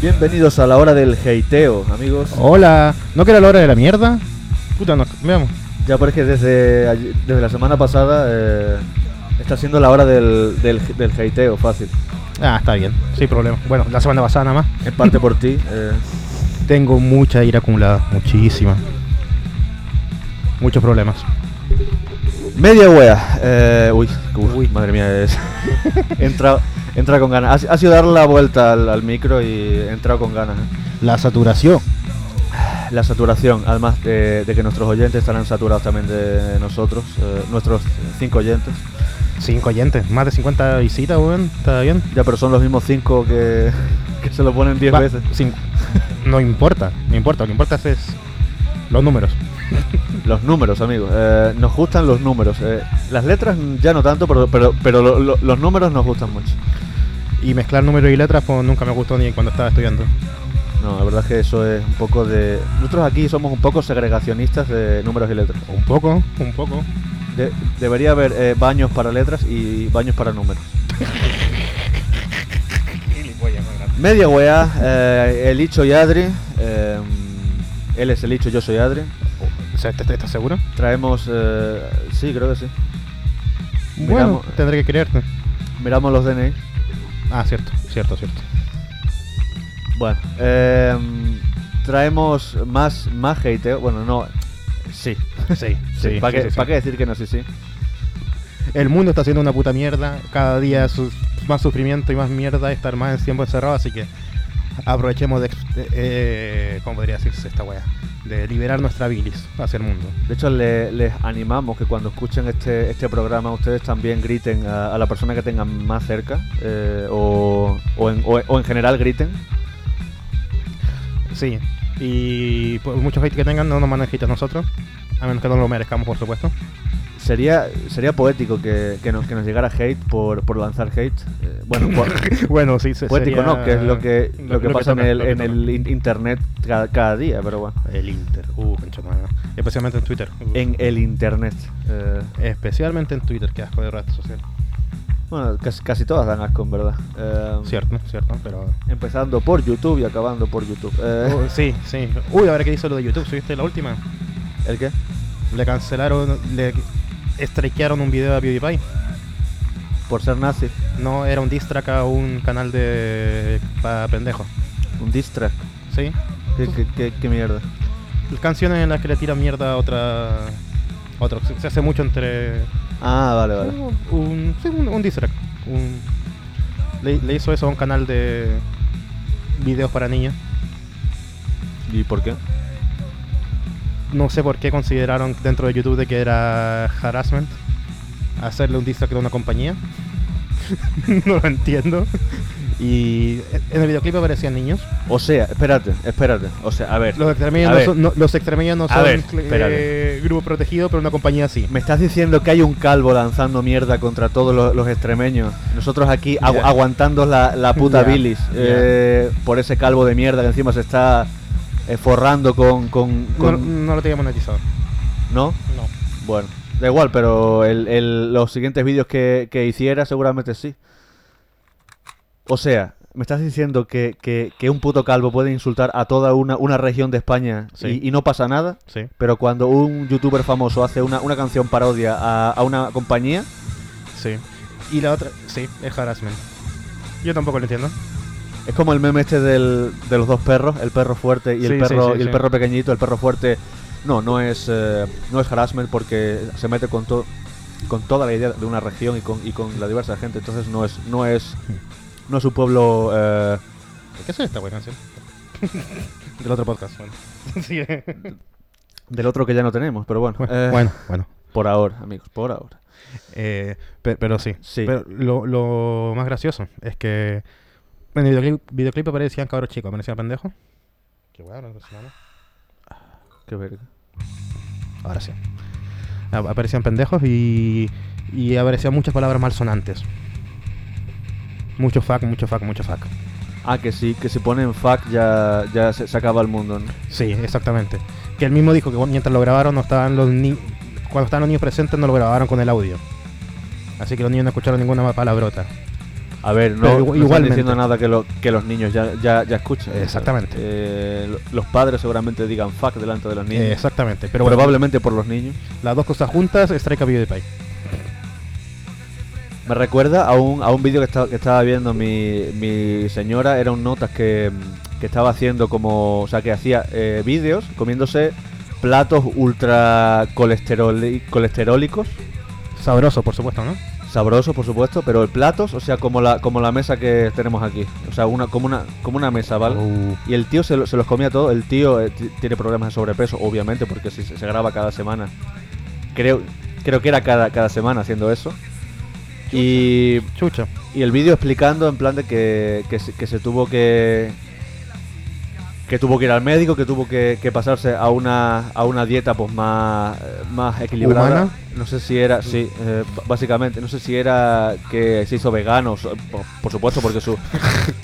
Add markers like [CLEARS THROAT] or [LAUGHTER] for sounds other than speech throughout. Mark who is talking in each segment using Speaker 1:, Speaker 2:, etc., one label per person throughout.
Speaker 1: Bienvenidos a la hora del heiteo, amigos.
Speaker 2: Oh. Hola, ¿no que era la hora de la mierda? Puta, nos cambiamos.
Speaker 1: Ya parece que desde, allí- desde la semana pasada eh, está siendo la hora del, del, del heiteo fácil.
Speaker 2: Ah, está bien, sin problema. Bueno, la semana pasada nada más.
Speaker 1: En parte por ti. eh,
Speaker 2: Tengo mucha ira acumulada, muchísima. Muchos problemas.
Speaker 1: media wea. eh, uy, uf, madre mía. Es, entra, entra con ganas. Ha, ha sido dar la vuelta al, al micro y he entrado con ganas. eh.
Speaker 2: La saturación.
Speaker 1: La saturación, además de, de que nuestros oyentes estarán saturados también de nosotros, eh, nuestros cinco oyentes.
Speaker 2: Cinco oyentes, más de 50 visitas, weón. Está bien.
Speaker 1: Ya, pero son los mismos cinco que, [LAUGHS] que se lo ponen diez
Speaker 2: Va,
Speaker 1: veces.
Speaker 2: sin- no importa, no importa. Lo que importa es los números.
Speaker 1: Los números, amigos. Eh, nos gustan los números. Eh, las letras ya no tanto, pero, pero, pero lo- lo- los números nos gustan mucho.
Speaker 2: Y mezclar números y letras pues, nunca me gustó ni cuando estaba estudiando.
Speaker 1: No, la verdad es que eso es un poco de... Nosotros aquí somos un poco segregacionistas de números y letras.
Speaker 2: Un poco, un poco.
Speaker 1: De- debería haber eh, baños para letras y baños para números. Media weá, eh, el Icho y Adri. eh, él es el Icho, yo soy Adri.
Speaker 2: O sea, ¿te- te- ¿Estás seguro?
Speaker 1: Traemos... eh, sí, creo que sí.
Speaker 2: Bueno,
Speaker 1: Miramos- eh.
Speaker 2: tendré que creerte.
Speaker 1: Miramos los DNI.
Speaker 2: Ah, cierto, cierto, cierto.
Speaker 1: Bueno, em, traemos más, más hateo. Bueno, no. Sí.
Speaker 2: Sí, sí.
Speaker 1: ¿Para
Speaker 2: sí,
Speaker 1: qué,
Speaker 2: sí, sí.
Speaker 1: pa' qué decir que no? Sí, sí.
Speaker 2: El mundo está haciendo una puta mierda. Cada día su- más sufrimiento y más mierda estar más en tiempo encerrado. Así que aprovechemos de. ex- de- eh, ¿Cómo podría decirse esta wea? De liberar nuestra bilis hacia el mundo.
Speaker 1: De hecho, le- les animamos que cuando escuchen este, este programa ustedes también griten a, a la persona que tengan más cerca eh, o, o en, o- o en general griten.
Speaker 2: Sí. Y por mucho hate que tengan, no nos manden hate a nosotros. A menos que no lo merezcamos, por
Speaker 1: [LAUGHS]
Speaker 2: supuesto.
Speaker 1: Sería, sería poético que, que nos, que nos llegara hate por, por lanzar hate. Eh, bueno, por-
Speaker 2: bueno, sí, [LAUGHS] se,
Speaker 1: poético
Speaker 2: sería
Speaker 1: no, que es lo que, lo que pasa
Speaker 2: toca,
Speaker 1: en el,
Speaker 2: lo que
Speaker 1: en
Speaker 2: toca.
Speaker 1: el in- internet cada, cada día, pero bueno.
Speaker 2: El Inter. Uh, concha madre. Especialmente en Twitter. Uh.
Speaker 1: En el internet. eh,
Speaker 2: Especialmente en Twitter, que asco de red social.
Speaker 1: Bueno, casi, casi todas dan asco, en verdad. Eh,
Speaker 2: Cierto, cierto, pero.
Speaker 1: Empezando por YouTube y acabando por YouTube. [LAUGHS] Eh,
Speaker 2: Oh, sí, sí. Uy, ahora que hizo lo de YouTube, ¿subiste la última?
Speaker 1: ¿El qué?
Speaker 2: Le cancelaron, le strikearon un video a PewDiePie.
Speaker 1: Por ser nazi.
Speaker 2: No, era un diss track a un canal de. para pendejos.
Speaker 1: Un diss track.
Speaker 2: ¿Sí?
Speaker 1: ¿Qué, qué- qué- qué mierda?
Speaker 2: Canciones en las que le tiran mierda a otra. a otro. Se, se hace mucho entre.
Speaker 1: Ah, vale, vale.
Speaker 2: Un, sí, un, un diss track. Un- le, le hizo eso a un canal de. videos para niños.
Speaker 1: ¿Y por qué?
Speaker 2: no sé por qué consideraron dentro de YouTube de que era harassment hacerle un diss track a una compañía. [LAUGHS] no lo entiendo. Y en el videoclip aparecían niños.
Speaker 1: O sea, espérate, espérate. O sea, a ver.
Speaker 2: Los extremeños
Speaker 1: A
Speaker 2: no
Speaker 1: ver.
Speaker 2: son, no- los extremeños no
Speaker 1: A
Speaker 2: son,
Speaker 1: ver,
Speaker 2: eh,
Speaker 1: espérate.
Speaker 2: grupo protegido, pero una compañía sí.
Speaker 1: ¿Me estás diciendo que hay un calvo lanzando mierda contra todos los, los extremeños? Nosotros aquí agu-
Speaker 2: Ya.
Speaker 1: aguantando la, la puta
Speaker 2: Ya,
Speaker 1: bilis
Speaker 2: ya.
Speaker 1: eh, por ese calvo de mierda que encima se está eh, forrando con... con,
Speaker 2: No,
Speaker 1: con-
Speaker 2: no lo tenía monetizado.
Speaker 1: ¿No?
Speaker 2: No.
Speaker 1: Bueno, da igual, pero el- el- los siguientes vídeos que, que hiciera seguramente sí. O sea, me estás diciendo que, que- que un puto calvo puede insultar a toda una, una región de España
Speaker 2: Sí.
Speaker 1: y, y no pasa nada,
Speaker 2: Sí.
Speaker 1: pero cuando un youtuber famoso hace una, una canción parodia a, a una compañía,
Speaker 2: Sí. Y la otra, sí, es harassment. Yo tampoco lo entiendo.
Speaker 1: es como el meme este del- de los dos perros, el perro fuerte y el,
Speaker 2: Sí, sí,
Speaker 1: perro,
Speaker 2: sí,
Speaker 1: y el
Speaker 2: sí.
Speaker 1: perro pequeñito, el perro fuerte. No, no es, eh, no es harassment porque se mete con todo con toda la idea de una región y con, y con la diversa gente, entonces no es no es no es un pueblo eh,
Speaker 2: ¿Qué es esta buena canción? Del otro podcast. Bueno. [LAUGHS] sí. eh.
Speaker 1: del otro que ya no tenemos, pero bueno, eh,
Speaker 2: bueno, bueno.
Speaker 1: por ahora, amigos, por ahora.
Speaker 2: Eh, pe- pero, sí.
Speaker 1: Sí.
Speaker 2: Pero lo, lo más gracioso es que en el videoclip, videoclip aparecían cabros chicos, aparecían pendejos. Qué bueno,
Speaker 1: Qué verga.
Speaker 2: Ahora sí. A- Aparecían pendejos y, y aparecían muchas palabras malsonantes. Mucho fuck, mucho fuck, mucho fuck.
Speaker 1: Ah, que sí, que si ponen fuck ya ya se, se acaba el mundo, ¿no?
Speaker 2: Sí, exactamente. Que él mismo dijo que mientras lo grabaron no estaban los ni cuando estaban los niños presentes no lo grabaron con el audio. Así que los niños no escucharon ninguna palabrotas.
Speaker 1: A ver, no,
Speaker 2: Pero
Speaker 1: no
Speaker 2: igu-
Speaker 1: están
Speaker 2: igualmente.
Speaker 1: diciendo nada que, lo- que los niños ya, ya, ya escuchen.
Speaker 2: Exactamente.
Speaker 1: Eh, lo- los padres seguramente digan fuck delante de los niños.
Speaker 2: Eh, exactamente. Pero
Speaker 1: Pero
Speaker 2: bueno,
Speaker 1: probablemente por los niños.
Speaker 2: las dos cosas juntas, Strike a PewDiePie.
Speaker 1: Me recuerda a un, a un vídeo que, esta- que estaba viendo mi, mi señora, era un notas que, mm, que estaba haciendo como, o sea, que hacía eh, vídeos comiéndose platos ultra colesteroli- colesterólicos,
Speaker 2: Sabroso, por supuesto, ¿no?
Speaker 1: sabrosos por supuesto, pero platos, o sea, como la, como la mesa que tenemos aquí, o sea, una, como, una, como una mesa, ¿vale?
Speaker 2: Uh,
Speaker 1: Y el tío se, lo- se los comía todo. El tío eh, ti- tiene problemas de sobrepeso, obviamente, porque si se, se graba cada semana. Creo, creo que era cada, cada semana haciendo eso. Y,
Speaker 2: chucha.
Speaker 1: y el vídeo explicando en plan de que, que, se- que se tuvo que. Que tuvo que ir al médico, que tuvo que, que pasarse a una, a una dieta pues más, eh, más equilibrada.
Speaker 2: ¿Humana?
Speaker 1: No sé si era, sí, eh, b- básicamente, no sé si era que se hizo vegano, so- po- por supuesto, porque su,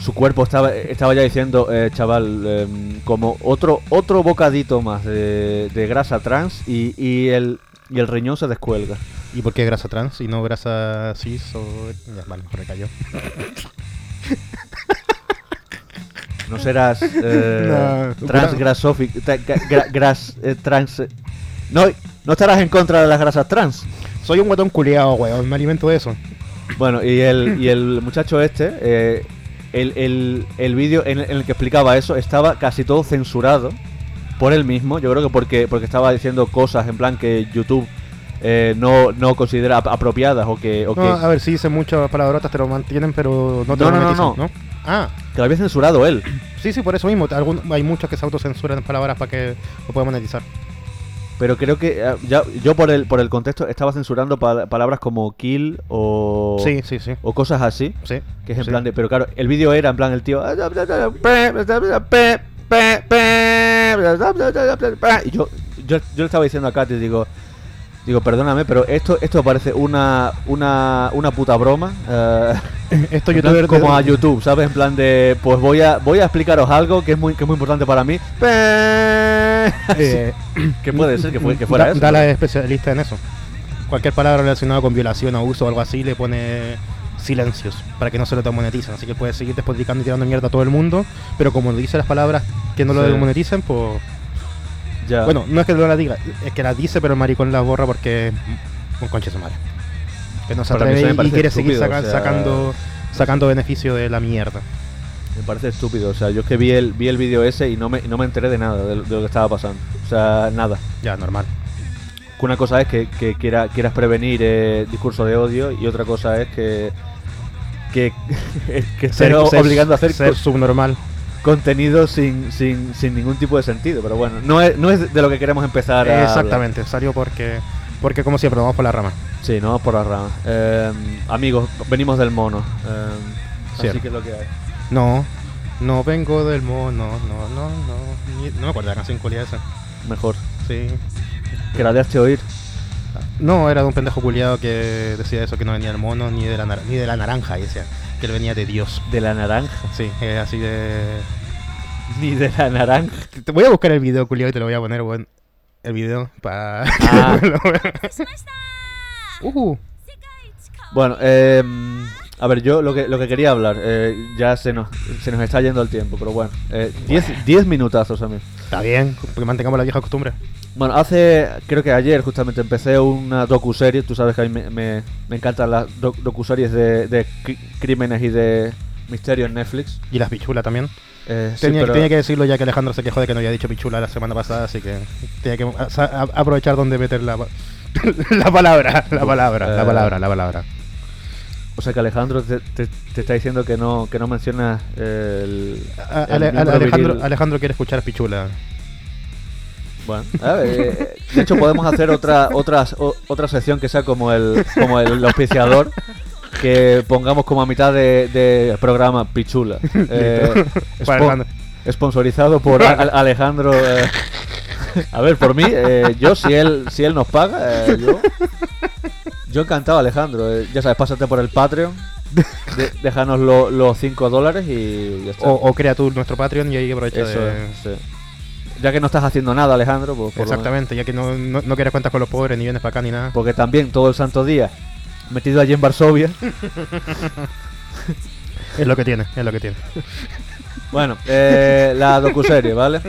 Speaker 1: su cuerpo estaba, estaba ya diciendo, eh, chaval, em, como otro, otro bocadito más de, de grasa trans y, y el, y el riñón se descuelga.
Speaker 2: ¿Y por qué grasa trans y no grasa cis o...? Ya, vale, mejor me cayó.
Speaker 1: No
Speaker 2: [LAUGHS]
Speaker 1: serás eh,
Speaker 2: No,
Speaker 1: transgrasófico. tra- gra- gra- gras- eh, trans. eh, No, no estarás en contra de las grasas trans.
Speaker 2: Soy un guatón culiado, weón. Me alimento de eso.
Speaker 1: Bueno, y el, y el muchacho este, eh, el, el- el vídeo en, en el que explicaba eso estaba casi todo censurado por él mismo. Yo creo que porque, porque estaba diciendo cosas en plan que YouTube eh, no, no considera ap- apropiadas o que. o
Speaker 2: No,
Speaker 1: que-
Speaker 2: a ver, sí dicen muchas palabrotas, te lo mantienen, pero no te
Speaker 1: No,
Speaker 2: lo
Speaker 1: no, no,
Speaker 2: monetizan,
Speaker 1: no.
Speaker 2: Ah,
Speaker 1: que lo había censurado él.
Speaker 2: sí, sí, por eso mismo. Algún- hay muchos que se autocensuran palabras para que lo puedan monetizar.
Speaker 1: Pero creo que eh, ya, yo por el, por el contexto estaba censurando pa- palabras como kill o.
Speaker 2: Sí, sí, sí.
Speaker 1: O cosas así. [LAUGHS]
Speaker 2: Sí.
Speaker 1: Que es en
Speaker 2: sí.
Speaker 1: plan de. Pero claro, el vídeo era en plan el tío. "Ah, Y yo, yo, yo le estaba diciendo a Katy, digo. Digo, perdóname, pero esto, esto parece una, una, una puta broma.
Speaker 2: [LAUGHS]
Speaker 1: eh,
Speaker 2: Esto
Speaker 1: en plan
Speaker 2: youtuber de-
Speaker 1: como a YouTube, ¿sabes? En plan de, pues voy a, voy a explicaros algo que es muy, que es muy importante para mí.
Speaker 2: [LAUGHS]
Speaker 1: [LAUGHS]
Speaker 2: Eh,
Speaker 1: que puede ser que, fue, que
Speaker 2: Da-
Speaker 1: fuera eso. ¿eh?
Speaker 2: Dala es especialista en eso. Cualquier palabra relacionada con violación, abuso o algo así le pone silencios para que no se lo demoneticen. Así que puedes seguir despotricando y tirando mierda a todo el mundo, pero como dice las palabras que no lo
Speaker 1: Sí.
Speaker 2: demoneticen, pues.
Speaker 1: Ya.
Speaker 2: Bueno, no es que no la diga, es que la dice, pero el maricón la borra porque. es Un conche su madre. Que no se
Speaker 1: Para mí eso
Speaker 2: atreve
Speaker 1: me
Speaker 2: y- y
Speaker 1: parece
Speaker 2: quiere seguir
Speaker 1: estúpido,
Speaker 2: saca-
Speaker 1: o sea-
Speaker 2: sacando, sacando beneficio de la mierda.
Speaker 1: Me parece estúpido, o sea, yo es que vi el, vi el vídeo ese y no me, no me enteré de nada, de, lo- de lo que estaba pasando. O sea, nada.
Speaker 2: Ya, normal.
Speaker 1: Que Una cosa es que, que quiera- quieras prevenir eh, discurso de odio y otra cosa es que que, [LAUGHS] que estés o- obligando a hacer
Speaker 2: ser
Speaker 1: co-
Speaker 2: subnormal.
Speaker 1: contenido sin, sin, sin ningún tipo de sentido. Pero bueno, no es, no es de lo que queremos empezar. a hablar.
Speaker 2: Exactamente, salió porque. Porque como siempre, vamos por la rama.
Speaker 1: Sí, no, por las ramas. Eh, amigos, venimos del mono. eh,
Speaker 2: Cierto.
Speaker 1: así que es lo que hay.
Speaker 2: No, no vengo del mono, no, no, no. Ni- no me acuerdo de la canción culiada esa.
Speaker 1: Mejor.
Speaker 2: Sí.
Speaker 1: Que la dejaste oír.
Speaker 2: No, era de un pendejo culiado que decía eso, que no venía del mono ni de la, nar- ni de la naranja, y decía que él venía de Dios.
Speaker 1: De la naranja. [LAUGHS]
Speaker 2: Sí, eh, así de.
Speaker 1: Ni de la naranja.
Speaker 2: [LAUGHS] Te voy a buscar el video culiado y te lo voy a poner, weón. El video para.
Speaker 1: Ah.
Speaker 2: [LAUGHS] uh,
Speaker 1: Bueno, eh, a ver, yo lo que, lo que quería hablar, eh, ya se nos, se nos está yendo el tiempo, pero bueno, 10 minutazos a mí.
Speaker 2: está bien, porque mantengamos la vieja costumbre.
Speaker 1: Bueno, hace, creo que ayer justamente empecé una docuserie, tú sabes que a mí me, me- me encantan las doc- docuseries de, de cri- crímenes y de misterios en Netflix.
Speaker 2: Y las pichulas también.
Speaker 1: Eh, sí,
Speaker 2: Tenía,
Speaker 1: pero-
Speaker 2: tenía que decirlo ya que Alejandro se quejó de que no había dicho pichula la semana pasada, así que tenía que a- sa- a- aprovechar donde meter la, [LAUGHS] pa- la palabra, la palabra,
Speaker 1: eh.
Speaker 2: la palabra, la palabra.
Speaker 1: O sea que Alejandro te, te- te está diciendo que no, que no mencionas eh, el...
Speaker 2: A-
Speaker 1: el
Speaker 2: Ale-
Speaker 1: miembro
Speaker 2: Alejandro,
Speaker 1: viril.
Speaker 2: Alejandro quiere escuchar pichula.
Speaker 1: Bueno, a ver, eh, de hecho podemos hacer otra otra otra sección que sea como el como el auspiciador que pongamos como a mitad de, de programa
Speaker 2: [LAUGHS]
Speaker 1: Pichula. Eh,
Speaker 2: Para
Speaker 1: espo-
Speaker 2: Alejandro.
Speaker 1: sponsorizado por A- A- Alejandro. eh. A ver, por mí, eh, yo si él si él nos paga, eh, yo yo encantado Alejandro. eh, ya sabes, pásate por el Patreon, de- déjanos lo- los 5 dólares y ya está.
Speaker 2: O, o crea tú nuestro Patreon y ahí aprovecha
Speaker 1: Eso,
Speaker 2: de-
Speaker 1: sí. Ya que no estás haciendo nada, Alejandro, pues por lo menos-
Speaker 2: Exactamente, ya que no, no, no quieres cuentas con los pobres, ni vienes para acá ni nada. [LAUGHS]
Speaker 1: Porque también todo el santo día, metido allí en Varsovia,
Speaker 2: Es lo que tiene, es lo que tiene.
Speaker 1: Bueno, eh, la docuserie, ¿vale?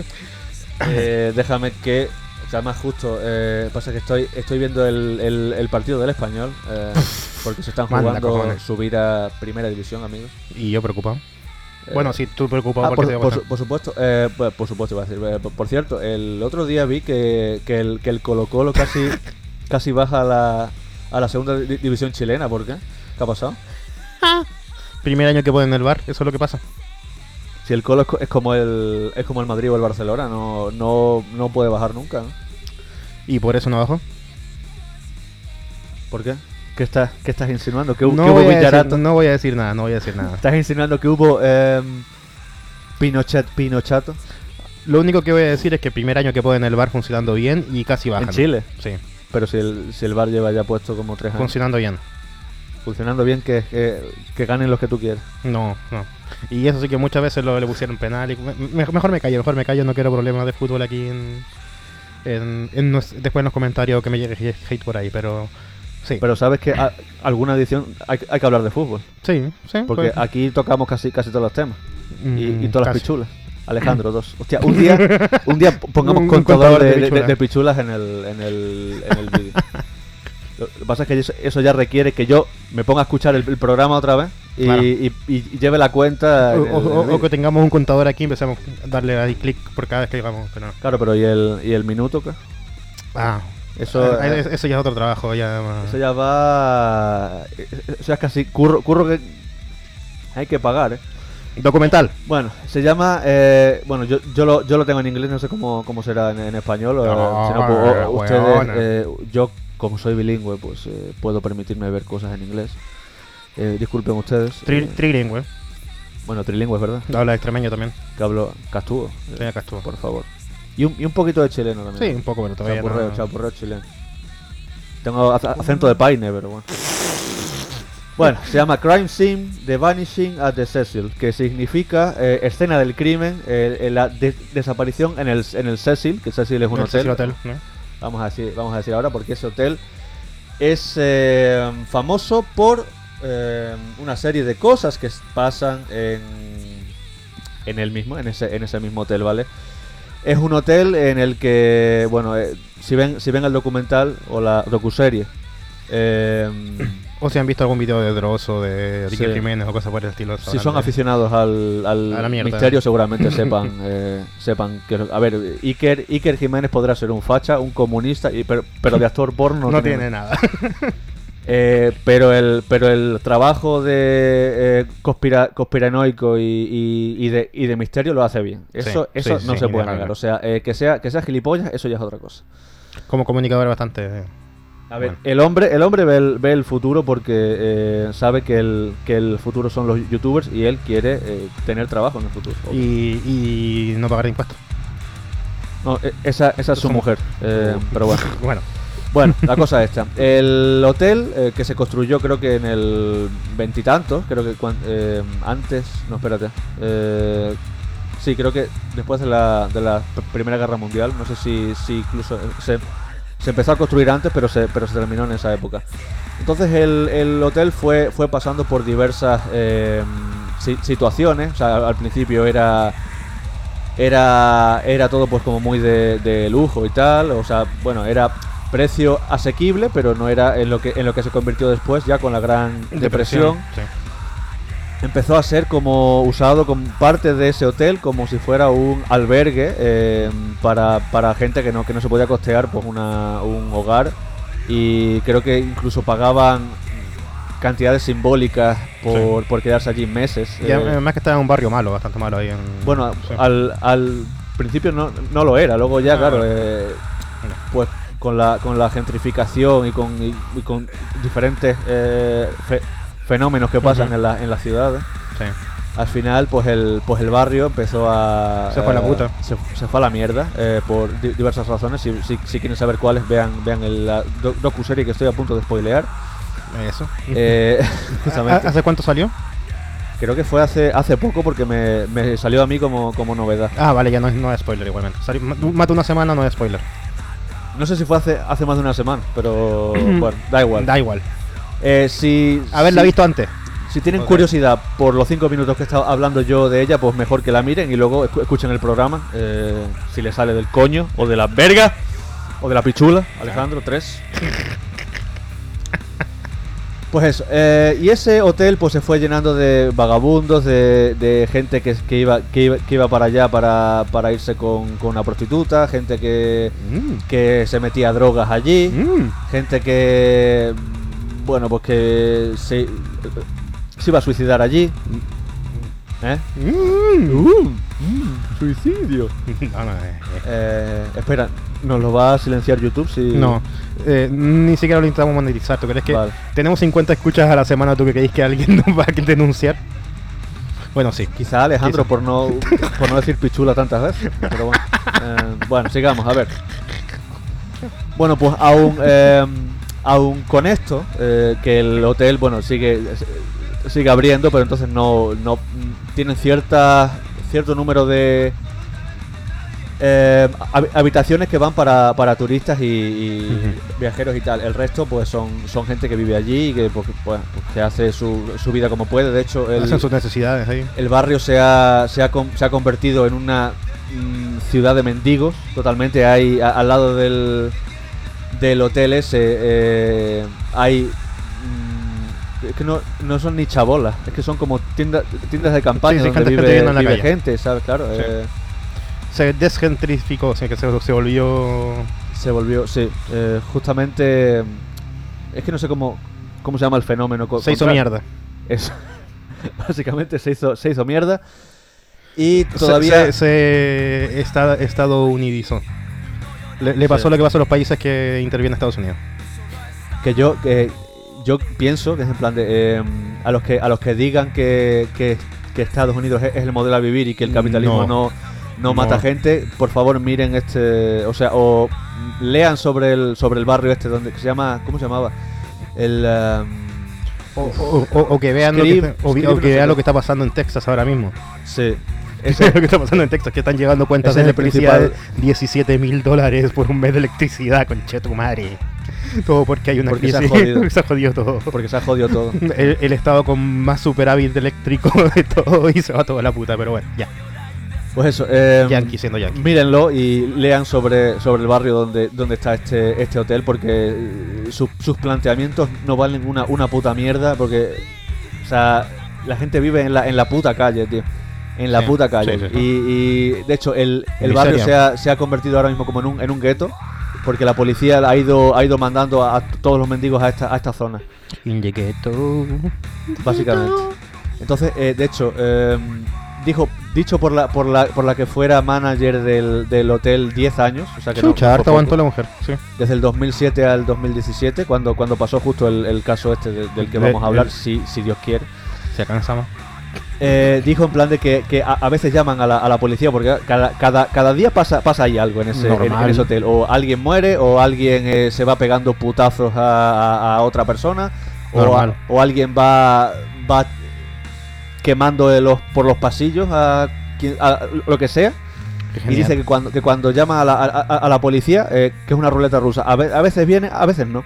Speaker 1: Eh, déjame que. que Además, justo, eh, pasa que estoy estoy viendo el, el- el partido del español, eh, porque se están
Speaker 2: Manda
Speaker 1: jugando
Speaker 2: cojones.
Speaker 1: subir a primera división, amigos.
Speaker 2: Y yo preocupado.
Speaker 1: Eh,
Speaker 2: Bueno, sí, tú preocupado
Speaker 1: ah, por,
Speaker 2: porque te va a
Speaker 1: por
Speaker 2: pasar.
Speaker 1: su- por supuesto, eh, por- por supuesto, iba a decir. eh, por, por cierto, el otro día vi que, que el, que el Colo Colo
Speaker 2: [LAUGHS]
Speaker 1: casi, casi baja a la, a la segunda di- división chilena, ¿por qué? ¿Qué ha pasado?
Speaker 2: Primer año que ponen el bar, eso es lo que pasa.
Speaker 1: Si el Colo es, co- es como el es como el Madrid o el Barcelona, no, no, no puede bajar nunca, ¿no?
Speaker 2: Y por eso no bajó.
Speaker 1: ¿Por qué? ¿Qué estás, qué estás insinuando? ¿Que, hu-
Speaker 2: no,
Speaker 1: que hubo
Speaker 2: voy a
Speaker 1: Villarato?
Speaker 2: decir, no voy a decir nada, no voy a decir nada.
Speaker 1: ¿Estás insinuando que hubo em, Pinochet, Pinochato
Speaker 2: Lo único que voy a decir es que primer año que ponen el bar funcionando bien y casi bajan.
Speaker 1: en Chile?
Speaker 2: Sí,
Speaker 1: Pero si el, si el bar lleva ya puesto como tres años.
Speaker 2: funcionando bien.
Speaker 1: Funcionando bien, que, que, que ganen los que tú quieres.
Speaker 2: No, no. Y eso sí que muchas veces lo, le pusieron penal. Y me- me- mejor me callo, mejor me callo. No quiero problemas de fútbol aquí en, en- en nos- después en los comentarios que me llegue hate- hate por ahí. Pero sí,
Speaker 1: Pero sabes que a- alguna edición hay, hay que hablar de fútbol.
Speaker 2: sí, sí.
Speaker 1: Porque
Speaker 2: pues,
Speaker 1: aquí tocamos casi, casi todos los temas. Y, y
Speaker 2: mm,
Speaker 1: todas las
Speaker 2: casi.
Speaker 1: pichulas. Alejandro, dos. Hostia, un
Speaker 2: [LAUGHS]
Speaker 1: día, un día pongamos
Speaker 2: Un- un
Speaker 1: contador
Speaker 2: contador
Speaker 1: de,
Speaker 2: de
Speaker 1: de- de-
Speaker 2: pichulas.
Speaker 1: de pichulas en el, en el, en el
Speaker 2: [LAUGHS]
Speaker 1: vídeo. Lo lo que pasa es que eso, eso ya requiere que yo me ponga a escuchar el, el programa otra vez y,
Speaker 2: Claro.
Speaker 1: y- y lleve la cuenta. en
Speaker 2: O,
Speaker 1: el-
Speaker 2: o-
Speaker 1: en el
Speaker 2: o- o
Speaker 1: vídeo.
Speaker 2: que tengamos un contador aquí y empezamos a darle ahí clic por cada vez que digamos. Pero no.
Speaker 1: Claro, pero ¿y el, y el minuto? qué?
Speaker 2: Ah,
Speaker 1: Eso,
Speaker 2: ah,
Speaker 1: eh,
Speaker 2: es- eso ya es otro trabajo. Ya, más-
Speaker 1: Eso ya va. e, Eso ya es casi curro, curro que hay que pagar, ¿eh?
Speaker 2: Documental.
Speaker 1: Bueno, se llama. eh, bueno, yo, yo, lo, yo lo tengo en inglés, no sé cómo, cómo será en, en español. o-
Speaker 2: No,
Speaker 1: si no, pues, o-
Speaker 2: weona.
Speaker 1: ustedes, eh, yo, como soy bilingüe, pues eh, puedo permitirme ver cosas en inglés. Eh, disculpen ustedes.
Speaker 2: Tri-
Speaker 1: eh,
Speaker 2: trilingüe.
Speaker 1: bueno, trilingüe, es verdad.
Speaker 2: Habla extremeño también.
Speaker 1: Que hablo castugo, eh,
Speaker 2: Tenía Castro.
Speaker 1: por favor. Y un, y un poquito de chileno
Speaker 2: Sí,
Speaker 1: también.
Speaker 2: un poco, pero todavía.
Speaker 1: chapurreo,
Speaker 2: no-
Speaker 1: chapurreo chileno. Tengo ac- acento de paine, pero bueno. Bueno, se llama Crime Scene The Vanishing at the Cecil, que significa eh, escena del crimen, eh, eh, la de- desaparición en el, en el Cecil, que Cecil es un
Speaker 2: El
Speaker 1: hotel.
Speaker 2: Cecil Hotel, ¿no?
Speaker 1: Vamos, a decir, vamos a decir ahora, porque ese hotel es eh, famoso por eh, una serie de cosas que s- pasan en, en el mismo, en ese, en ese mismo hotel, ¿vale? Es un hotel en el que, bueno, eh, si, ven, si ven el documental o la docuserie, eh,
Speaker 2: O si han visto algún video de Dross o de Ricky
Speaker 1: Sí.
Speaker 2: Jiménez o cosas por el estilo.
Speaker 1: Si
Speaker 2: sabrán
Speaker 1: son
Speaker 2: de-
Speaker 1: aficionados al, al
Speaker 2: Pues A la mierda.
Speaker 1: misterio,
Speaker 2: [COUGHS]
Speaker 1: seguramente sepan eh, sepan que. A ver, Iker, Iker Jiménez podrá ser un facha, un comunista, y, pero, pero de actor porno
Speaker 2: No, tiene, nada. [LAUGHS]
Speaker 1: Eh, pero el pero el trabajo de eh, conspira- conspiranoico y, y- y de, y de misterio lo hace bien. Eso
Speaker 2: Sí,
Speaker 1: eso
Speaker 2: sí,
Speaker 1: no
Speaker 2: sí,
Speaker 1: se puede
Speaker 2: innegable.
Speaker 1: negar. O sea, eh, que sea que sea gilipollas, eso ya es otra cosa.
Speaker 2: Como comunicador bastante. eh.
Speaker 1: A ver,
Speaker 2: Bueno.
Speaker 1: el hombre, el hombre ve, el, ve el futuro porque eh, sabe que el, que el futuro son los youtubers y él quiere eh, tener trabajo en el futuro.
Speaker 2: Y, y no pagar impuestos.
Speaker 1: No, e- esa, esa es su mujer. eh, pero bueno.
Speaker 2: [LAUGHS] Bueno,
Speaker 1: Bueno, la cosa es esta. El hotel eh, que se construyó creo que en el veintitantos, creo que cuan- eh, antes, no espérate. Eh, sí, creo que después de la, de la P- Primera Guerra Mundial, no sé si, si incluso eh, se, se empezó a construir antes, pero se, pero se terminó en esa época. Entonces el, el hotel fue, fue pasando por diversas eh, si- situaciones. O sea, al- al principio era era era todo pues como muy de, de lujo y tal o sea bueno era precio asequible pero no era en lo que en lo que se convirtió después ya con la gran depresión, eh,
Speaker 2: sí.
Speaker 1: empezó a ser como usado como parte de ese hotel como si fuera un albergue eh, para, para gente que no que no se podía costear pues una, un hogar y creo que incluso pagaban cantidades simbólicas por, por quedarse allí meses
Speaker 2: Y
Speaker 1: eh.
Speaker 2: además que estaba en un barrio malo, bastante malo ahí en.
Speaker 1: Bueno, a-
Speaker 2: sí.
Speaker 1: al, al principio no, no lo era, luego ya,
Speaker 2: Ah,
Speaker 1: claro,
Speaker 2: bueno.
Speaker 1: eh,
Speaker 2: Bueno.
Speaker 1: pues con la, con la gentrificación y con, y, y con diferentes eh, fe- fenómenos que pasan
Speaker 2: Ujú.
Speaker 1: en, la, en las ciudades,
Speaker 2: Sí.
Speaker 1: al final pues el, pues el barrio empezó a...
Speaker 2: Se fue a la
Speaker 1: eh,
Speaker 2: puta.
Speaker 1: Se, se fue a la mierda eh, por di- diversas razones, si, si, si quieren saber cuáles, vean, vean el, la doc- docuserie que estoy a punto de spoilear.
Speaker 2: Eso. [LAUGHS]
Speaker 1: Eh, [LAUGHS] justamente.
Speaker 2: ¿Hace cuánto salió?
Speaker 1: Creo que fue hace, hace poco porque me, me salió a mí como, como novedad.
Speaker 2: Ah, vale, ya no, es- no es spoiler igualmente. Salió- ma- Mata una semana, no es spoiler.
Speaker 1: No sé si fue hace, hace
Speaker 2: [CLEARS THROAT]
Speaker 1: más de una semana, pero bueno, da igual.
Speaker 2: Da igual.
Speaker 1: Eh, si,
Speaker 2: Haberla
Speaker 1: si-
Speaker 2: visto antes.
Speaker 1: Si tienen
Speaker 2: Ok.
Speaker 1: curiosidad por los cinco minutos que he estado hablando yo de ella, pues mejor que la miren y luego escu- escuchen el programa. eh, si les sale del coño, o de la verga, o de la pichula, Alejandro, tres. Pues eso, eh, y ese hotel pues se fue llenando de vagabundos, de, de gente que, que iba, que, iba, que iba para allá para, para irse con, con una prostituta, gente que,
Speaker 2: Mm,
Speaker 1: que se metía drogas allí.
Speaker 2: mm.
Speaker 1: Gente que. Bueno, pues que se, se iba a suicidar allí. ¿Eh?
Speaker 2: Mm.
Speaker 1: suicidio.
Speaker 2: [LAUGHS] No, no, eh, eh.
Speaker 1: espera, ¿nos lo va a silenciar YouTube? Si...
Speaker 2: No, eh, ni siquiera lo intentamos monetizar. ¿Tú crees que
Speaker 1: Vale.
Speaker 2: tenemos 50 escuchas a la semana? ¿Tú que crees que alguien [LAUGHS] nos va a denunciar? Bueno, sí.
Speaker 1: Quizá Alejandro
Speaker 2: Quizá.
Speaker 1: por no por no decir pichula tantas veces. Pero bueno, Eh, bueno sigamos, a ver. Bueno, pues aún, eh, aún con esto, eh, que el hotel, bueno, sigue sigue abriendo, pero entonces no, no tienen cierta, cierto número de eh, hab- habitaciones que van para, para turistas y, y
Speaker 2: Ujú.
Speaker 1: viajeros y tal. El resto, pues son, son gente que vive allí y que, pues, pues, que hace su, su vida como puede. De hecho, el,
Speaker 2: Hacen sus necesidades ahí.
Speaker 1: el barrio se ha, se ha, con- se ha convertido en una mm, ciudad de mendigos totalmente. Hay, a- al lado del, del hotel ese eh, hay... mm, es que no, no son ni chabolas, es que son como tiendas tiendas de campaña
Speaker 2: Sí, sí,
Speaker 1: donde
Speaker 2: gente- gente
Speaker 1: vive,
Speaker 2: viviendo en la
Speaker 1: vive
Speaker 2: calle.
Speaker 1: gente, ¿sabes? Claro,
Speaker 2: Sí.
Speaker 1: eh,
Speaker 2: Se desgentrificó, o sea, que se, se volvió.
Speaker 1: se volvió, sí, eh, justamente... mm, Es que no sé cómo, cómo se llama el fenómeno. co-
Speaker 2: Se hizo
Speaker 1: contrario.
Speaker 2: mierda.
Speaker 1: [LAUGHS] Es- básicamente se hizo, se hizo mierda. Y
Speaker 2: Se-
Speaker 1: todavía...
Speaker 2: Se, se está estadounidizo. Le, le pasó
Speaker 1: Sí.
Speaker 2: lo que pasa a los países que intervienen Estados Unidos.
Speaker 1: que yo que yo pienso que es en plan de eh, a los que a los que digan que, que- que Estados Unidos es, es el modelo a vivir y que el capitalismo
Speaker 2: No.
Speaker 1: no, no,
Speaker 2: No.
Speaker 1: mata gente por favor miren este o sea o lean sobre el sobre el barrio este donde que se llama cómo se llamaba el um,
Speaker 2: O, o- o- o que vean, lo que,
Speaker 1: Scrib-
Speaker 2: está- o vi- o
Speaker 1: Scrib-
Speaker 2: que vean lo que está pasando en Texas ahora mismo.
Speaker 1: sí
Speaker 2: Eso es [LAUGHS] lo que está pasando en Texas, que están llevando cuentas
Speaker 1: Ese
Speaker 2: de
Speaker 1: es el
Speaker 2: electricidad de 17 mil dólares por un mes de electricidad, conche tu madre. Todo porque hay una
Speaker 1: Porque se ha
Speaker 2: crisis.
Speaker 1: jodido.
Speaker 2: [LAUGHS] se ha jodido todo.
Speaker 1: porque se ha jodido todo
Speaker 2: El, el estado con más superávit eléctrico [LAUGHS] de todo y se va toda la puta, pero bueno, ya.
Speaker 1: pues eso eh,
Speaker 2: Yankee siendo Yankee.
Speaker 1: Mírenlo y lean sobre, sobre el barrio donde, donde está este, este hotel porque eh, sus- sus planteamientos no valen una, una puta mierda porque, o sea, la gente vive en la, en la puta calle, tío. En la
Speaker 2: Sí,
Speaker 1: puta calle.
Speaker 2: sí, sí, sí.
Speaker 1: Y, y, de hecho el, el
Speaker 2: Miseria.
Speaker 1: barrio se ha, se ha convertido ahora mismo como en un, en un gueto porque la policía ha ido, ha ido mandando a, a todos los mendigos a esta, a esta zona básicamente. Entonces, eh, de hecho, eh, dijo, dicho por la, por la, por la que fuera manager del, del hotel 10 años, o sea que no-
Speaker 2: Chucha,
Speaker 1: no fue
Speaker 2: harta aguantó
Speaker 1: poco.
Speaker 2: la mujer. Sí.
Speaker 1: desde el 2007 al 2017, cuando, cuando pasó justo el, el caso este de- del que
Speaker 2: De-
Speaker 1: vamos a hablar,
Speaker 2: el-
Speaker 1: si, si Dios quiere.
Speaker 2: Se cansamos.
Speaker 1: Eh, dijo en plan de que, que a, a veces llaman a la, a la policía porque cada, cada, cada día pasa, pasa ahí algo en ese, en- en
Speaker 2: Normal.
Speaker 1: ese hotel. O alguien muere, o alguien eh, se va pegando putazos a, a- a otra persona, o,
Speaker 2: Normal.
Speaker 1: o alguien va, va quemando de los, por los pasillos a, quien- a lo que sea. Y dice que cuando, que cuando llama a la, a, a- a la policía, eh, que es una ruleta rusa, a, ve- a veces viene, a veces no.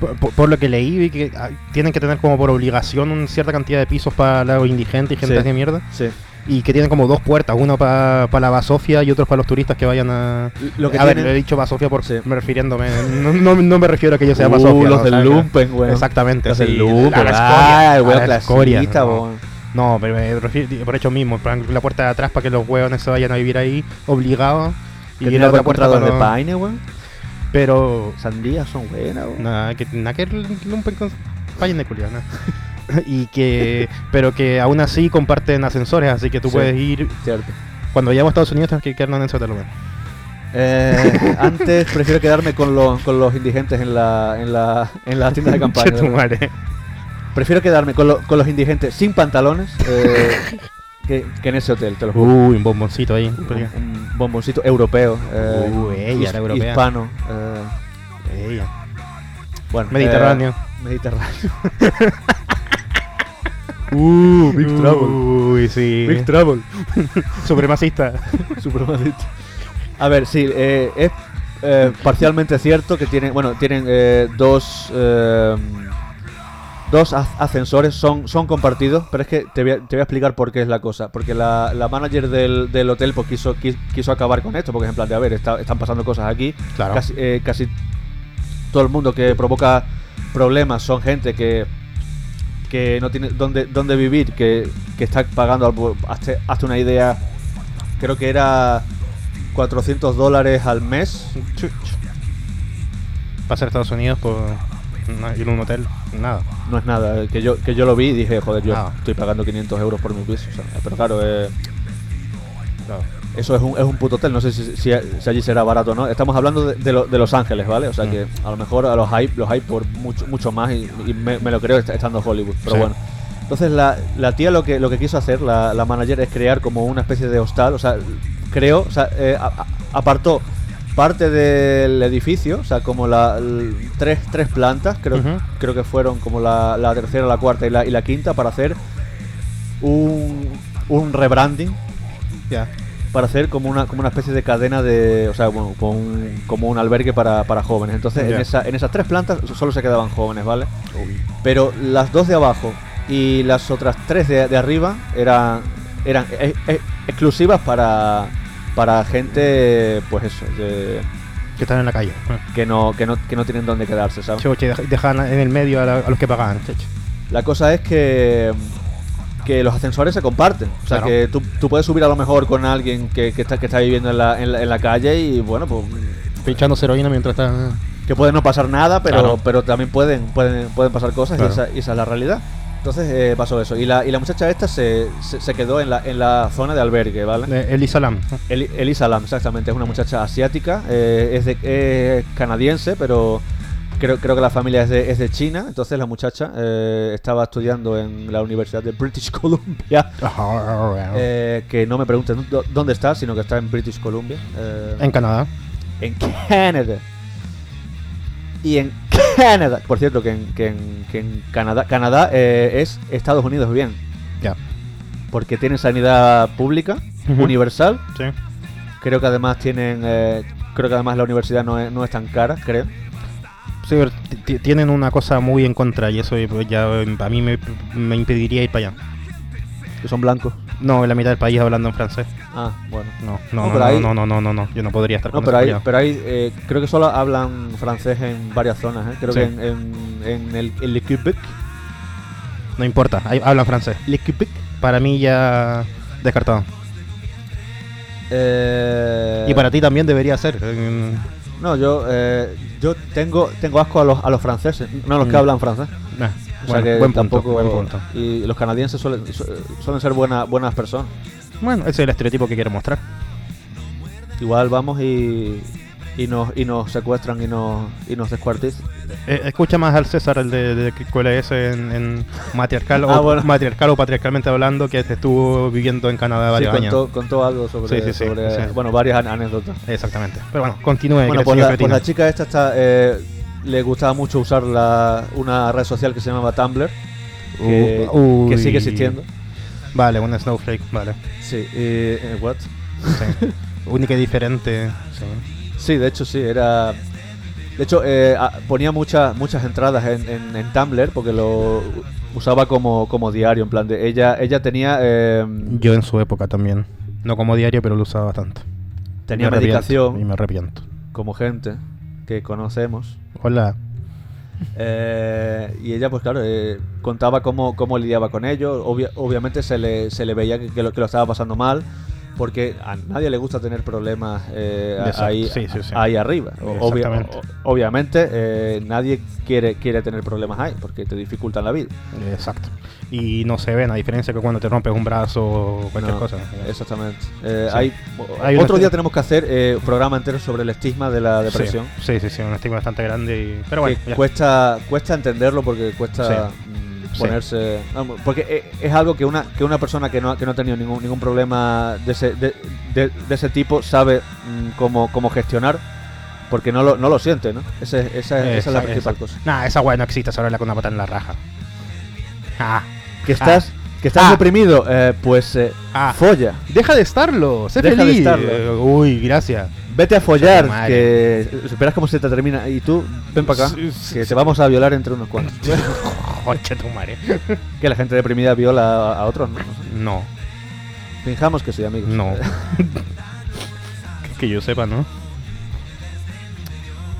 Speaker 2: Por, por- por lo que leí, vi que ah, tienen que tener como por obligación una cierta cantidad de pisos para la indigente y gente
Speaker 1: Sí.
Speaker 2: de mierda.
Speaker 1: Sí.
Speaker 2: Y que tienen como dos puertas, uno para la Basofia y otro para los turistas que vayan a...
Speaker 1: Lo que
Speaker 2: a
Speaker 1: tienen-
Speaker 2: ver, le he dicho Basofia por
Speaker 1: Sí.
Speaker 2: me refiriéndome. No, no, no me refiero a que yo sea
Speaker 1: Uh,
Speaker 2: Basofia.
Speaker 1: los
Speaker 2: ¿no?
Speaker 1: del
Speaker 2: O sea,
Speaker 1: lumpen, güey.
Speaker 2: Exactamente.
Speaker 1: Los del
Speaker 2: sí,
Speaker 1: Lumpen,
Speaker 2: a la
Speaker 1: ah,
Speaker 2: escoria,
Speaker 1: el
Speaker 2: a
Speaker 1: weón
Speaker 2: la escoria,
Speaker 1: clasista,
Speaker 2: ¿no?
Speaker 1: weón.
Speaker 2: No, pero me refiero por hecho mismo, en plan, la puerta de atrás para que los hueones se vayan a vivir ahí obligados.
Speaker 1: Y
Speaker 2: Y
Speaker 1: viene
Speaker 2: la
Speaker 1: por
Speaker 2: otra puerta
Speaker 1: encontrador de
Speaker 2: para los-
Speaker 1: paine, weón.
Speaker 2: Pero
Speaker 1: Sandías son buenas, weón.
Speaker 2: Nada, que nada que lumpen con vayan de culiao, nada. [LAUGHS] y que pero que aún así comparten ascensores, así que tú
Speaker 1: Sí.
Speaker 2: puedes ir
Speaker 1: Cierto.
Speaker 2: cuando vayamos a Estados Unidos tenemos que quedarnos en ese hotel, weón.
Speaker 1: Eh, antes prefiero quedarme con los, con los indigentes en la, en la, en la
Speaker 2: [LAUGHS]
Speaker 1: tienda de campaña.
Speaker 2: Che tu madre.
Speaker 1: Prefiero quedarme con, lo- con los indigentes sin pantalones eh, que, que en ese hotel, te lo juro.
Speaker 2: Uy, un bomboncito ahí.
Speaker 1: Un, un bomboncito europeo. eh,
Speaker 2: Uh, ella era europea.
Speaker 1: Hispano. eh,
Speaker 2: Ella.
Speaker 1: bueno,
Speaker 2: Mediterráneo.
Speaker 1: eh, Mediterráneo.
Speaker 2: Uh,
Speaker 1: Big Trouble.
Speaker 2: Uy, sí.
Speaker 1: Trouble.
Speaker 2: Supremacista.
Speaker 1: Supremacista. A ver, sí, eh, es eh, parcialmente cierto que tienen, bueno, tienen eh, dos eh, dos az- ascensores son, son compartidos, pero es que te voy, a, te voy a explicar por qué es la cosa. Porque la, la manager del, del hotel pues, quiso, qui- quiso acabar con esto, porque es en plan de, a ver, está- están pasando cosas aquí.
Speaker 2: Claro.
Speaker 1: Casi, eh, casi todo el mundo que provoca problemas son gente que, que no tiene dónde, dónde vivir, que, que está pagando, algo- hazte, hazte una idea, creo que era 400 dólares al mes.
Speaker 2: Pasar a Estados Unidos por no, ir a un hotel, nada.
Speaker 1: No es nada, eh, que yo, que yo lo vi y dije, joder, yo
Speaker 2: Ah.
Speaker 1: estoy pagando 500 euros por mi piso. o sea, pero claro, eh,
Speaker 2: Claro.
Speaker 1: eso es un, es un puto hotel, no sé si, si- si allí será barato o no. Estamos hablando de, de lo- de Los Ángeles, ¿vale? O sea
Speaker 2: Mm.
Speaker 1: que a lo mejor a los hype los hay por mucho, mucho más y, y me, me lo creo est- estando en Hollywood, pero
Speaker 2: Sí.
Speaker 1: bueno. Entonces la, la tía lo que, lo que quiso hacer, la, la manager, es crear como una especie de hostal, o sea, creó, o sea, eh, a- a- apartó parte del edificio, o sea, como la, l- tres, tres plantas, creo,
Speaker 2: Ujú.
Speaker 1: creo que fueron como la, la tercera, la cuarta y la, y la quinta, para hacer un, un rebranding,
Speaker 2: Ya.
Speaker 1: para hacer como una, como una especie de cadena de. O sea, como, como un, como un albergue para, para jóvenes. Entonces, en,
Speaker 2: Ya.
Speaker 1: esa, en esas tres plantas solo se quedaban jóvenes, ¿vale? Pero las dos de abajo y las otras tres de, de arriba eran, eran ex- ex- exclusivas para, para gente, pues eso, de-
Speaker 2: Que están en la calle.
Speaker 1: que, no, que, no, que no tienen dónde quedarse, ¿sabes?
Speaker 2: Chuchi, dej- dejaban en el medio a, la- a los que pagaban. chuchi.
Speaker 1: La cosa es que, que los ascensores se comparten. O sea,
Speaker 2: Claro.
Speaker 1: que tú, tú puedes subir a lo mejor con alguien que, que está, que está viviendo en la, en la- en la calle y bueno, pues
Speaker 2: Pinchando heroína mientras están.
Speaker 1: que puede no pasar nada, pero,
Speaker 2: Claro.
Speaker 1: pero también pueden, pueden, pueden pasar cosas
Speaker 2: Claro.
Speaker 1: y, esa, y esa es la realidad. Entonces eh, pasó eso. Y la, y la muchacha esta se, se, se quedó en la, en la zona de albergue, ¿vale?
Speaker 2: Eh, El Isalam.
Speaker 1: Eli- Elisa Lam, exactamente, es una muchacha asiática, eh, es, de- es canadiense, pero creo, creo que la familia es de, es de China, entonces la muchacha eh, estaba estudiando en la Universidad de British [LAUGHS] Columbia, eh, que no me pregunten dó- dónde está, sino que está en British Columbia, eh,
Speaker 2: en Canadá.
Speaker 1: en Canadá. Y en Canadá, por cierto, que en, que en- que en Canadá, Canadá eh, es Estados Unidos bien,
Speaker 2: Ya.
Speaker 1: porque tiene sanidad pública,
Speaker 2: Ujú.
Speaker 1: universal,
Speaker 2: Sí.
Speaker 1: Creo que además tienen. eh, creo que además la universidad no es, no es tan cara, creo.
Speaker 2: Sí, pero ti- ti- tienen una cosa muy en contra y eso eh, pues, ya eh, a mí me, me impediría ir para allá.
Speaker 1: Que son blancos.
Speaker 2: No, en la mitad del país hablando en francés.
Speaker 1: Ah, bueno.
Speaker 2: No,
Speaker 1: No,
Speaker 2: no, no,
Speaker 1: pero
Speaker 2: no,
Speaker 1: ahí-
Speaker 2: no, no, no, no, no, yo no podría estar
Speaker 1: No,
Speaker 2: con
Speaker 1: pero
Speaker 2: eso
Speaker 1: ahí,
Speaker 2: apoyado.
Speaker 1: pero ahí eh, creo que solo hablan francés en varias zonas, ¿eh? Creo
Speaker 2: Sí.
Speaker 1: que en, en, en el, en Le Quebec.
Speaker 2: No importa, ahí hablan francés.
Speaker 1: Le Quebec.
Speaker 2: Para mí ya descartado.
Speaker 1: eh,
Speaker 2: Y para ti también debería ser. eh,
Speaker 1: No, yo, eh, yo tengo, tengo asco a los, a los franceses, no a los que
Speaker 2: Mm.
Speaker 1: hablan francés.
Speaker 2: nah,
Speaker 1: O sea
Speaker 2: bueno,
Speaker 1: que
Speaker 2: buen punto,
Speaker 1: tampoco.
Speaker 2: buen punto.
Speaker 1: Y los canadienses suelen, su- suelen ser buena- buenas personas.
Speaker 2: Bueno, ese es el estereotipo que quiero mostrar.
Speaker 1: Igual vamos y, y, nos, y nos secuestran y nos, y nos descuartizan.
Speaker 2: Eh, escucha más al César, el de, de que- cuál es en, en matriarcal,
Speaker 1: [LAUGHS] Ah,
Speaker 2: o,
Speaker 1: bueno.
Speaker 2: matriarcal o patriarcalmente hablando, que este estuvo viviendo en Canadá
Speaker 1: Sí,
Speaker 2: varios años.
Speaker 1: contó, contó algo sobre,
Speaker 2: Ah, Sí, sí, sí,
Speaker 1: sobre-
Speaker 2: sí. Eh,
Speaker 1: bueno, varias an- anécdotas.
Speaker 2: Exactamente. Pero bueno, continúe. que
Speaker 1: Bueno,
Speaker 2: el
Speaker 1: pues
Speaker 2: señor
Speaker 1: la, pues
Speaker 2: Cretino.
Speaker 1: la chica esta está, eh, le gustaba mucho usar la, una red social que se llamaba Tumblr, que,
Speaker 2: U-
Speaker 1: que
Speaker 2: Uh, uy.
Speaker 1: sigue existiendo.
Speaker 2: Vale, una snowflake, vale.
Speaker 1: Sí, eh, eh, what?
Speaker 2: Sí.
Speaker 1: [LAUGHS]
Speaker 2: Única y diferente. Sí.
Speaker 1: Sí, de hecho sí, era... De hecho, eh, a- ponía muchas muchas entradas en, en- en Tumblr porque lo usaba como, como diario, en plan de... Ella, ella tenía... eh,
Speaker 2: Yo en su época también. No como diario, pero lo usaba bastante.
Speaker 1: tenía
Speaker 2: Me arrepiento, Y
Speaker 1: medicación,
Speaker 2: me arrepiento.
Speaker 1: como gente que conocemos.
Speaker 2: Hola.
Speaker 1: Eh, y ella, pues claro, eh, contaba cómo, cómo lidiaba con ello. Obvia- obviamente se le, se le veía que, que lo, que lo estaba pasando mal, porque a nadie le gusta tener problemas eh, a-
Speaker 2: Exacto,
Speaker 1: ahí,
Speaker 2: sí, sí, sí.
Speaker 1: ahí arriba. O- obvia-
Speaker 2: Exactamente.
Speaker 1: o- obviamente eh, nadie quiere, quiere tener problemas ahí, porque te dificultan la vida.
Speaker 2: Exacto. Y no se ven, a diferencia que cuando te rompes un brazo o cualquier
Speaker 1: No,
Speaker 2: cosa.
Speaker 1: [LAUGHS] Exactamente. Eh,
Speaker 2: Sí.
Speaker 1: hay,
Speaker 2: Hay una
Speaker 1: otro día
Speaker 2: escena-
Speaker 1: tenemos que hacer eh, un programa entero sobre el estigma de la depresión.
Speaker 2: Sí, sí, sí, sí, un estigma bastante grande. y- Pero bueno,
Speaker 1: que
Speaker 2: ya.
Speaker 1: cuesta cuesta entenderlo porque cuesta
Speaker 2: Sí.
Speaker 1: mm,
Speaker 2: Sí.
Speaker 1: ponerse vamos, porque e- es, algo que una que una persona que no, ha- que no ha tenido ningún ningún problema de ese, de, de- de ese tipo sabe mm, cómo, cómo gestionar porque no lo, no lo siente no Ese- esa, es- esa es la
Speaker 2: Exacto,
Speaker 1: principal
Speaker 2: exacto.
Speaker 1: cosa
Speaker 2: Nah, esa weá no existe, ahora la con una pata en la raja. Ah,
Speaker 1: que estás que estás
Speaker 2: Ah.
Speaker 1: deprimido eh, pues eh,
Speaker 2: Ah.
Speaker 1: folla
Speaker 2: Deja de estarlo, sé
Speaker 1: Deja de
Speaker 2: feliz.
Speaker 1: estarlo.
Speaker 2: Eh, Uy, gracias.
Speaker 1: Vete a follar,
Speaker 2: madre.
Speaker 1: que esperas cómo se te termina. Y tú, ven para acá,
Speaker 2: Sí, sí,
Speaker 1: que
Speaker 2: sí.
Speaker 1: te vamos a violar entre unos cuantos. [LAUGHS]
Speaker 2: Concha tu madre.
Speaker 1: que la gente deprimida viola a, a otros, ¿no? No sé.
Speaker 2: No,
Speaker 1: Fijamos que sí, amigos.
Speaker 2: no. que yo sepa, ¿no?
Speaker 1: [LAUGHS]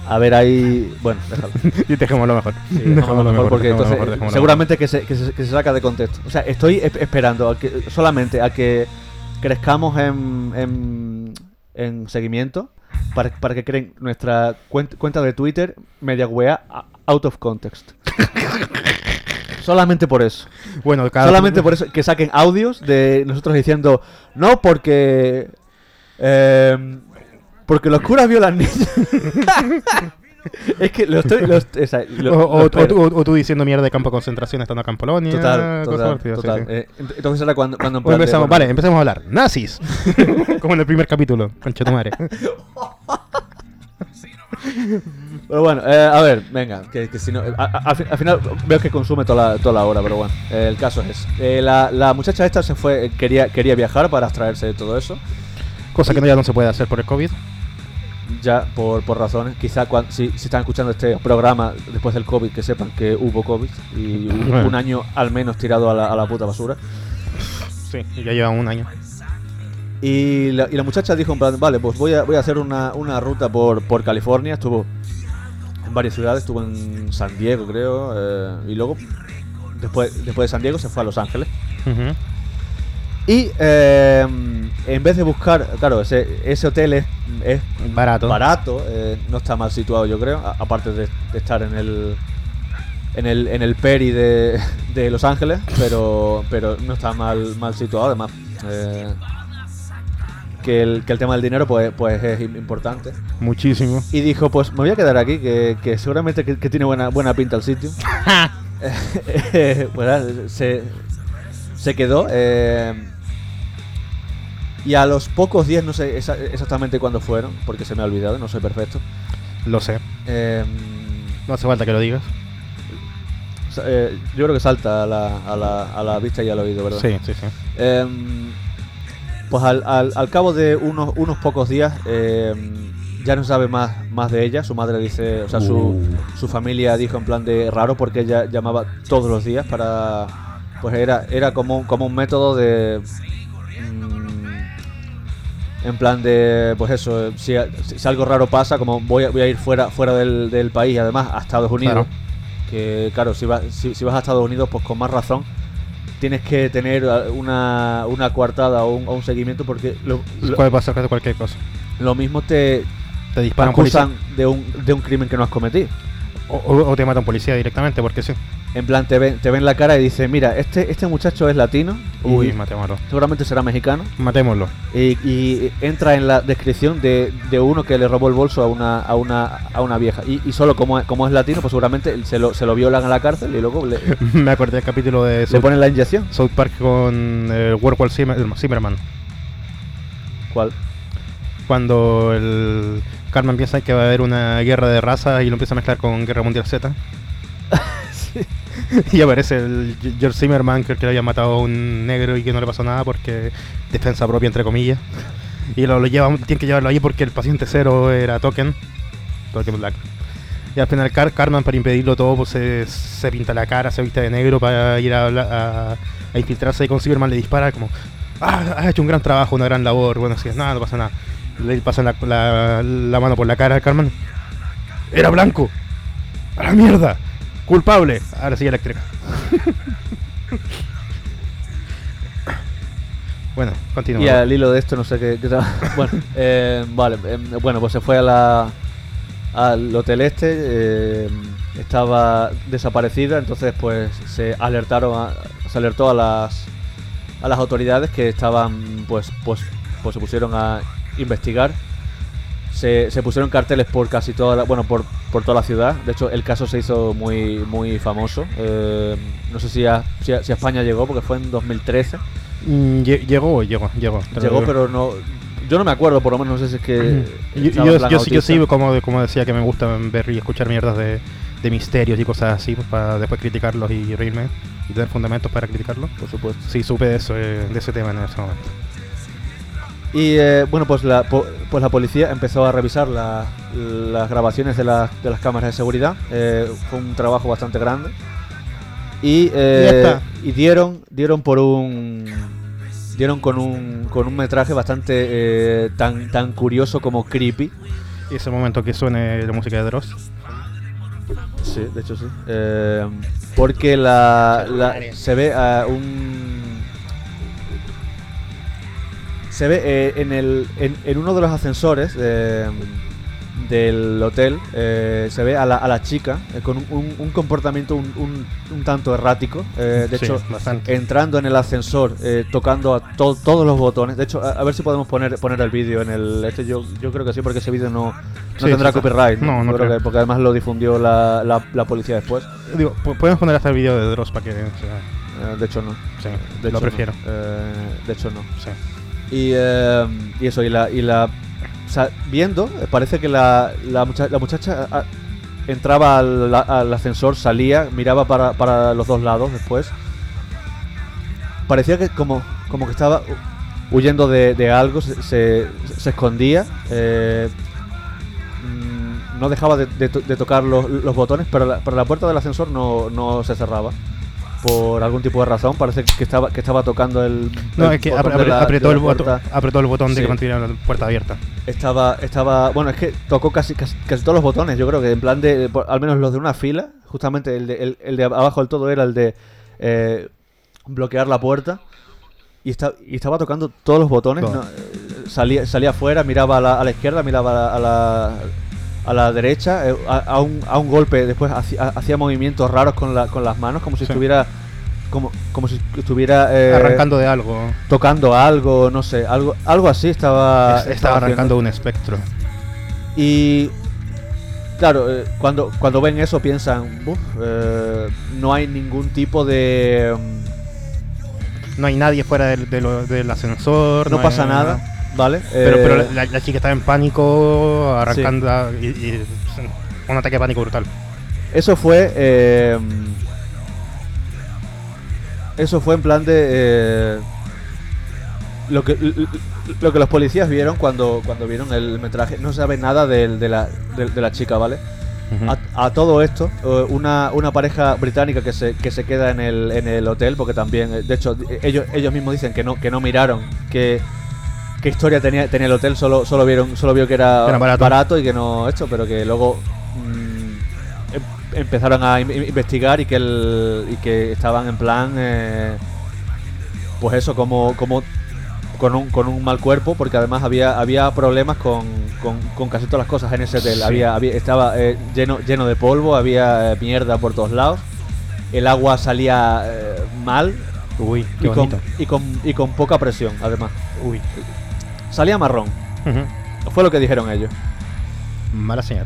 Speaker 1: A ver, ahí. Bueno,
Speaker 2: [LAUGHS]
Speaker 1: déjalo.
Speaker 2: Y dejémoslo mejor.
Speaker 1: Sí,
Speaker 2: Dejémoslo
Speaker 1: dejémoslo mejor, porque entonces
Speaker 2: dejémoslo mejor, dejémoslo mejor.
Speaker 1: seguramente que se, que, se, que se saca de contexto. O sea, estoy esp- esperando a que, solamente a que crezcamos en, en, en seguimiento para, para que creen nuestra cuen- cuenta de Twitter media wea a- out of context. [LAUGHS] solamente por eso.
Speaker 2: Bueno, cada
Speaker 1: solamente por eso que saquen audios de nosotros diciendo no porque eh, porque los curas violan niños. [LAUGHS] es que lo estoy lo est- o sea, lo-
Speaker 2: o, o-
Speaker 1: lo
Speaker 2: o
Speaker 1: espero.
Speaker 2: tú, o tú diciendo mierda de campo de concentración estando acá en Polonia.
Speaker 1: Total,
Speaker 2: cosas
Speaker 1: total,
Speaker 2: partidas, sí,
Speaker 1: total.
Speaker 2: sí.
Speaker 1: Eh, ent- entonces ahora cuando, cuando en
Speaker 2: Hoy
Speaker 1: plan de,
Speaker 2: empezamos, vale,
Speaker 1: bueno,
Speaker 2: empezamos a hablar. Nazis. [LAUGHS] Como en el primer capítulo. Concha tu madre.
Speaker 1: Pero bueno, eh, a ver, venga, que, que si no... eh, a- a- al fi- al final veo que consume toda la, toda la hora, pero bueno, eh, el caso es... eh, la, la muchacha esta se fue, eh, quería, quería viajar para abstraerse de todo eso,
Speaker 2: Cosa que no, ya no se puede hacer por el COVID.
Speaker 1: ya por, por razones, quizá cuan- si, si están escuchando este programa después del COVID, que sepan que hubo COVID y un,
Speaker 2: Bueno.
Speaker 1: un año al menos tirado a la, a la puta basura.
Speaker 2: Sí, y ya lleva un año.
Speaker 1: Y la, y la muchacha dijo en plan, vale, pues voy a, voy a hacer una, una ruta por, por California. Estuvo en varias ciudades, estuvo en San Diego, creo. eh, y luego, después, después de San Diego, se fue a Los Ángeles.
Speaker 2: Ujú.
Speaker 1: Y eh, en vez de buscar, claro, ese, ese hotel es, es
Speaker 2: Barato.
Speaker 1: barato, eh, no está mal situado, yo creo. a- aparte de, de estar en el... En el, en el Peri de, [LAUGHS] de Los Ángeles, pero, pero no está mal, mal situado, además. eh, que el, que el tema del dinero pues, pues es im- importante.
Speaker 2: Muchísimo.
Speaker 1: Y dijo, pues me voy a quedar aquí, que, que seguramente que, que tiene buena, buena pinta el sitio. Eh, [LAUGHS] bueno, se, se quedó. eh, y a los pocos días, no sé exa- exactamente cuándo fueron, porque se me ha olvidado, no soy perfecto.
Speaker 2: Lo sé.
Speaker 1: eh,
Speaker 2: No hace falta que lo digas.
Speaker 1: sa- eh, yo creo que salta a la, a la- a la vista y al oído, ¿verdad?
Speaker 2: Sí, sí, sí.
Speaker 1: Em, pues al, al- al cabo de unos, unos pocos días em, ya no sabe más, más de ella. Su madre dice, o sea, su,
Speaker 2: Uh.
Speaker 1: su familia dijo en plan de raro porque ella llamaba todos los días para... Pues era, era como, un- como un método de... mm, en plan de, pues eso, eh, si, si algo raro pasa, como voy a, voy a ir fuera, fuera del, del país, además a Estados Unidos,
Speaker 2: Claro.
Speaker 1: que claro, si, vas si, si vas a Estados Unidos, pues con más razón, tienes que tener eh, una, una coartada o un, o un seguimiento porque lo, lo-
Speaker 2: Puede pasar casi cualquier cosa.
Speaker 1: lo mismo te
Speaker 2: Te disparan
Speaker 1: acusan de un, de un crimen que no has cometido.
Speaker 2: policía. O, o- o te matan policía directamente, porque sí.
Speaker 1: En plan, te ven, te ven la cara y dicen, mira, este, este muchacho es latino, y
Speaker 2: Uy, matémoslo.
Speaker 1: seguramente será mexicano,
Speaker 2: Matémoslo. [LAUGHS]
Speaker 1: y, y entra en la descripción de, de uno que le robó el bolso a una, a una, a una vieja. Y, y solo como, como es latino, pues seguramente se lo, se lo violan a la cárcel y luego le,
Speaker 2: Me acordé del capítulo de
Speaker 1: le
Speaker 2: South,
Speaker 1: ponen la inyección.
Speaker 2: South Park con eh, World War Zimmer- Zimmerman.
Speaker 1: ¿Cuál?
Speaker 2: Cuando el Carmen piensa que va a haber una guerra de razas y lo empieza a mezclar con Guerra Mundial
Speaker 1: [LAUGHS]
Speaker 2: Z. [LAUGHS] Y aparece el Ge- George Zimmerman, que, el que le había matado a un negro y que no le pasó nada porque defensa propia, entre comillas. Y lo, lo llevan- tienen que llevarlo ahí porque el paciente cero era Token. Token Black. Y al final Car Cartman, para impedirlo todo, pues se, se pinta la cara, se viste de negro para ir a, habla- a, a infiltrarse y con Zimmerman le dispara como, ah, has hecho un gran trabajo, una gran labor, bueno, así es, nada, no pasa nada. Le pasan la, la- la mano por la cara a Cartman. Era blanco. A la mierda. Culpable. Ahora sí, eléctrica. [LAUGHS] bueno,
Speaker 1: Y
Speaker 2: continúa.
Speaker 1: al hilo de esto, no sé qué. qué tal. bueno, eh, vale, em, bueno, pues se fue a la, al hotel este. eh, estaba desaparecida, entonces, pues se alertaron, a- se alertó a las, a las autoridades que estaban, pues, pues, pues se pusieron a investigar. Se, se pusieron carteles por casi toda la, bueno, por, por toda la ciudad. De hecho, el caso se hizo muy, muy famoso. Eh, no sé si a- si a- si a España llegó, porque fue en 2013.
Speaker 2: Mm, lle- Llegó, o llegó, llegó. Te lo
Speaker 1: Llegó,
Speaker 2: digo.
Speaker 1: pero no. Yo no me acuerdo, por lo menos, no sé si es que.
Speaker 2: [CLEARS THROAT] Yo,
Speaker 1: estaba
Speaker 2: yo-
Speaker 1: en plan
Speaker 2: yo sí- yo sí,
Speaker 1: autista.
Speaker 2: como, como decía, que me gusta ver y escuchar mierdas de, de misterios y cosas así, pues, para después criticarlos y reírme y tener fundamentos para criticarlos.
Speaker 1: Por supuesto.
Speaker 2: Sí, supe de eso, eh, de ese tema en ese momento.
Speaker 1: Y eh, bueno, pues la, po- pues la policía empezó a revisar la- las grabaciones de, las- de las cámaras de seguridad. Eh, fue un trabajo bastante grande. Y, eh, y dieron, dieron por un. Dieron con un, con un metraje bastante eh, tan, tan curioso como creepy.
Speaker 2: Y ese momento que suene la música de Dross.
Speaker 1: Sí, de hecho sí. Eh, porque la, la- se ve a un se ve eh, en el en, en uno de los ascensores eh, del hotel eh, se ve a la, a la chica eh, con un, un- un comportamiento un, un- un tanto errático. eh, de
Speaker 2: Sí,
Speaker 1: hecho,
Speaker 2: bastante.
Speaker 1: entrando en el ascensor, eh, tocando a to- todos los botones. De hecho, a, a ver si podemos poner poner el vídeo en el. Este yo, yo creo que sí, porque ese vídeo no, no
Speaker 2: Sí,
Speaker 1: tendrá
Speaker 2: sí, sí.
Speaker 1: copyright.
Speaker 2: No, no
Speaker 1: Yo creo
Speaker 2: creo.
Speaker 1: que- porque además lo difundió la, la- la policía después.
Speaker 2: Digo, po- podemos poner hasta el video de Dross para que. o sea,
Speaker 1: Eh, de hecho, no.
Speaker 2: sí,
Speaker 1: De hecho,
Speaker 2: lo
Speaker 1: no.
Speaker 2: prefiero.
Speaker 1: Eh, de hecho, no.
Speaker 2: Sí.
Speaker 1: Y, eh, y eso, y la. Y la o sea, viendo, eh, parece que la, la, mucha- la muchacha ah, entraba al, al ascensor, salía, miraba para, para los dos lados después. Parecía que como, como que estaba huyendo de, de algo, se, se, se escondía. eh, mm, no dejaba de, de to- de tocar los, los botones, pero la, pero la puerta del ascensor no, no se cerraba. Por algún tipo de razón, parece que estaba, que estaba tocando el.
Speaker 2: No,
Speaker 1: el
Speaker 2: es que
Speaker 1: botón
Speaker 2: apre-
Speaker 1: de la- de
Speaker 2: apretó,
Speaker 1: la
Speaker 2: el botón,
Speaker 1: puerta.
Speaker 2: apretó el botón de
Speaker 1: Sí.
Speaker 2: que mantuviera la puerta abierta.
Speaker 1: Estaba, estaba, bueno, es que tocó casi, casi, casi todos los botones, yo creo que en plan de, por- al menos los de una fila, justamente el de, el, el de abajo del todo era el de eh, bloquear la puerta y, esta- y estaba tocando todos los botones,
Speaker 2: Todo.
Speaker 1: ¿no? Eh, salía, salía afuera, miraba a la, a la izquierda, miraba a la, a la, a la derecha, eh, a, a un, a un golpe, después hacía, hacía movimientos raros con, la, con las manos, como si
Speaker 2: Sí.
Speaker 1: estuviera... Como, como si estuviera eh,
Speaker 2: arrancando de algo.
Speaker 1: tocando algo, no sé, algo, algo así estaba.
Speaker 2: Es-
Speaker 1: haciendo.
Speaker 2: estaba arrancando un espectro.
Speaker 1: Y claro, eh, cuando, cuando ven eso piensan, "Buf, eh, no hay ningún tipo de... mm,
Speaker 2: No hay nadie fuera del, de lo- del ascensor.
Speaker 1: No
Speaker 2: hay-
Speaker 1: pasa nada, ¿vale?
Speaker 2: Pero,
Speaker 1: Eh,
Speaker 2: pero la, la chica estaba en pánico, arrancando a- y, y- un ataque de pánico brutal.
Speaker 1: Eso fue... eh, eso fue en plan de... eh, lo que, lo que los policías vieron cuando, cuando vieron el metraje, no sabe nada del- de, la, de- de la chica, ¿vale?
Speaker 2: Ah,
Speaker 1: A, a todo esto, eh, una, una pareja británica que se, que se queda en el, en el hotel, porque también, eh, de hecho, eh, ellos, ellos mismos dicen que no, que no miraron que qué historia tenía, tenía el hotel, solo, solo vieron, solo vio que era,
Speaker 2: Era barato.
Speaker 1: y que no esto, pero que luego mm, em- empezaron a in- investigar y que el, y que estaban en plan eh, pues eso, como, como con un, con un mal cuerpo, porque además había, había problemas con, con, con casi todas las cosas en ese hotel.
Speaker 2: Sí.
Speaker 1: Había, había- estaba eh, lleno, lleno de polvo, había eh, mierda por todos lados, el agua salía eh, mal
Speaker 2: Uy,
Speaker 1: y con, y, con, y con poca presión, además.
Speaker 2: Uy.
Speaker 1: Salía marrón, fue lo que dijeron ellos.
Speaker 2: Mala señal.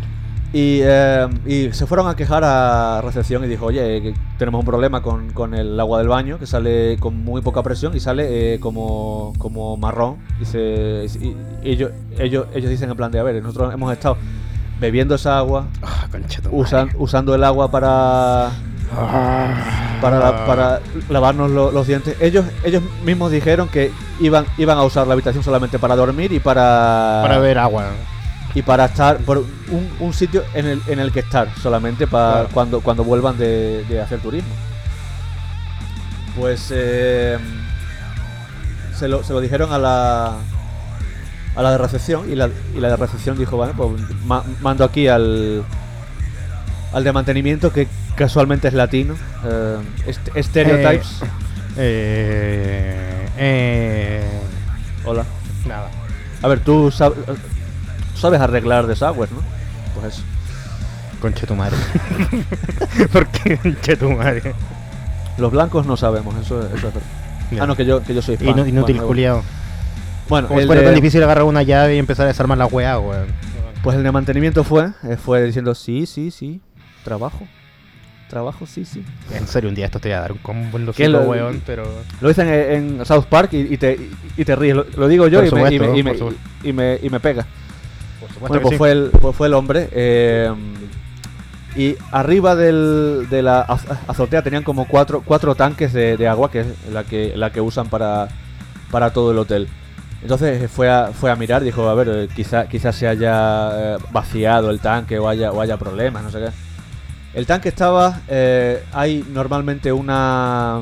Speaker 1: Y, eh, y se fueron a quejar a recepción y dijo, oye, que tenemos un problema con, con el agua del baño, que sale con muy poca presión y sale eh, como, como marrón. Y, se- y- y ellos, ellos, ellos dicen en plan de, a ver, nosotros hemos estado bebiendo esa agua,
Speaker 2: Ah, concha tu madre.
Speaker 1: usan- usando el agua para,
Speaker 2: Ah.
Speaker 1: para, la- para lavarnos lo- los dientes. Ellos, ellos mismos dijeron que iban, iban a usar la habitación solamente para dormir y para...
Speaker 2: Para ver agua.
Speaker 1: y para estar por un, un sitio en el, en el que estar solamente para
Speaker 2: Claro.
Speaker 1: cuando, cuando vuelvan de, de hacer turismo. Pues eh, se, lo, se lo dijeron a la a la de recepción y la, y la de recepción dijo, vale, pues ma- mando aquí al al de mantenimiento que casualmente es latino, eh, est- stereotypes.
Speaker 2: Eh, eh,
Speaker 1: Hola.
Speaker 2: nada.
Speaker 1: A ver, tú sab- sabes arreglar desagües, ¿no? Pues eso.
Speaker 2: Concha
Speaker 1: [LAUGHS]
Speaker 2: tu madre. [LAUGHS] ¿Por qué concha tu madre?
Speaker 1: Los blancos no sabemos, eso, es- eso es verdad. Ah, no, que yo, que yo soy
Speaker 2: Inu-
Speaker 1: hispano.
Speaker 2: inútil,
Speaker 1: Bueno,
Speaker 2: culiao.
Speaker 1: Bueno,
Speaker 2: Como
Speaker 1: el
Speaker 2: si fuera
Speaker 1: de-
Speaker 2: tan difícil agarrar una llave y empezar a desarmar la weá, weón.
Speaker 1: pues el de mantenimiento fue, eh, fue diciendo, sí, sí, sí, trabajo, trabajo, sí, sí.
Speaker 2: En serio, un día esto te voy a dar un combo en los
Speaker 1: ¿Qué
Speaker 2: cinco,
Speaker 1: lo-
Speaker 2: weón, pero.
Speaker 1: Lo dicen en, en South Park y, y te, y, y te ríes, lo, lo digo yo
Speaker 2: Por
Speaker 1: y me, y, me, y,
Speaker 2: supuesto,
Speaker 1: me,
Speaker 2: por supuesto.
Speaker 1: y me- y me pega.
Speaker 2: Por supuesto
Speaker 1: Bueno,
Speaker 2: que
Speaker 1: pues,
Speaker 2: sí.
Speaker 1: fue el, pues fue el hombre. eh, y arriba del, de la az- azotea tenían como cuatro, cuatro tanques de, de agua, que es la que, la que usan para, para todo el hotel. Entonces eh, fue a, fue a mirar, dijo, a ver, eh, quizá, quizá se haya eh, vaciado el tanque o haya, o haya problemas, no sé qué. El tanque estaba, eh, hay normalmente una...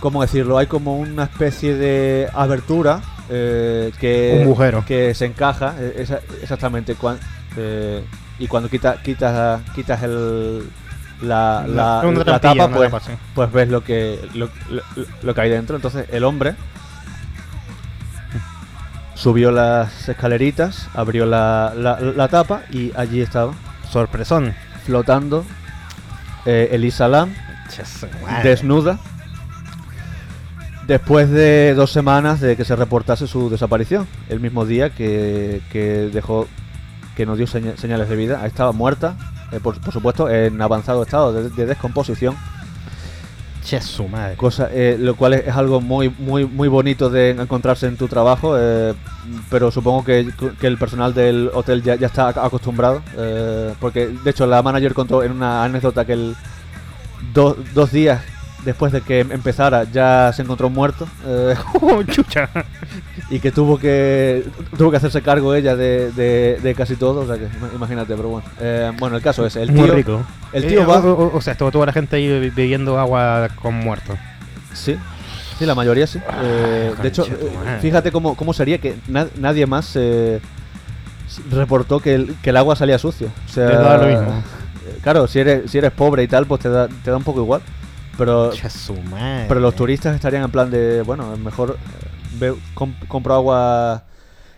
Speaker 1: ¿Cómo decirlo? Hay como una especie de abertura eh, que...
Speaker 2: Un agujero.
Speaker 1: Que se encaja, eh, esa- exactamente. cuan- eh, y cuando quita, quitas, quitas el... La, la,
Speaker 2: Es una
Speaker 1: la
Speaker 2: trampilla,
Speaker 1: tapa,
Speaker 2: una
Speaker 1: pues,
Speaker 2: tapa, sí.
Speaker 1: pues ves lo que lo, lo- lo que hay dentro. Entonces el hombre subió las escaleritas, abrió la, la- la tapa y allí estaba
Speaker 2: Sorpresón.
Speaker 1: flotando eh, Elisa Lam, desnuda. Después de dos semanas de que se reportase su desaparición, el mismo día que, que dejó que nos dio seña- señales de vida, estaba muerta, eh, por, por supuesto, en avanzado estado de- de descomposición.
Speaker 2: Che, su
Speaker 1: [LAUGHS]
Speaker 2: madre.
Speaker 1: Cosa, eh, lo cual es, es algo muy, muy, muy bonito de encontrarse en tu trabajo, eh, pero supongo que, que el personal del hotel ya, ya está ac- acostumbrado, eh, porque de hecho la manager contó en una anécdota que el do- dos días después de que em- empezara ya se encontró muerto eh,
Speaker 2: Oh, chucha.
Speaker 1: y que tuvo que tuvo que hacerse cargo ella de, de- de casi todo, o sea que ima- imagínate, pero bueno. Eh, bueno, el caso es, el tío,
Speaker 2: Muy rico.
Speaker 1: el
Speaker 2: Eh,
Speaker 1: tío va...
Speaker 2: O, o- o sea, estuvo toda la gente ahí be- bebiendo agua con muertos.
Speaker 1: Sí, sí, la mayoría sí. Eh, de hecho,
Speaker 2: Ah, concha tu
Speaker 1: eh,
Speaker 2: madre.
Speaker 1: fíjate cómo, cómo sería que na- nadie más eh, s- reportó que el, que el agua salía sucia. O sea,
Speaker 2: Te da lo mismo.
Speaker 1: eh, Claro, si eres, si eres pobre y tal, pues te da, te da un poco igual. Pero,
Speaker 2: Che, su madre.
Speaker 1: pero los turistas estarían en plan de, bueno, mejor eh, veo- comp- compro agua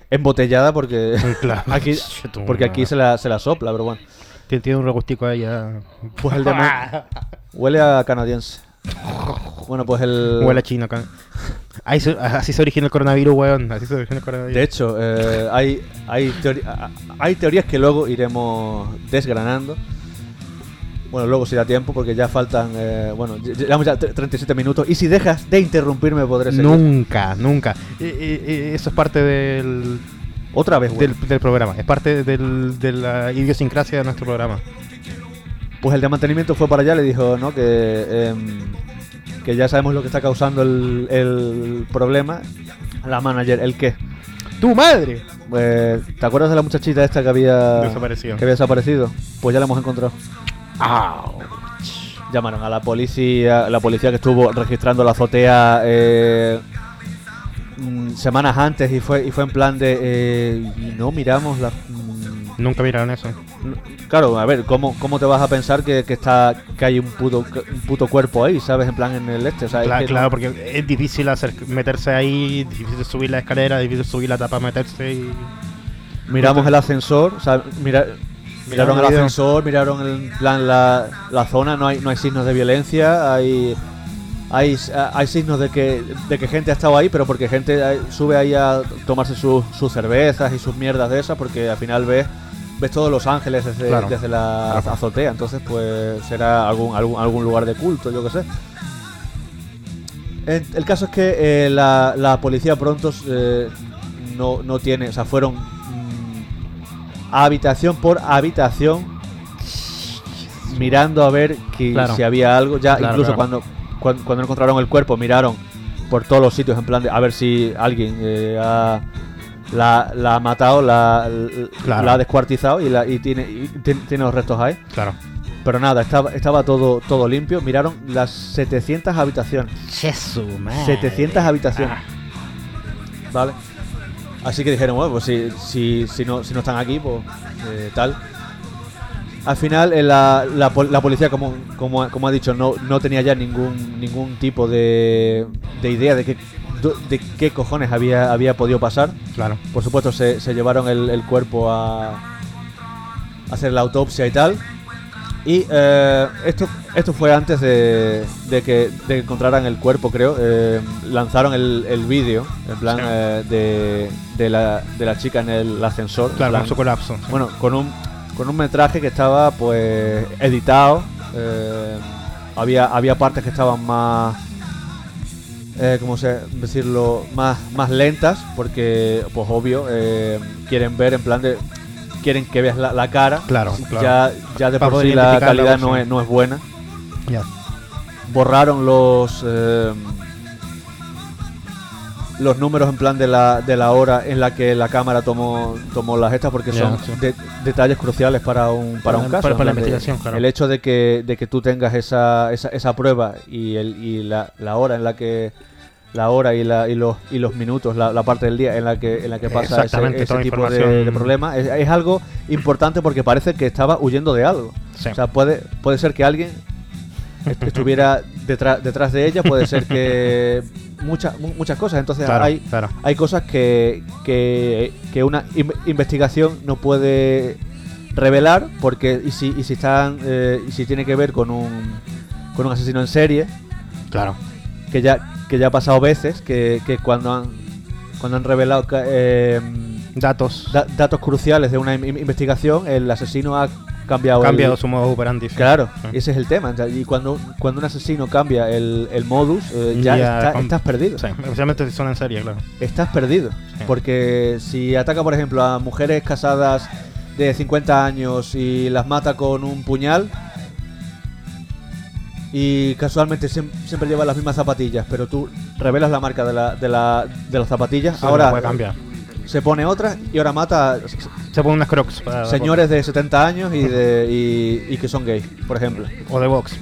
Speaker 1: embotellada porque
Speaker 2: Claro.
Speaker 1: [LAUGHS] aquí,
Speaker 2: Che, tu
Speaker 1: porque aquí
Speaker 2: madre.
Speaker 1: se la, se la sopla, pero bueno.
Speaker 2: Tiene, tiene un regustico ahí ya.
Speaker 1: Pues [LAUGHS] el demonio- Huele a
Speaker 2: [LAUGHS]
Speaker 1: canadiense. Bueno, pues el...
Speaker 2: Huele a chino. acá. Ahí se- así se origina el coronavirus, weón. Así se origina el coronavirus.
Speaker 1: De hecho, eh, hay, hay, teori- a- hay teorías que luego iremos desgranando. Bueno, luego si da tiempo, porque ya faltan. eh, bueno, lle- llevamos ya tre- 37 minutos. Y si dejas de interrumpirme, podré seguir.
Speaker 2: nunca, nunca. Eh, eh, eh, eso es parte del,
Speaker 1: Otra vez, güey.
Speaker 2: del, del programa. Es parte del- de la idiosincrasia de nuestro programa.
Speaker 1: Pues el de mantenimiento fue para allá, le dijo, ¿no? Que, em, que ya sabemos lo que está causando el, el problema. La manager, ¿el qué?
Speaker 2: ¡Tu madre!
Speaker 1: Eh, ¿Te acuerdas de la muchachita esta que había
Speaker 2: Desapareció.
Speaker 1: Que había desaparecido? Pues ya la hemos encontrado. Llamaron a la policía, la policía que estuvo registrando la azotea eh, mm, semanas antes y fue y fue en plan de eh, y no miramos la mm,
Speaker 2: Nunca miraron eso.
Speaker 1: no- claro, a ver, ¿cómo, cómo te vas a pensar que, que está que hay un puto un puto cuerpo ahí, sabes, en plan en el este, o sea, es
Speaker 2: Cla-
Speaker 1: que no-
Speaker 2: claro, porque es difícil hacer, meterse ahí, difícil subir la escalera, difícil subir la tapa, meterse y...
Speaker 1: miramos el ascensor, o sea, mira-
Speaker 2: Miraron
Speaker 1: miraron
Speaker 2: el
Speaker 1: el
Speaker 2: video.
Speaker 1: ascensor, miraron en plan la, la zona, no hay no hay signos de violencia, hay hay, hay signos de que, de que gente ha estado ahí, pero porque gente eh, sube ahí a tomarse sus- sus cervezas y sus mierdas de esas, porque al final ves ves todos Los Ángeles desde,
Speaker 2: Claro.
Speaker 1: desde la
Speaker 2: Claro.
Speaker 1: azotea, entonces pues será algún algún, algún lugar de culto, yo qué sé. En- El caso es que eh, la, la policía pronto eh, no, no tiene, o sea, fueron mm, habitación por habitación mirando a ver que,
Speaker 2: Claro.
Speaker 1: si había algo. Ya
Speaker 2: Claro,
Speaker 1: incluso
Speaker 2: claro.
Speaker 1: Cuando, cuan- cuando encontraron el cuerpo miraron por todos los sitios en plan de a ver si alguien eh, ha- la, la ha matado, la,
Speaker 2: Claro.
Speaker 1: la ha descuartizado y, la, y, tiene, y tiene- tiene los restos ahí.
Speaker 2: Claro.
Speaker 1: Pero nada, estaba, estaba todo, todo limpio. Miraron las 700 habitaciones. 700 habitaciones.
Speaker 2: Ah,
Speaker 1: Vale. Así que dijeron, bueno, pues si, si, si no, si no están aquí, pues eh, tal. Al final, eh, la, la pol- la policía, como, como, ha- como ha dicho, no, no tenía ya ningún, ningún tipo de, de idea de qué, de qué cojones había, había podido pasar.
Speaker 2: Claro.
Speaker 1: Por supuesto, se, se llevaron el, el cuerpo a a hacer la autopsia y tal. Y eh, esto, esto fue antes de, de que, de que encontraran el cuerpo, creo. Eh, lanzaron el, el vídeo, en plan,
Speaker 2: Sí.
Speaker 1: eh, de, de, la, de la chica en el ascensor. en
Speaker 2: Claro,
Speaker 1: plan-
Speaker 2: con su colapso.
Speaker 1: bueno, con un, con un metraje que estaba pues editado. eh, había, había partes que estaban más. Eh, ¿Cómo se decirlo? Más, más lentas, porque, pues obvio, eh, quieren ver en plan de. Quieren que veas la, la cara.
Speaker 2: Claro, claro.
Speaker 1: Ya, ya de
Speaker 2: Para
Speaker 1: por
Speaker 2: poder
Speaker 1: sí la
Speaker 2: identificarla,
Speaker 1: calidad
Speaker 2: pues,
Speaker 1: no
Speaker 2: sí.
Speaker 1: es, no es buena
Speaker 2: Ya.
Speaker 1: borraron los eh, los números en plan de la, de la hora en la que la cámara tomó, tomó las estas, porque
Speaker 2: Ya,
Speaker 1: son
Speaker 2: sí.
Speaker 1: de- detalles cruciales para un, para
Speaker 2: Para-
Speaker 1: un caso.
Speaker 2: para- para la
Speaker 1: en plan de-
Speaker 2: investigación, claro.
Speaker 1: El hecho de que, de que tú tengas esa, esa, esa prueba y, el, y la, la hora en la que la hora y, la, y, los, y los minutos, la, la parte del día en la que, en la que pasa ese,
Speaker 2: Exactamente,
Speaker 1: ese
Speaker 2: toda
Speaker 1: tipo de,
Speaker 2: información-
Speaker 1: de problema, es, es algo importante porque parece que estaba huyendo de algo.
Speaker 2: Sí.
Speaker 1: O sea, puede, puede ser que alguien est- estuviera detrás, detrás de ella, puede ser que muchas mu- muchas cosas. Entonces
Speaker 2: claro,
Speaker 1: hay,
Speaker 2: claro.
Speaker 1: hay cosas que, que, que una in- investigación no puede revelar porque y si, y si están eh, y si tiene que ver con un con un asesino en serie
Speaker 2: Claro.
Speaker 1: que ya que ya ha pasado veces que, que cuando han cuando han revelado ca- em,
Speaker 2: Datos.
Speaker 1: da- datos cruciales de una in- investigación el asesino ha cambiado el-
Speaker 2: Cambiado su modo operandi. sí.
Speaker 1: Claro,
Speaker 2: Sí.
Speaker 1: ese es el tema. Y cuando, cuando un asesino cambia el, el modus, eh, ya,
Speaker 2: Ya
Speaker 1: está-
Speaker 2: com-
Speaker 1: estás perdido.
Speaker 2: Sí, especialmente si son en serie, claro.
Speaker 1: Estás perdido.
Speaker 2: Sí.
Speaker 1: Porque si ataca, por ejemplo, a mujeres casadas de 50 años y las mata con un puñal y casualmente siem- siempre lleva las mismas zapatillas, pero tú revelas la marca de, la, de, la- de las zapatillas,
Speaker 2: Sí, no puede
Speaker 1: ahora
Speaker 2: cambiar.
Speaker 1: se pone otra y ahora mata a
Speaker 2: Se ponen unas crocs. para-
Speaker 1: señores de 70 años y, de, y- y que son gays, por ejemplo.
Speaker 2: O de box.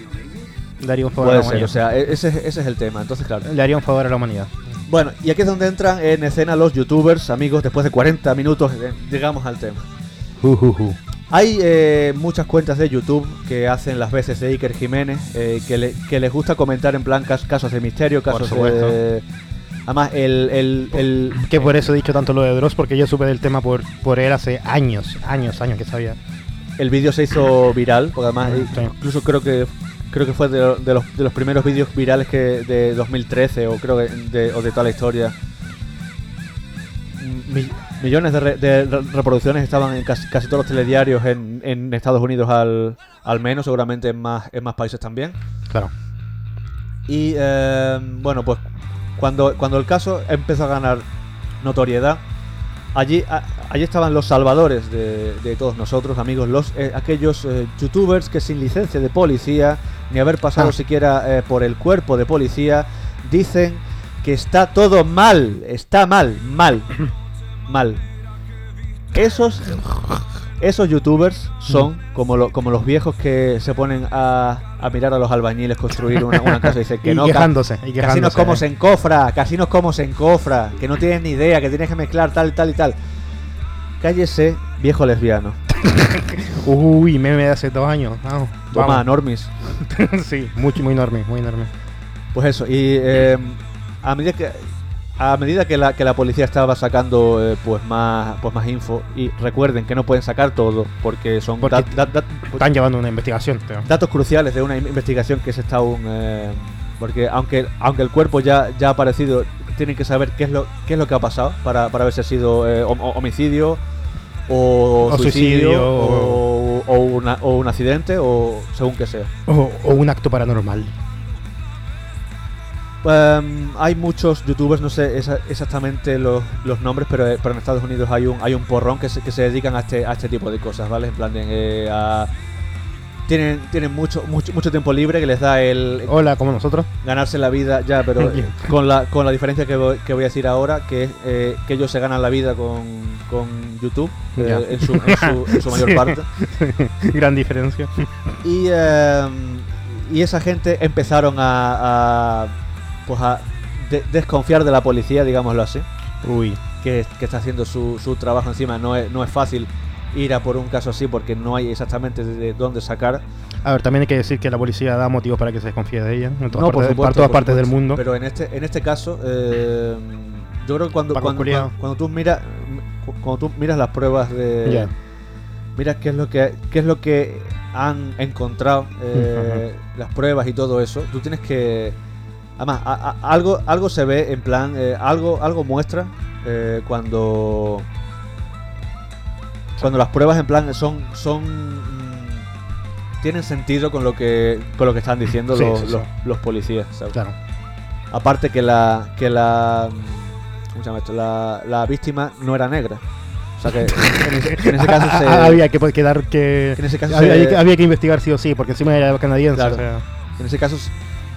Speaker 2: Le haría un favor a
Speaker 1: Puede
Speaker 2: la
Speaker 1: ser, o
Speaker 2: humanidad.
Speaker 1: sea, e- ese, es- ese es el tema. Entonces, claro.
Speaker 2: Le haría un favor a la humanidad.
Speaker 1: Bueno, y aquí es donde entran en escena los youtubers, amigos, después de 40 minutos eh, llegamos al tema. Uh, Hay eh, muchas cuentas de YouTube que hacen las veces de Iker Jiménez, eh, que, le- que les gusta comentar en plan cas- casos de misterio,
Speaker 2: Por
Speaker 1: casos
Speaker 2: supuesto.
Speaker 1: de... Además, el... el- el-
Speaker 2: Que por eso he dicho tanto lo de Dross, porque yo supe del tema por, por él hace años, años, años que sabía.
Speaker 1: el vídeo se hizo viral, porque además eh,
Speaker 2: Sí.
Speaker 1: incluso creo que creo que fue de, lo- de los, de los primeros vídeos virales que de 2013 o creo que de, o de toda la historia. Mm, Mi- millones de, re- de re- reproducciones estaban en casi, casi todos los telediarios en, en Estados Unidos al, al menos, seguramente en más, en más países también.
Speaker 2: Claro.
Speaker 1: Y eh, bueno, pues cuando, cuando el caso empezó a ganar notoriedad, allí, a- allí estaban los salvadores de, de todos nosotros, amigos, los eh, aquellos eh, youtubers que sin licencia de policía, ni haber pasado
Speaker 2: Ah.
Speaker 1: siquiera eh, por el cuerpo de policía, dicen que está todo mal, está mal,
Speaker 2: [COUGHS]
Speaker 1: mal, mal. Esos, esos youtubers son
Speaker 2: Mm.
Speaker 1: como, lo- como los viejos que se ponen a, a mirar a los albañiles construir una, una casa y dicen que
Speaker 2: [LAUGHS] y
Speaker 1: no, ca-
Speaker 2: quejándose, y quejándose.
Speaker 1: Casinos como
Speaker 2: eh.
Speaker 1: se encofra, casinos como se encofra, que no tienes ni idea, que tienes que mezclar tal y tal y tal. Cállese, viejo lesbiano.
Speaker 2: Uy, meme de hace dos años. Vamos.
Speaker 1: Toma,
Speaker 2: vamos.
Speaker 1: normis.
Speaker 2: [LAUGHS] sí, mucho, muy enorme, muy enorme.
Speaker 1: Pues eso, y eh, a medida que a medida que la, que la policía estaba sacando eh, pues más pues más info y recuerden que no pueden sacar todo porque son
Speaker 2: Porque
Speaker 1: dat- dat- dat-
Speaker 2: Están llevando una investigación, tío.
Speaker 1: datos cruciales de una in- investigación que se está aún eh, porque aunque aunque el cuerpo ya ya ha aparecido tienen que saber qué es lo qué es lo que ha pasado para, para ver si ha sido eh, hom- homicidio o,
Speaker 2: O
Speaker 1: suicidio,
Speaker 2: suicidio,
Speaker 1: o, o una- o un accidente o según que sea
Speaker 2: O, o un acto paranormal.
Speaker 1: Em, hay muchos youtubers, no sé esa- exactamente los, los nombres, pero, eh, pero en Estados Unidos hay un hay un porrón que se, que se dedican a este, a este tipo de cosas, ¿vale? En plan de, eh, a- tienen, tienen mucho, mucho mucho tiempo libre que les da el
Speaker 2: Hola, como nosotros. [LAUGHS]
Speaker 1: ganarse la vida ya, pero eh,
Speaker 2: Bien.
Speaker 1: con la, con la diferencia que voy, que voy a decir ahora, que es eh, que ellos se ganan la vida con, con YouTube eh,
Speaker 2: Ya.
Speaker 1: en, su, en su- en su mayor
Speaker 2: [LAUGHS] Sí.
Speaker 1: parte.
Speaker 2: Gran diferencia.
Speaker 1: Y, eh, y esa gente empezaron a, a, pues a de- desconfiar de la policía, digámoslo así,
Speaker 2: Uy.
Speaker 1: que, que está haciendo su, su trabajo encima. No es, no es fácil ir a por un caso así porque no hay exactamente de dónde sacar.
Speaker 2: A ver, también hay que decir que la policía da motivos para que se desconfíe de ella. En todas
Speaker 1: No,
Speaker 2: partes,
Speaker 1: por
Speaker 2: de-
Speaker 1: supuesto,
Speaker 2: para todas
Speaker 1: por
Speaker 2: partes del
Speaker 1: supuesto.
Speaker 2: mundo.
Speaker 1: Pero en este, en este caso, eh, yo creo que cuando,
Speaker 2: Paco
Speaker 1: cuando,
Speaker 2: Culeado.
Speaker 1: cuando, tú miras cuando tú miras las pruebas de
Speaker 2: Ya.
Speaker 1: miras qué es lo que qué es lo que han encontrado eh, las pruebas y todo eso, tú tienes que además a- a- algo algo se ve en plan eh, algo algo muestra eh, cuando cuando las pruebas en plan son son mm, tienen sentido con lo que con lo que están diciendo
Speaker 2: Sí,
Speaker 1: los,
Speaker 2: sí, sí.
Speaker 1: los- los policías ¿sabes?
Speaker 2: Claro.
Speaker 1: aparte que la que la mm, ¿cómo se llama esto? la, la víctima no era negra o sea que en ese, en ese caso
Speaker 2: [LAUGHS]
Speaker 1: se,
Speaker 2: Ah, había que quedar que.
Speaker 1: en ese caso
Speaker 2: Había,
Speaker 1: se-
Speaker 2: había que- había que investigar sí o sí, porque encima era canadiense.
Speaker 1: Claro.
Speaker 2: o sea,
Speaker 1: en ese caso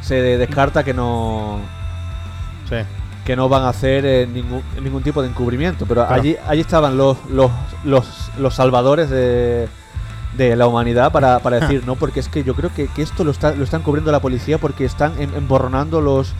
Speaker 1: se descarta que no
Speaker 2: sí.
Speaker 1: que no van a hacer eh, ningún, ningún tipo de encubrimiento. Pero
Speaker 2: Claro.
Speaker 1: allí, allí estaban los, los, los, los salvadores de, de la humanidad para,
Speaker 2: Ah.
Speaker 1: para decir, no, porque es que yo creo que, que esto lo, está, lo están cubriendo la policía porque están em- emborronando los...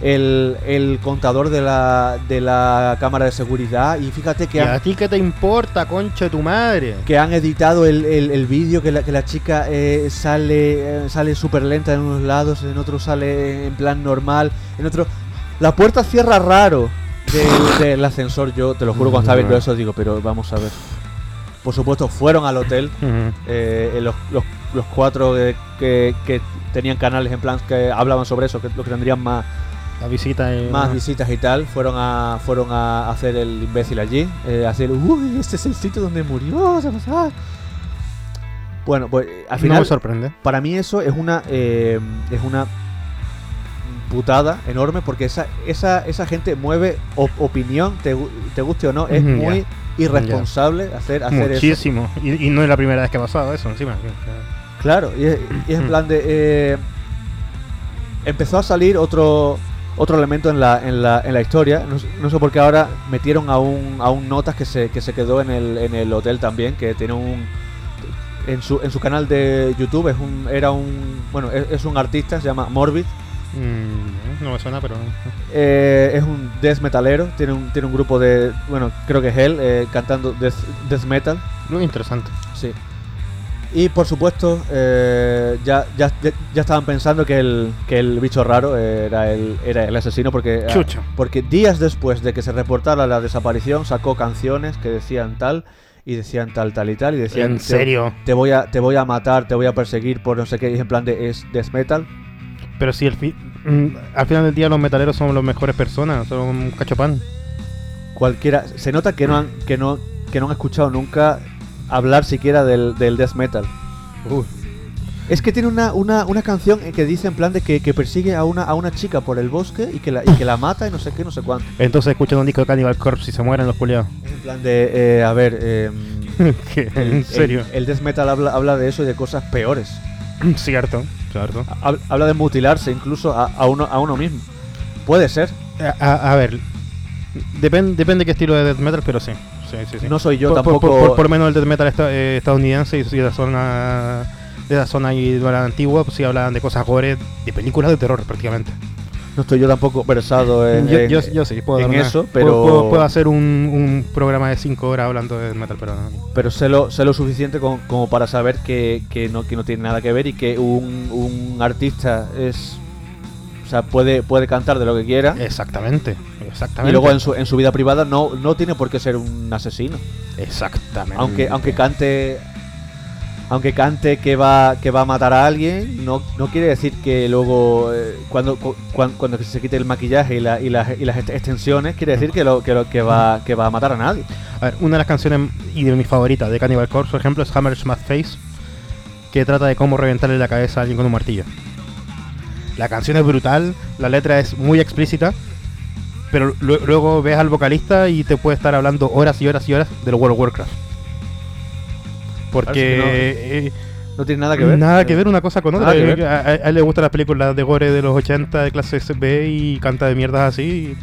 Speaker 1: El, el contador de la, de la cámara de seguridad y fíjate
Speaker 2: ¿Y
Speaker 1: que han,
Speaker 2: a ti qué te importa, concha de tu madre?
Speaker 1: que han editado el, el- el vídeo que la, que la chica eh, sale eh, sale súper lenta en unos lados, en otros sale en plan normal, en otro... La puerta cierra raro del, del ascensor, yo te lo juro, cuando estaba viendo eso digo, pero vamos a ver. Por supuesto, fueron al hotel, eh, eh, los, los- los cuatro eh, que, que tenían canales en plan que hablaban sobre eso, que los que tendrían más,
Speaker 2: La visita es.
Speaker 1: más visitas y tal, fueron a fueron a hacer el imbécil allí, eh, a hacer, uy, este es el sitio donde murió, se pasaba". Bueno, pues eh, al
Speaker 2: No
Speaker 1: final,
Speaker 2: me sorprende.
Speaker 1: para mí eso es una eh, es una putada enorme porque esa esa, esa gente mueve op- opinión, te, gu- te guste o no, es
Speaker 2: Ujú, ya.
Speaker 1: muy irresponsable hacer, hacer eso.
Speaker 2: Muchísimo. Y, y no es la primera vez que ha pasado eso, encima.
Speaker 1: Claro, y es, y es en plan de. eh, empezó a salir otro otro elemento en la, en la, en la historia. No, sé- no sé por qué ahora metieron a un, a un Notas que se, que se quedó en el, en el hotel también, que tiene un. En su, en su canal de YouTube es un, era un. Bueno, es, es un artista, se llama Morbid.
Speaker 2: Mm, no me suena, pero.
Speaker 1: Eh, es un death metalero, tiene un, tiene un grupo de. Bueno, creo que es él, eh, cantando death, death metal.
Speaker 2: Lo interesante.
Speaker 1: Sí. Y por supuesto, eh, ya, ya, ya estaban pensando que el, que el bicho raro era el, era el asesino porque, ah,
Speaker 2: Chucho.
Speaker 1: porque días después de que se reportara la desaparición sacó canciones que decían tal y decían tal, tal y tal y decían...
Speaker 2: en
Speaker 1: te-
Speaker 2: serio.
Speaker 1: Te, voy a, te voy a matar, te voy a perseguir por no sé qué, y en plan de es death metal.
Speaker 2: Pero si el fi- mm, al final del día los metaleros son las mejores personas, son un cachopán.
Speaker 1: Cualquiera... Se nota que no han, que no, que no han escuchado nunca hablar siquiera del, del death metal. Es que tiene una, una, una canción en que dice en plan de que, que persigue a una, a una chica por el bosque y que, la, y que la mata y no sé qué, no sé cuánto.
Speaker 2: Entonces escuchan un disco de Cannibal Corpse y se mueren los culiados. [LAUGHS]
Speaker 1: Es en plan de, eh, a ver, eh,
Speaker 2: ¿Qué?
Speaker 1: el-
Speaker 2: [LAUGHS] en serio.
Speaker 1: El, el death metal habla, habla de eso y de cosas peores. eh,
Speaker 2: [LAUGHS] cierto. Cierto.
Speaker 1: Hab- Habla de mutilarse incluso a, a uno, a uno mismo. Puede ser.
Speaker 2: A, a- a ver. Depende, depende qué estilo de death metal, pero sí. Sí, sí, sí.
Speaker 1: No soy yo
Speaker 2: Por- por-
Speaker 1: tampoco.
Speaker 2: Por, por, lo menos el death metal esta- eh, estadounidense y y de la zona de la zona ahí de la antigua, pues sí hablaban de cosas gore, de películas de terror prácticamente.
Speaker 1: No estoy yo tampoco versado en,
Speaker 2: yo,
Speaker 1: en-
Speaker 2: yo- yo sí, puedo
Speaker 1: Pues, eh, en
Speaker 2: dar una-
Speaker 1: eso,
Speaker 2: puedo-
Speaker 1: pero-
Speaker 2: puedo, puedo hacer un, un programa de 5 horas hablando de death metal, pero no.
Speaker 1: pero sé lo, sé lo suficiente con- como para saber que, que no, que no tiene nada que ver y que un, un artista es. O sea, puede, puede cantar de lo que quiera.
Speaker 2: Exactamente, exactamente.
Speaker 1: Ah. Y luego en su, en su vida privada no, no tiene por qué ser un asesino.
Speaker 2: Exactamente.
Speaker 1: Aunque, aunque cante. Aunque cante que va, que va a matar a alguien, no, no quiere decir que luego, eh, cuando, cu- cuan- cuando se quite el maquillaje y, la- y las, y las ext- extensiones, quiere decir que, lo, que, lo, que, va, que va a matar a nadie.
Speaker 2: A ver, una de las canciones y de mis favoritas de Cannibal Corpse, por ejemplo, es Hammer Smash Face, que trata de cómo reventarle la cabeza a alguien con un martillo. La canción es brutal, la letra es muy explícita, pero lue- luego ves al vocalista y te puede estar hablando horas y horas y horas del World of Warcraft. Porque
Speaker 1: Parece que no.
Speaker 2: eh,
Speaker 1: No tiene nada que ver. Eh,
Speaker 2: Nada que ver una cosa con otra. Eh,
Speaker 1: Nada que ver.
Speaker 2: A, a- a él le gustan las películas de gore de los 80, de clase SB y canta de mierdas así.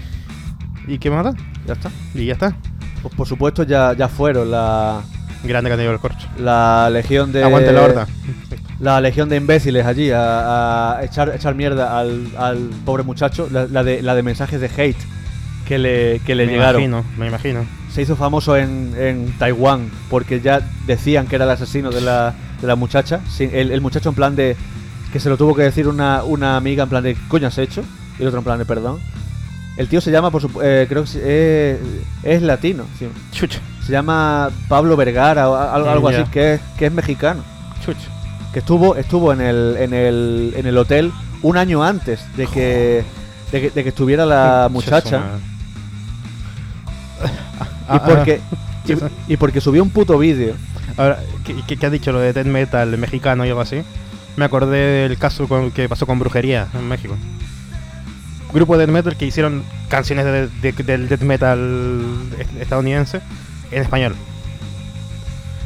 Speaker 2: ¿Y, y qué mata?
Speaker 1: Ya está.
Speaker 2: Y ya está.
Speaker 1: Pues, por supuesto, ya, ya fueron la,
Speaker 2: Grande Cannibal Corpse.
Speaker 1: la legión de.
Speaker 2: Aguante la horda.
Speaker 1: la legión de imbéciles allí a, a echar, echar mierda al, al pobre muchacho, la, la de, la de mensajes de hate que le, que le
Speaker 2: me
Speaker 1: llegaron.
Speaker 2: imagino, me imagino.
Speaker 1: Se hizo famoso en, en Taiwán porque ya decían que era el asesino de la, de la muchacha. Sí, el, el muchacho en plan de que se lo tuvo que decir una, una amiga en plan de ¿qué coño has hecho? Y el otro en plan de perdón. El tío se llama, por supu- eh, creo que sí, eh, es latino. sí.
Speaker 2: Chucha,
Speaker 1: Se llama Pablo Vergara o a- algo, algo
Speaker 2: Ya.
Speaker 1: así, que es, que es mexicano
Speaker 2: chucha.
Speaker 1: que estuvo estuvo en el, en el, en el hotel un año antes de que, de que, de que estuviera la muchacha. Y
Speaker 2: Ah,
Speaker 1: [LAUGHS] porque,
Speaker 2: ya sé.
Speaker 1: y, y porque subió un puto vídeo.
Speaker 2: Ahora, ¿qué, qué, qué has dicho lo de death metal mexicano y algo así? Me acordé del caso con- que pasó con brujería en México. Grupo de death metal que hicieron canciones de- de- del death metal est- estadounidense en español.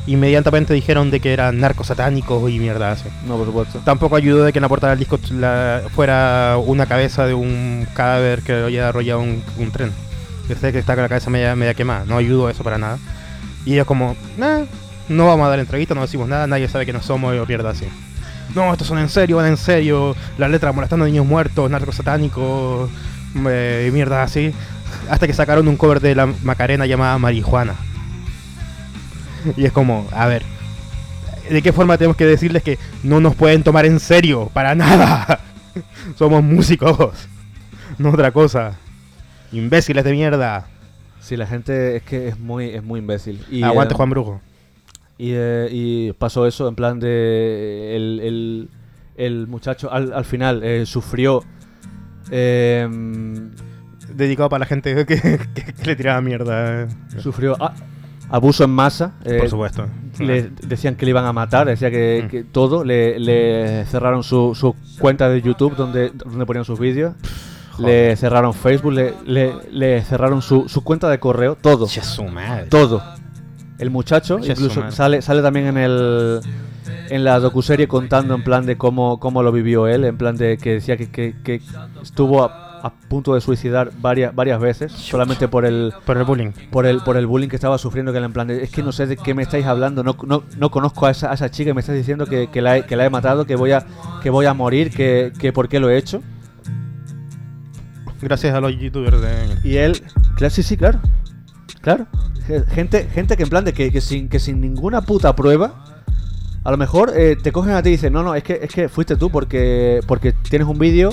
Speaker 2: inmediatamente dijeron de que eran narcos satánicos y mierda así.
Speaker 1: No, por supuesto.
Speaker 2: Tampoco ayudó de que en la portada del disco la- fuera una cabeza de un cadáver que lo haya arrollado un, un tren. Yo sé que está con la cabeza media, media quemada, no ayudó eso para nada. Y ellos como, "Nah, no vamos a dar entrevista, no decimos nada, nadie sabe que no somos y lo pierda así. No, estos son en serio, van en serio, las letras molestando a niños muertos, narcos satánicos, eh, mierda así. Hasta que sacaron un cover de la Macarena llamada Marijuana. Y es como, a ver, ¿de qué forma tenemos que decirles que no nos pueden tomar en serio? Para nada. [LAUGHS] Somos músicos. No otra cosa. Imbéciles de mierda.
Speaker 1: Sí, la gente es que es muy, es muy imbécil. Y,
Speaker 2: Aguante
Speaker 1: eh,
Speaker 2: Juan Brujo.
Speaker 1: Y, eh, y pasó eso en plan de... El, el- el muchacho al, al final eh, sufrió... em,
Speaker 2: Dedicado para la gente [LAUGHS] que, que- que le tiraba mierda. eh.
Speaker 1: sufrió a- abuso en masa. eh,
Speaker 2: Por supuesto.
Speaker 1: le decían que le iban a matar, decía que,
Speaker 2: Mm.
Speaker 1: que todo, le, le cerraron su, su cuenta de YouTube donde, donde ponían sus vídeos,
Speaker 2: Joder.
Speaker 1: le cerraron Facebook, le, le, le cerraron su, su cuenta de correo, todo,
Speaker 2: Che, su madre.
Speaker 1: todo. El muchacho
Speaker 2: Che, su
Speaker 1: incluso
Speaker 2: madre.
Speaker 1: sale, sale también en el en la docuserie contando en plan de cómo, cómo lo vivió él, en plan de que decía que, que, que estuvo a, a punto de suicidar varias, varias veces, solamente por el,
Speaker 2: Por el bullying.
Speaker 1: por el, por el bullying que estaba sufriendo, que era en plan, de, es que no sé de qué me estáis hablando, no, no, no conozco a esa, a esa chica y me estás diciendo que, que la, he, que la he matado, que voy a, que voy a morir, que, que por qué lo he hecho.
Speaker 2: Gracias a los youtubers de...
Speaker 1: Y él, claro, sí, sí, claro, claro. Ge- Gente, gente que en plan de que, que sin, que sin ninguna puta prueba, a lo mejor eh, te cogen a ti y dicen, no, no, es que, es que fuiste tú porque, porque tienes un vídeo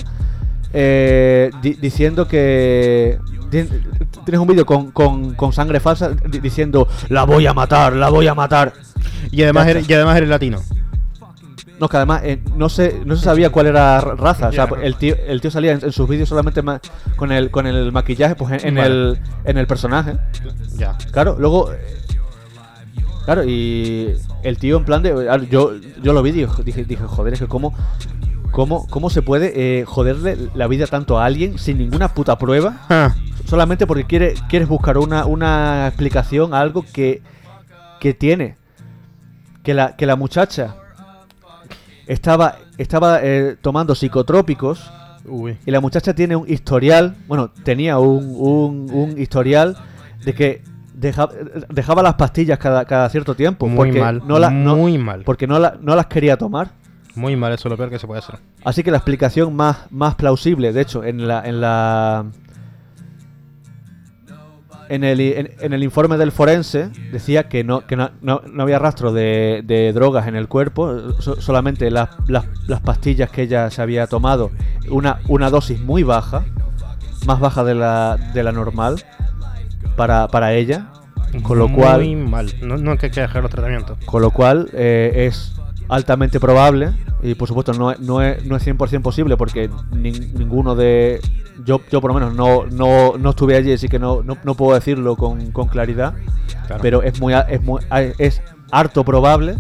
Speaker 1: eh, di- diciendo que... di- Tienes un vídeo con, con, con sangre falsa di- diciendo, la voy a matar, la voy a matar.
Speaker 2: Y además,
Speaker 1: Ya
Speaker 2: era, y además era latino.
Speaker 1: No, que además eh, no, se, no se sabía cuál era ra- raza. O sea,
Speaker 2: Ya.
Speaker 1: el tío, el tío salía en, en sus vídeos solamente ma- con el, con el maquillaje, pues en, en
Speaker 2: Vale.
Speaker 1: el, en el personaje.
Speaker 2: Ya.
Speaker 1: Claro, luego. eh, Claro, y el tío en plan de. ah, Yo, yo lo vi, digo, dije, dije, joder, es que cómo, cómo, cómo se puede eh, joderle la vida tanto a alguien sin ninguna puta prueba.
Speaker 2: Ah,
Speaker 1: Solamente porque quiere, quieres buscar una, una explicación a algo que, que tiene. Que la, que la muchacha estaba, estaba eh, tomando psicotrópicos
Speaker 2: Uy.
Speaker 1: y la muchacha tiene un historial, bueno, tenía un, un- un historial de que deja- dejaba las pastillas cada, cada cierto tiempo.
Speaker 2: Muy
Speaker 1: Pues porque
Speaker 2: mal.
Speaker 1: No la- no-
Speaker 2: muy mal.
Speaker 1: Porque no, la- no las quería tomar.
Speaker 2: Muy mal, eso es lo peor que se puede hacer.
Speaker 1: Así que la explicación más, más plausible, de hecho, en la. En la en el, en, en el informe del forense decía que no, que no, no- no había rastro de, de drogas en el cuerpo, so- solamente las, las- las pastillas que ella se había tomado, una, una dosis muy baja, más baja de la, de la normal para, para ella, con lo
Speaker 2: Muy
Speaker 1: cual,
Speaker 2: mal. No, no hay que dejar los tratamientos.
Speaker 1: con lo cual eh, es altamente probable y por supuesto no, es- no, es, no es 100% posible porque nin- ninguno de... Yo, yo por lo menos no, no, no estuve allí, así que no, no, no puedo decirlo con, con claridad,
Speaker 2: Claro.
Speaker 1: pero es muy, a- es muy a- es harto probable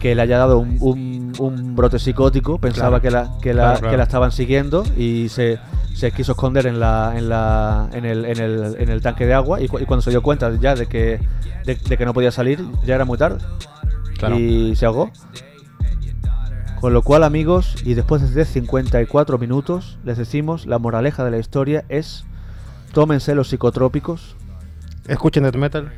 Speaker 1: que le haya dado un, un- un brote psicótico, pensaba
Speaker 2: Claro.
Speaker 1: que, la, que, la,
Speaker 2: Claro, claro.
Speaker 1: que la estaban siguiendo y se, se quiso esconder en la, en, la, en, el, en, el, en el tanque de agua y, cu- y cuando se dio cuenta ya de que, de- de que no podía salir, ya era muy tarde
Speaker 2: Claro.
Speaker 1: y se ahogó. Con lo cual, amigos, y después de 54 minutos, les decimos, la moraleja de la historia es, tómense los psicotrópicos,
Speaker 2: Escuchen death metal.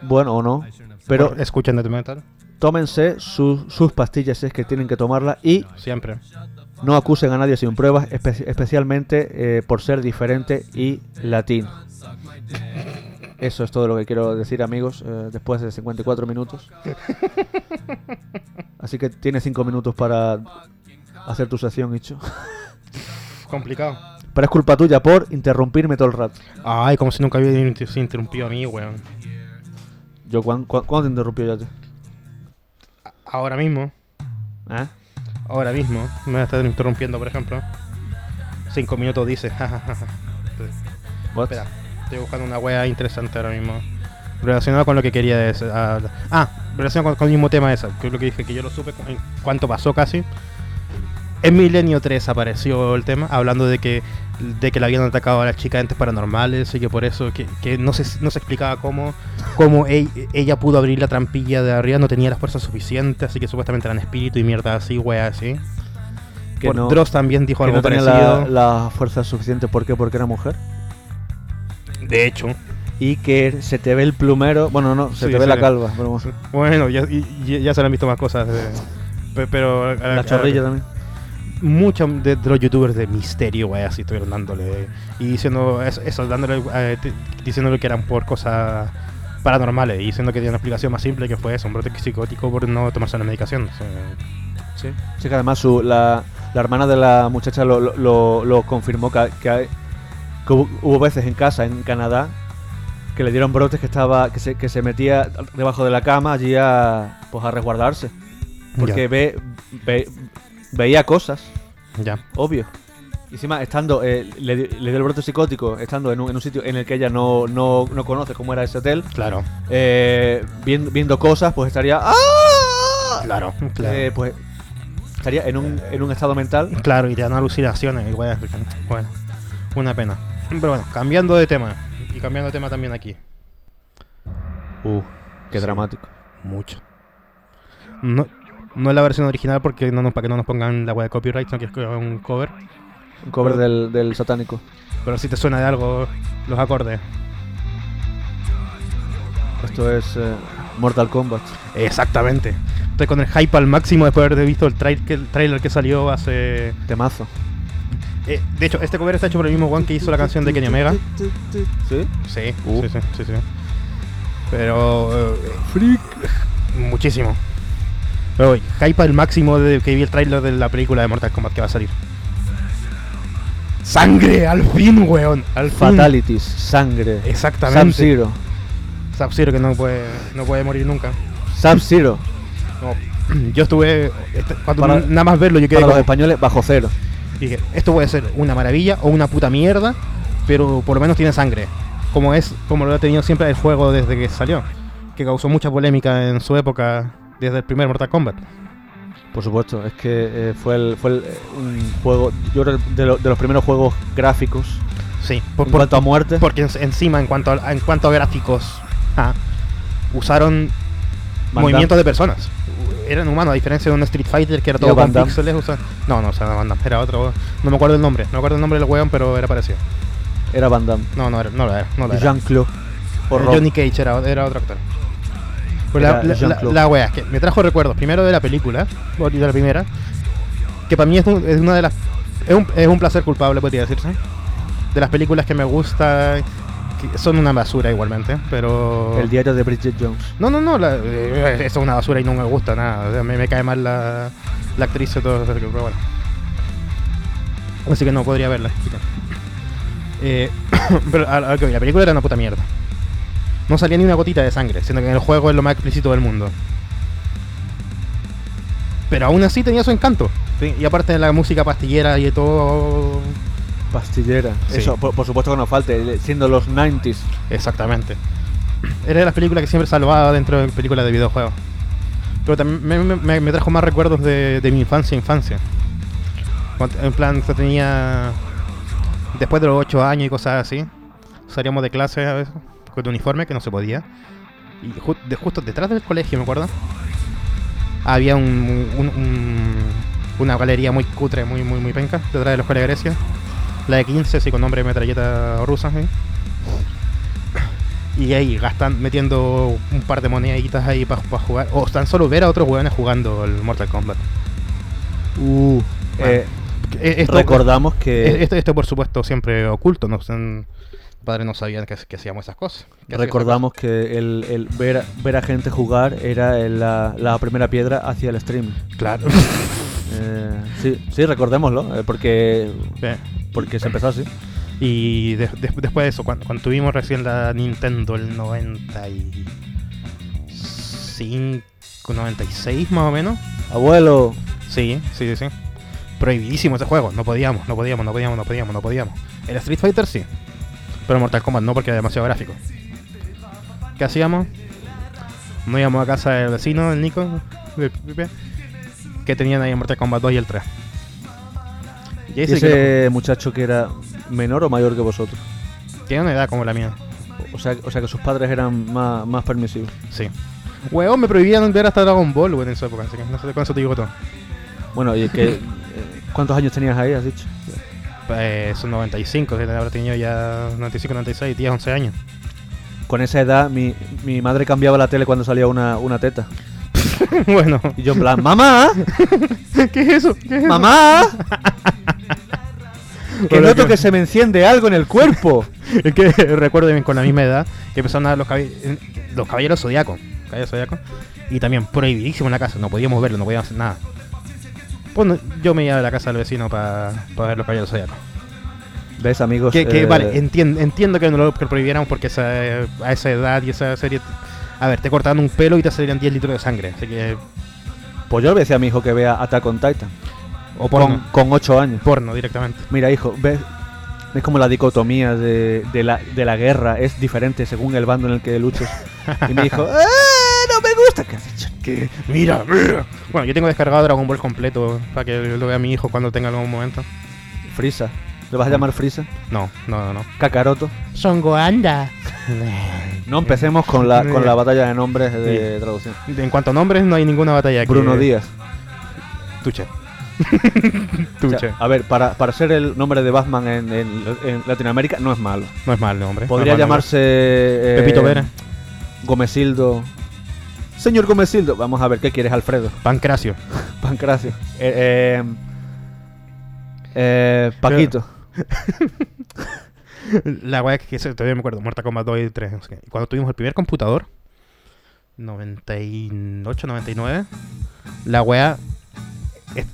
Speaker 1: bueno o no, pero
Speaker 2: Por- escuchen death metal.
Speaker 1: tómense su- sus pastillas si es que tienen que tomarlas y
Speaker 2: Siempre.
Speaker 1: no acusen a nadie sin pruebas, espe- especialmente eh, por ser diferente y latino. Eso es todo lo que quiero decir, amigos, eh, después de 54
Speaker 2: [LAUGHS]
Speaker 1: minutos. Así que tienes 5 minutos para hacer tu sesión, Icho.
Speaker 2: Complicado.
Speaker 1: Pero es culpa tuya por interrumpirme todo el rato.
Speaker 2: Ay, como si nunca hubiera inter- se interrumpido a mí, weón.
Speaker 1: Yo, ¿cuán- cuán- ¿cuándo te interrumpió yo a ti?
Speaker 2: Ahora mismo.
Speaker 1: ¿Eh?
Speaker 2: Ahora mismo. Me estás interrumpiendo, por ejemplo. Cinco minutos dice. [LAUGHS]
Speaker 1: What?
Speaker 2: Espera, estoy buscando una wea interesante ahora mismo. Relacionado con lo que quería des- ah, ah, relacionado con, con el mismo tema esa, que es lo que dije, que yo lo supe cu- en cuanto pasó casi. En Milenio 3 apareció el tema, hablando de que de que la habían atacado a las chicas antes paranormales y que por eso, que, que no, se, no se explicaba cómo, cómo e- ella pudo abrir la trampilla de arriba, no tenía las fuerzas suficientes, así que supuestamente eran espíritu y mierda así, wea así.
Speaker 1: Que
Speaker 2: Por-
Speaker 1: no-
Speaker 2: Dross también dijo
Speaker 1: Que
Speaker 2: algo
Speaker 1: no tenía la,
Speaker 2: parecido.
Speaker 1: la fuerza suficiente. ¿Por qué? Porque era mujer.
Speaker 2: De hecho.
Speaker 1: Y que se te ve el plumero. Bueno, no, se
Speaker 2: Sí,
Speaker 1: te ve
Speaker 2: se
Speaker 1: la
Speaker 2: ve.
Speaker 1: calva. Pero bueno,
Speaker 2: Bueno, ya, y- y- ya se le han visto más cosas. eh, pe- pero.
Speaker 1: la chorrilla también.
Speaker 2: Muchos de, de los youtubers de misterio, güey, así estuvieron dándole. Y diciendo eso, eso, dándole. eh, t- diciéndole que eran por cosas paranormales. Y diciendo que tiene una explicación más simple que fue eso: un brote psicótico por no tomarse la medicación. o sea,
Speaker 1: Sí. que además su, la, la hermana de la muchacha lo, lo- lo- lo confirmó que, que hay- que hubo, hubo veces en casa, en Canadá, que le dieron brotes que estaba que se, que se metía debajo de la cama allí a, pues a resguardarse. Porque ve, ve- veía cosas,
Speaker 2: ya.
Speaker 1: obvio. Y encima, estando, eh, le, di- le dio el brote psicótico, estando en un, en un sitio en el que ella no, no, no conoce cómo era ese hotel,
Speaker 2: Claro,
Speaker 1: eh, viendo, viendo cosas, pues estaría... ¡Ah!
Speaker 2: claro, claro.
Speaker 1: Eh, pues estaría en un, en un estado mental
Speaker 2: Claro, y te dan alucinaciones, y weas, Bueno, una pena. Pero bueno, cambiando de tema. Y cambiando de tema también aquí. Uh,
Speaker 1: Qué dramático.
Speaker 2: Mucho. No, no es la versión original porque no nos, para que no nos pongan la wea de copyright, sino que es un cover.
Speaker 1: Un cover del, del satánico.
Speaker 2: Pero si te suena de algo los acordes.
Speaker 1: Esto es eh, Mortal Kombat.
Speaker 2: Exactamente. Estoy con el hype al máximo después de haber visto el, trail que, el trailer que salió hace...
Speaker 1: Temazo.
Speaker 2: Eh, de hecho, este cover está hecho por el mismo Juan que hizo la canción de Kenny Omega.
Speaker 1: ¿Sí?
Speaker 2: Sí,
Speaker 1: Uh.
Speaker 2: sí, sí, sí, sí. Pero... eh, Muchísimo. Pero oye, hype al máximo de que vi el tráiler de la película de Mortal Kombat que va a salir. ¡Sangre! ¡Al fin, weón! ¡Al fin!
Speaker 1: Fatalities, sangre.
Speaker 2: Exactamente.
Speaker 1: Sub-Zero.
Speaker 2: Sub-Zero que no puede, no puede morir nunca.
Speaker 1: Sub-Zero.
Speaker 2: No. [CLEARS THROAT] Yo estuve... este- cuando
Speaker 1: Para-
Speaker 2: nada más verlo yo quedé
Speaker 1: Para los
Speaker 2: como-
Speaker 1: españoles, bajo cero.
Speaker 2: Dije, esto puede ser una maravilla o una puta mierda, pero por lo menos tiene sangre. Como es, como lo ha tenido siempre el juego desde que salió. Que causó mucha polémica en su época desde el primer Mortal Kombat.
Speaker 1: Por supuesto, es que eh, fue, el, fue el, eh, un juego, yo creo, de, lo- de los primeros juegos gráficos
Speaker 2: Sí. Por,
Speaker 1: en
Speaker 2: por-
Speaker 1: cuanto a muerte.
Speaker 2: porque en- encima, en cuanto a, en cuanto a gráficos, ah, usaron
Speaker 1: Van
Speaker 2: movimientos de personas. Eran humanos, a diferencia de un Street Fighter que era todo
Speaker 1: Era
Speaker 2: con
Speaker 1: Van Damme.
Speaker 2: píxeles. usa- no, no, o sea, no, Van Damme, era otro. No me acuerdo el nombre, no me acuerdo el nombre del weón, pero era parecido.
Speaker 1: Damme. Era Van Damme.
Speaker 2: No, no, era, no lo era. No lo
Speaker 1: Y
Speaker 2: era.
Speaker 1: Jean-Claude. O
Speaker 2: Eh,
Speaker 1: Rock.
Speaker 2: Johnny Cage era, era otro actor. Pero la-
Speaker 1: Era
Speaker 2: la, la,
Speaker 1: Jean-Claude.
Speaker 2: la wea es que me trajo recuerdos, primero de la película, o de la primera, que para mí es, un- es una de las. Es un, es un placer culpable, podría decirse. De las películas que me gusta, que son una basura igualmente, pero.
Speaker 1: El diario de Bridget Jones.
Speaker 2: No, no, no, la- eh, eso es una basura y no me gusta nada. O sea, me, me cae mal la, la actriz y todo eso, pero bueno. Así que no podría verla. así que- Eh, [COUGHS] pero a- a lo que voy, la película era una puta mierda. No salía ni una gotita de sangre, siendo que en el juego es lo más explícito del mundo. Pero aún así tenía su encanto. ¿sí? Y aparte de la música pastillera y de todo.
Speaker 1: Pastillera.
Speaker 2: Sí.
Speaker 1: Eso, por, por supuesto que no falte, siendo los 90s.
Speaker 2: Exactamente. Era de las películas que siempre salvaba dentro de películas de videojuegos. Pero también me, me- me trajo más recuerdos de, de mi infancia, infancia. Cuando- En plan, yo tenía... Después de los 8 años y cosas así, salíamos de clase a veces, con uniforme que no se podía. Y ju- de- justo detrás del colegio, me acuerdo, había un, un- un- una galería muy cutre, muy, muy, muy penca, detrás de los colegios de Grecia. La de 15, así con nombre de metralleta rusa. ¿sí? Y ahí gastan metiendo un par de moneditas ahí para jugar. O tan solo ver a otros hueones jugando el Mortal Kombat.
Speaker 1: Uh, eh,
Speaker 2: Eh, Esto,
Speaker 1: recordamos que
Speaker 2: eh, esto, esto, por supuesto siempre oculto. No, Sen- padres no sabían que, que hacíamos esas cosas. que hacíamos
Speaker 1: recordamos que el, el ver, a- ver a gente jugar era el- la, la primera piedra hacia el stream.
Speaker 2: esas cosas. Claro. [LAUGHS]
Speaker 1: Eh, sí, sí, recordémoslo, eh, porque
Speaker 2: Eh,
Speaker 1: porque se empezó así.
Speaker 2: y de- de- después de eso, cuando, cuando tuvimos recién la Nintendo el 95, 96 más o menos.
Speaker 1: Abuelo,
Speaker 2: Sí, sí, sí, sí. Prohibidísimo ese juego. No podíamos, no podíamos, no podíamos, no podíamos, no podíamos. El Street Fighter sí. Pero Mortal Kombat no porque era demasiado gráfico. ¿Qué hacíamos? Nos íbamos a casa del vecino, el Nico, del Pipe, que tenían ahí Mortal Kombat 2 y el 3. Y
Speaker 1: y
Speaker 2: ahí sí
Speaker 1: ese
Speaker 2: que
Speaker 1: muchacho que era menor o mayor que vosotros.
Speaker 2: Tiene una edad como la mía.
Speaker 1: O sea, o sea que sus padres eran más, más permisivos.
Speaker 2: Sí. Weón, me prohibían ver hasta Dragon Ball, weón, en su época. Así que no sé, con eso te digo todo.
Speaker 1: Bueno, y que, eh, ¿cuántos años tenías ahí, has dicho?
Speaker 2: Eh, son 95, que habrá tenido ya 95, 96, 10, 11 años. [LAUGHS]
Speaker 1: Con esa edad, mi, mi madre cambiaba la tele cuando salía una, una teta.
Speaker 2: bueno.
Speaker 1: Y yo en plan, ¡mamá!
Speaker 2: [LAUGHS] ¿Qué es eso? ¿Qué es eso?
Speaker 1: ¡Mamá! Que
Speaker 2: Hola,
Speaker 1: noto
Speaker 2: ¿qué-
Speaker 1: que se me enciende algo en el cuerpo.
Speaker 2: [LAUGHS] Es que recuerdo bien
Speaker 1: [LAUGHS]
Speaker 2: con la misma edad que empezaron a dar los, cabe- eh, los caballeros zodiacos. Caballeros zodiacos. Y también prohibidísimo en la casa, no podíamos verlo, no podíamos hacer nada. Pues no- yo me iba a la casa del vecino para ver los caballeros zodiacos.
Speaker 1: ¿Ves, amigos?
Speaker 2: Que, que,
Speaker 1: Eh,
Speaker 2: vale, entien- entiendo que no lo que lo prohibiéramos porque esa, eh, a esa edad y esa serie. A ver, te cortaban un pelo y te salían 10 litros de sangre. Así que.
Speaker 1: Pues yo le decía a mi hijo que vea Attack on Titan.
Speaker 2: O
Speaker 1: Con,
Speaker 2: porno.
Speaker 1: con 8 años.
Speaker 2: Porno directamente.
Speaker 1: Mira, hijo, ves. Es como la dicotomía de, de la, de la guerra, es diferente según el bando en el que luches. Y me
Speaker 2: [LAUGHS]
Speaker 1: dijo, ¡Ah, no me gusta! ¿Qué has dicho?
Speaker 2: Que, mira, mira. Bueno, yo tengo descargado Dragon Ball completo para que lo vea mi hijo cuando tenga algún momento.
Speaker 1: Frisa. ¿Le
Speaker 2: Ah.
Speaker 1: vas a llamar Frisa?
Speaker 2: No, no, no. no.
Speaker 1: Cacaroto.
Speaker 2: Son Goanda.
Speaker 1: No empecemos
Speaker 2: Eh,
Speaker 1: con la, con la batalla de nombres de traducción.
Speaker 2: En cuanto a nombres, no hay ninguna batalla. que-
Speaker 1: Bruno Díaz.
Speaker 2: Tuche.
Speaker 1: O sea,
Speaker 2: [LAUGHS] Tuche.
Speaker 1: a ver, para, para ser el nombre de Batman en, en- en Latinoamérica no es malo.
Speaker 2: No es mal nombre.
Speaker 1: Podría
Speaker 2: no es mal nombre.
Speaker 1: llamarse. eh,
Speaker 2: Pepito Vera.
Speaker 1: Gomesildo. Señor Gomesildo. Vamos a ver, ¿qué quieres, Alfredo? [LAUGHS]
Speaker 2: Pancracio.
Speaker 1: Pancracio. Eh, eh, eh, Paquito.
Speaker 2: La weá que se- todavía me acuerdo, Mortal Kombat 2 y 3. no sé qué. Y Cuando tuvimos el primer computador, 98, 99, la weá es-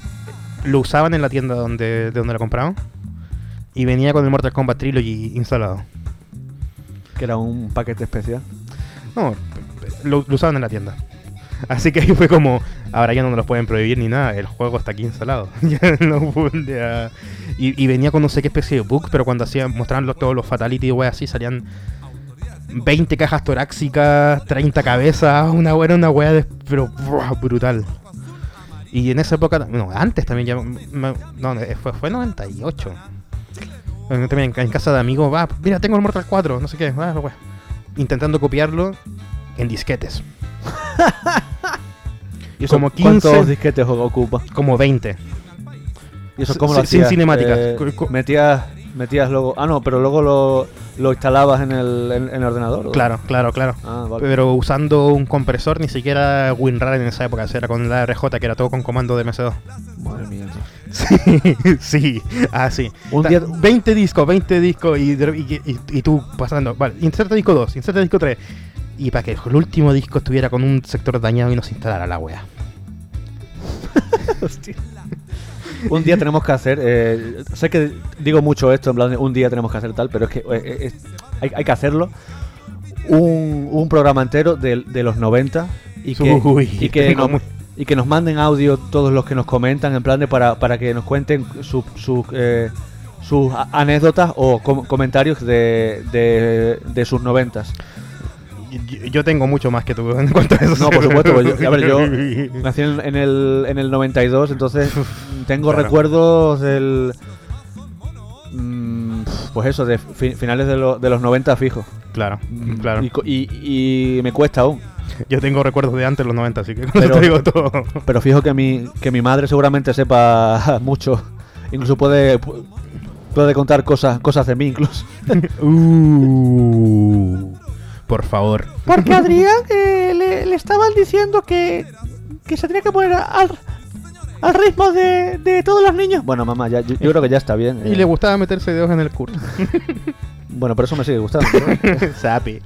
Speaker 2: lo usaban en la tienda donde, de donde la compraban y venía con el Mortal Kombat Trilogy instalado.
Speaker 1: Que era un paquete especial.
Speaker 2: No, p- p- lo, lo usaban en la tienda. Así que ahí fue como, ahora ya no nos los pueden prohibir ni nada, el juego está aquí instalado. [LAUGHS] Ya no pude, ah, y, y venía con no sé qué especie de bug, pero cuando hacían, mostraban los- todos los fatality y weas así, salían 20 cajas torácicas, 30 cabezas, una wea, era una wea, de- pero buah, brutal. Y en esa época, no, antes también ya, me- no, eh, fue, fue 98. Eh, También en, en casa de amigos, va, mira, tengo el Mortal 4, no sé qué, va, wea. intentando copiarlo en disquetes,
Speaker 1: ¿Y eso
Speaker 2: Como 15.
Speaker 1: ¿Cuántos disquetes o- ocupa?
Speaker 2: como 20.
Speaker 1: ¿Y eso cómo lo
Speaker 2: Sin- sin
Speaker 1: hacías?
Speaker 2: cinemáticas.
Speaker 1: Eh,
Speaker 2: Co- co-
Speaker 1: metías, metías luego. Ah, no, pero luego lo, lo instalabas en el, en, en el ordenador. ¿o?
Speaker 2: Claro, claro, claro.
Speaker 1: Ah, vale.
Speaker 2: Pero usando un compresor, ni siquiera WinRAR en esa época, era con la RJ, que era todo con comando de
Speaker 1: [LAUGHS]
Speaker 2: MS2.
Speaker 1: Madre mía. tío.
Speaker 2: Sí, sí, así.
Speaker 1: Un
Speaker 2: Ta-
Speaker 1: día-
Speaker 2: 20 discos, 20 discos y, de- y- y- y tú pasando. Vale, inserta disco 2, inserta disco 3. Y para que el último disco estuviera con un sector dañado y no se instalara la wea.
Speaker 1: [LAUGHS] Un día tenemos que hacer. eh, sé que digo mucho esto, en plan, de un día tenemos que hacer tal, pero es que eh, es- hay, hay que hacerlo. Un, un programa entero de, de los 90 y que,
Speaker 2: Uy,
Speaker 1: y, que
Speaker 2: tengo
Speaker 1: nos,
Speaker 2: muy-
Speaker 1: y que nos manden audio todos los que nos comentan, en plan de para, para que nos cuenten su- sus, eh, sus a- anécdotas o com- comentarios de, de, de sus 90
Speaker 2: Yo, yo tengo mucho más que tú en cuanto a eso.
Speaker 1: No, por supuesto, pues yo- a ver, yo- Nací en, en el, en el 92, entonces mm, tengo
Speaker 2: Claro.
Speaker 1: recuerdos del. mm, Pues eso, de fi- finales de, lo- de los 90 fijo.
Speaker 2: [LAUGHS] Claro, Mm, claro.
Speaker 1: Mm, Y, co- y- y me cuesta aún.
Speaker 2: Yo tengo recuerdos de antes de los 90, así que [LAUGHS] con
Speaker 1: Pero-
Speaker 2: eso te digo todo.
Speaker 1: Pero fijo que mi, que mi madre seguramente sepa [LAUGHS] mucho. Incluso puede, pu- puede contar cosas, cosas de mí, incluso.
Speaker 2: Uh, por favor.
Speaker 1: Porque [LAUGHS] Adrián eh, le, estaban diciendo que, se tenía que poner al, ritmo de, todos los niños. Bueno, mamá, ya, yo, yo creo que ya está bien.
Speaker 2: Y
Speaker 1: eh.
Speaker 2: le gustaba meterse dedos en el curso.
Speaker 1: Bueno, pero eso me sigue gustando.
Speaker 2: [LAUGHS] Sapi.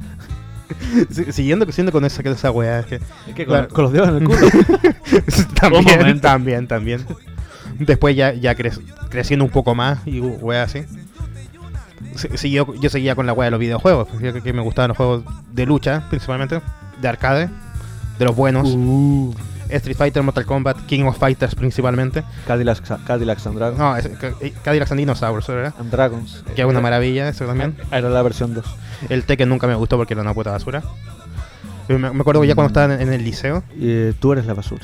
Speaker 2: Si- Siguiendo siendo con esa, esa weá. es [LAUGHS] que-
Speaker 1: con,
Speaker 2: Claro.
Speaker 1: con los dedos en el culo. Un
Speaker 2: también,
Speaker 1: momento.
Speaker 2: también, también. Después ya, ya cre- creciendo un poco más y u- weá así. Si- si yo, yo seguía con la weá de los videojuegos. pues, Que, que me gustaban los juegos de lucha, principalmente. De arcade. De los buenos.
Speaker 1: Uh.
Speaker 2: Street Fighter, Mortal Kombat, King of Fighters principalmente.
Speaker 1: Cadillac, Cadillac and, Dragons.
Speaker 2: No, es, ca- eh, Cadillac and Dinosaurs, ¿verdad?
Speaker 1: and Dragons.
Speaker 2: Que es una maravilla eso también.
Speaker 1: Era la versión 2.
Speaker 2: El Tekken nunca me gustó porque era una puta basura. Eh, Me, me acuerdo que ya cuando estaba en, en el liceo,
Speaker 1: Y, eh, tú eres la basura.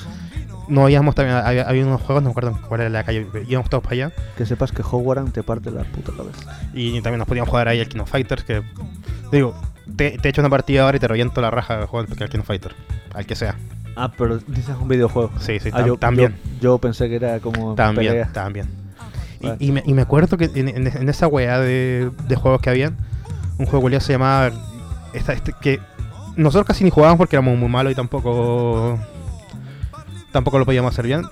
Speaker 2: No íbamos también, había, había unos juegos, no me acuerdo cuál era la calle, pero íbamos todos para allá.
Speaker 1: Que sepas que Hogwarts te parte la puta cabeza.
Speaker 2: Y también nos podíamos jugar ahí al Kino Fighters, que. Digo, te, te echo una partida ahora y te reviento la raja de jugar al Kino Fighter. Al que sea.
Speaker 1: Ah, pero dices un videojuego.
Speaker 2: Sí, sí,
Speaker 1: Ah,
Speaker 2: tam-
Speaker 1: yo,
Speaker 2: también.
Speaker 1: Yo, yo pensé que era como
Speaker 2: También,
Speaker 1: pelea.
Speaker 2: también. Y-
Speaker 1: Vale.
Speaker 2: Y, me, y me acuerdo que en, en- en esa weá de, de juegos que habían, un juego culiao se llamaba. esta- este, que nosotros casi ni jugábamos porque éramos muy malos y tampoco. Tampoco lo podíamos hacer bien.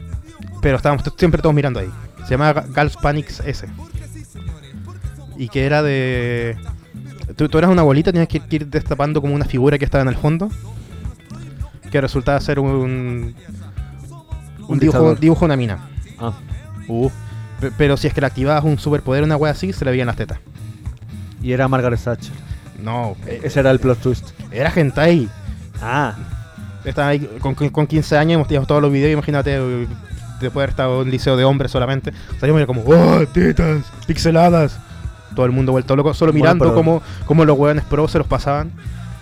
Speaker 2: Pero estábamos t- siempre todos mirando ahí. Se llamaba Ga- Gals Panics S. Y que era de. Tú, tú eras una bolita, tenías que ir- que ir destapando como una figura que estaba en el fondo. Que resultaba ser un. Un,
Speaker 1: Un
Speaker 2: dibujo,
Speaker 1: dictador.
Speaker 2: dibujo de una mina.
Speaker 1: Ah,
Speaker 2: Uh, pe- pero si es que le activabas un superpoder, una wea así, se le veían las tetas.
Speaker 1: y era Margaret Thatcher.
Speaker 2: No, eh,
Speaker 1: E- Ese era el plot twist.
Speaker 2: era gente ahí.
Speaker 1: Ah,
Speaker 2: Estaba ahí con, con 15 años, hemos tenido todos los videos, imagínate, eh, después de haber estado en un liceo de hombres solamente. Salimos y era como, ¡oh, tetas! ¡Pixeladas! Todo el mundo vuelto loco, solo
Speaker 1: Bueno,
Speaker 2: mirando
Speaker 1: pero-
Speaker 2: cómo, cómo los weones pro se los pasaban.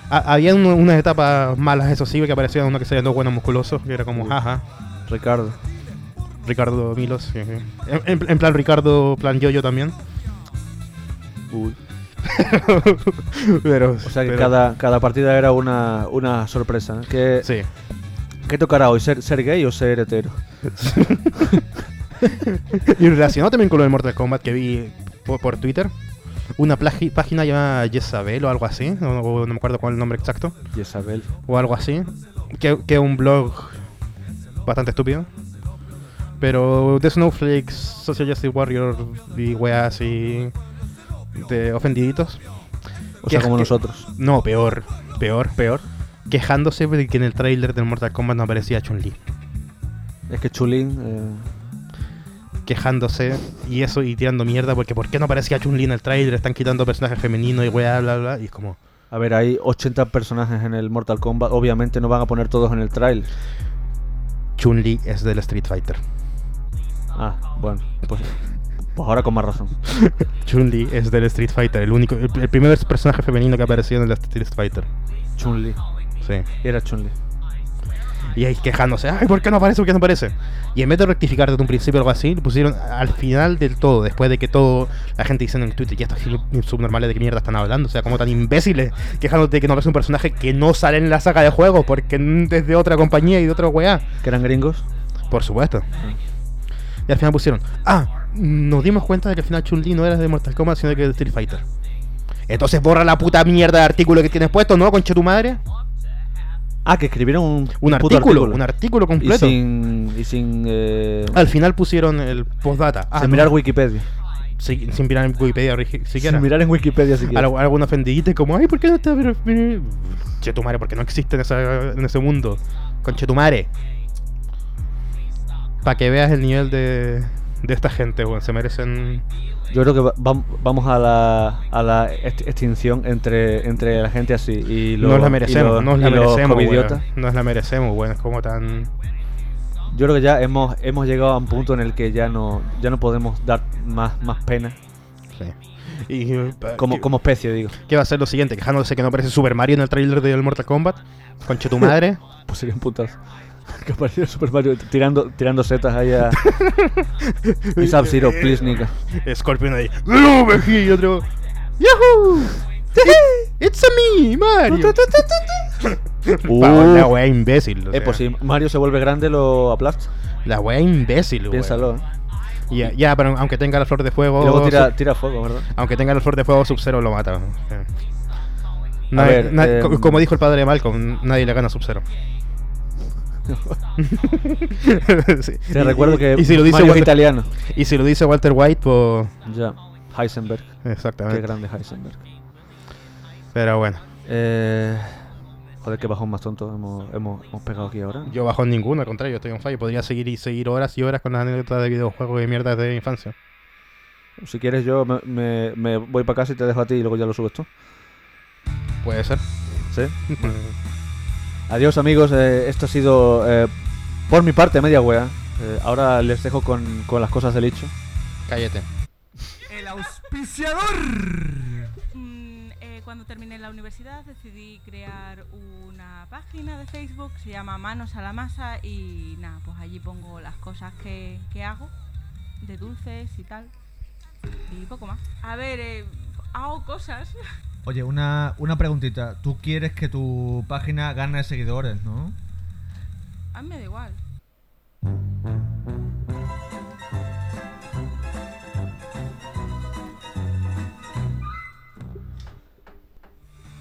Speaker 2: Ha- había un- unas etapas malas, eso sí, que aparecían uno que serían dos buenos musculosos, que era como,
Speaker 1: Uh.
Speaker 2: jaja,
Speaker 1: Ricardo.
Speaker 2: Ricardo Milos. sí, sí. En, en- en plan Ricardo, plan yo-yo también.
Speaker 1: Uy.
Speaker 2: pero,
Speaker 1: O sea que
Speaker 2: pero-
Speaker 1: cada, cada partida era una, una sorpresa. ¿no? ¿Qué,
Speaker 2: Sí.
Speaker 1: qué tocará hoy? ¿Ser, ser gay o ser hetero?
Speaker 2: Y relacionado también con lo de Mortal Kombat que vi por, por Twitter, una plagi- página llamada Jezabel o algo así, no, o no me acuerdo cuál es el nombre exacto,
Speaker 1: Isabel.
Speaker 2: o algo así, que que es un blog bastante estúpido. Pero de Snowflakes, Social Justice Warrior y weas así de ofendiditos.
Speaker 1: O sea,
Speaker 2: Que-
Speaker 1: como
Speaker 2: que-
Speaker 1: nosotros.
Speaker 2: No, peor, peor.
Speaker 1: Peor.
Speaker 2: Quejándose de que en el tráiler del Mortal Kombat no aparecía Chun-Li.
Speaker 1: Es que Chulín. eh,
Speaker 2: quejándose y eso y tirando mierda porque ¿por qué no aparecía Chun-Li en el trailer? Están quitando personajes femeninos y weá, bla, bla, y es como...
Speaker 1: a ver, hay 80 personajes en el Mortal Kombat. Obviamente no van a poner todos en el trailer.
Speaker 2: Chun-Li es del Street Fighter.
Speaker 1: Ah, bueno. Pues, pues ahora con más razón.
Speaker 2: Chun-Li es del Street Fighter, el único, el, el primer personaje femenino que apareció en el Street Fighter.
Speaker 1: Chun-Li.
Speaker 2: Sí.
Speaker 1: Era Chun-Li.
Speaker 2: Y ahí quejándose, ay, ¿por qué no aparece? ¿Por qué no aparece? Y en vez de rectificar desde un principio algo así, lo pusieron al final del todo, después de que todo la gente diciendo en Twitter, ya estos giles subnormales de qué mierda están hablando, o sea, como tan imbéciles, quejándote de que no aparece un personaje que no sale en la saga de juegos, porque mm, es de otra compañía y de otra weá.
Speaker 1: ¿Que eran gringos?
Speaker 2: Por supuesto. Y al final pusieron, ah, nos dimos cuenta de que al final Chun-Li no era de Mortal Kombat, sino que de Street Fighter. Entonces borra la puta mierda de artículo que tienes puesto, ¿no? Concha tu madre.
Speaker 1: Ah, que escribieron un,
Speaker 2: Un
Speaker 1: puto
Speaker 2: artículo, un artículo
Speaker 1: y
Speaker 2: completo.
Speaker 1: sin. Y sin. eh,
Speaker 2: Al final pusieron el postdata. Ah,
Speaker 1: sin
Speaker 2: no.
Speaker 1: mirar Wikipedia.
Speaker 2: Sí, sin mirar en Wikipedia rigi- siquiera.
Speaker 1: Sin mirar en Wikipedia siquiera.
Speaker 2: Algo- Algún ofendidito como, ay, ¿por qué no está? Pero- pero- Che tu madre, porque no existe en, esa- en ese mundo. Conche tu madre. Para que veas el nivel de, de esta gente, weón. Se merecen
Speaker 1: Yo creo que va- vam- vamos a la, a la ext- extinción entre, entre la gente así. Y los,
Speaker 2: nos la merecemos,
Speaker 1: y los-
Speaker 2: nos la
Speaker 1: y los
Speaker 2: merecemos,
Speaker 1: covidiotas.
Speaker 2: weón. Nos la merecemos, weón. Es como tan.
Speaker 1: Yo creo que ya hemos, hemos llegado a un punto en el que ya no, ya no podemos dar más, más pena.
Speaker 2: Y, eh,
Speaker 1: Como,
Speaker 2: ¿qué,
Speaker 1: como especie, digo. [LAUGHS]
Speaker 2: qué va a ser lo siguiente? Quejándose que no aparece Super Mario en el trailer del Mortal Kombat. Conche
Speaker 1: [LAUGHS]
Speaker 2: tu madre.
Speaker 1: Pues sería un puntazo. Que apareciera Super Mario tirando, tirando setas ahí
Speaker 2: [LAUGHS]
Speaker 1: a. y Sub-Zero, please, Nika.
Speaker 2: Scorpion ahí. "Groove", Y otro. ¡Yahoo! ¡It's a me, [LAUGHS] Mario! [LAUGHS]
Speaker 1: Uh.
Speaker 2: Pa, la wea imbécil.
Speaker 1: Eh,
Speaker 2: o sea,
Speaker 1: pues si Mario se vuelve grande, lo aplasta.
Speaker 2: La wea imbécil, weón.
Speaker 1: Piénsalo, ¿eh?
Speaker 2: Ya, ya, pero aunque tenga la flor de fuego.
Speaker 1: Y luego
Speaker 2: Sub-
Speaker 1: tira, tira fuego, ¿verdad?
Speaker 2: Aunque tenga el flor de fuego, Sub-Zero lo mata. Eh.
Speaker 1: A
Speaker 2: Nadie-
Speaker 1: ver,
Speaker 2: na-
Speaker 1: eh,
Speaker 2: co- como dijo el padre de Malcolm, nadie le gana a Sub-Zero. Sí.
Speaker 1: Te
Speaker 2: Y-
Speaker 1: recuerdo
Speaker 2: y-
Speaker 1: que
Speaker 2: y si, lo dice
Speaker 1: Mario es
Speaker 2: Walter,
Speaker 1: italiano.
Speaker 2: y si lo dice Walter White, pues.
Speaker 1: Ya, Heisenberg. Qué
Speaker 2: Exactamente.
Speaker 1: grande Heisenberg.
Speaker 2: Pero bueno,
Speaker 1: Eh, joder, qué bajón más tonto hemos, hemos, hemos pegado aquí ahora.
Speaker 2: yo bajo en ninguno, al contrario, estoy en fallo. Podría seguir y seguir horas y horas con las anécdotas de videojuegos y mierdas de infancia.
Speaker 1: Si quieres, yo me, me- me voy para casa y te dejo a ti y luego ya lo subes tú.
Speaker 2: Puede ser.
Speaker 1: ¿Sí? Adiós, amigos. eh, esto ha sido, eh, por mi parte, media wea. Eh, ahora les dejo con, con las cosas del hecho.
Speaker 2: Cállate.
Speaker 3: El auspiciador.
Speaker 4: Mm, eh, cuando
Speaker 3: cuando terminé la universidad decidí crear una página de Facebook, se llama Manos a la Masa y nada, pues allí pongo las cosas que, que hago, de dulces y tal, y poco más. A ver, eh, hago cosas. [LAUGHS]
Speaker 4: Oye, una, una preguntita. Tú quieres que tu página gane seguidores, ¿no?
Speaker 3: A mí me da igual.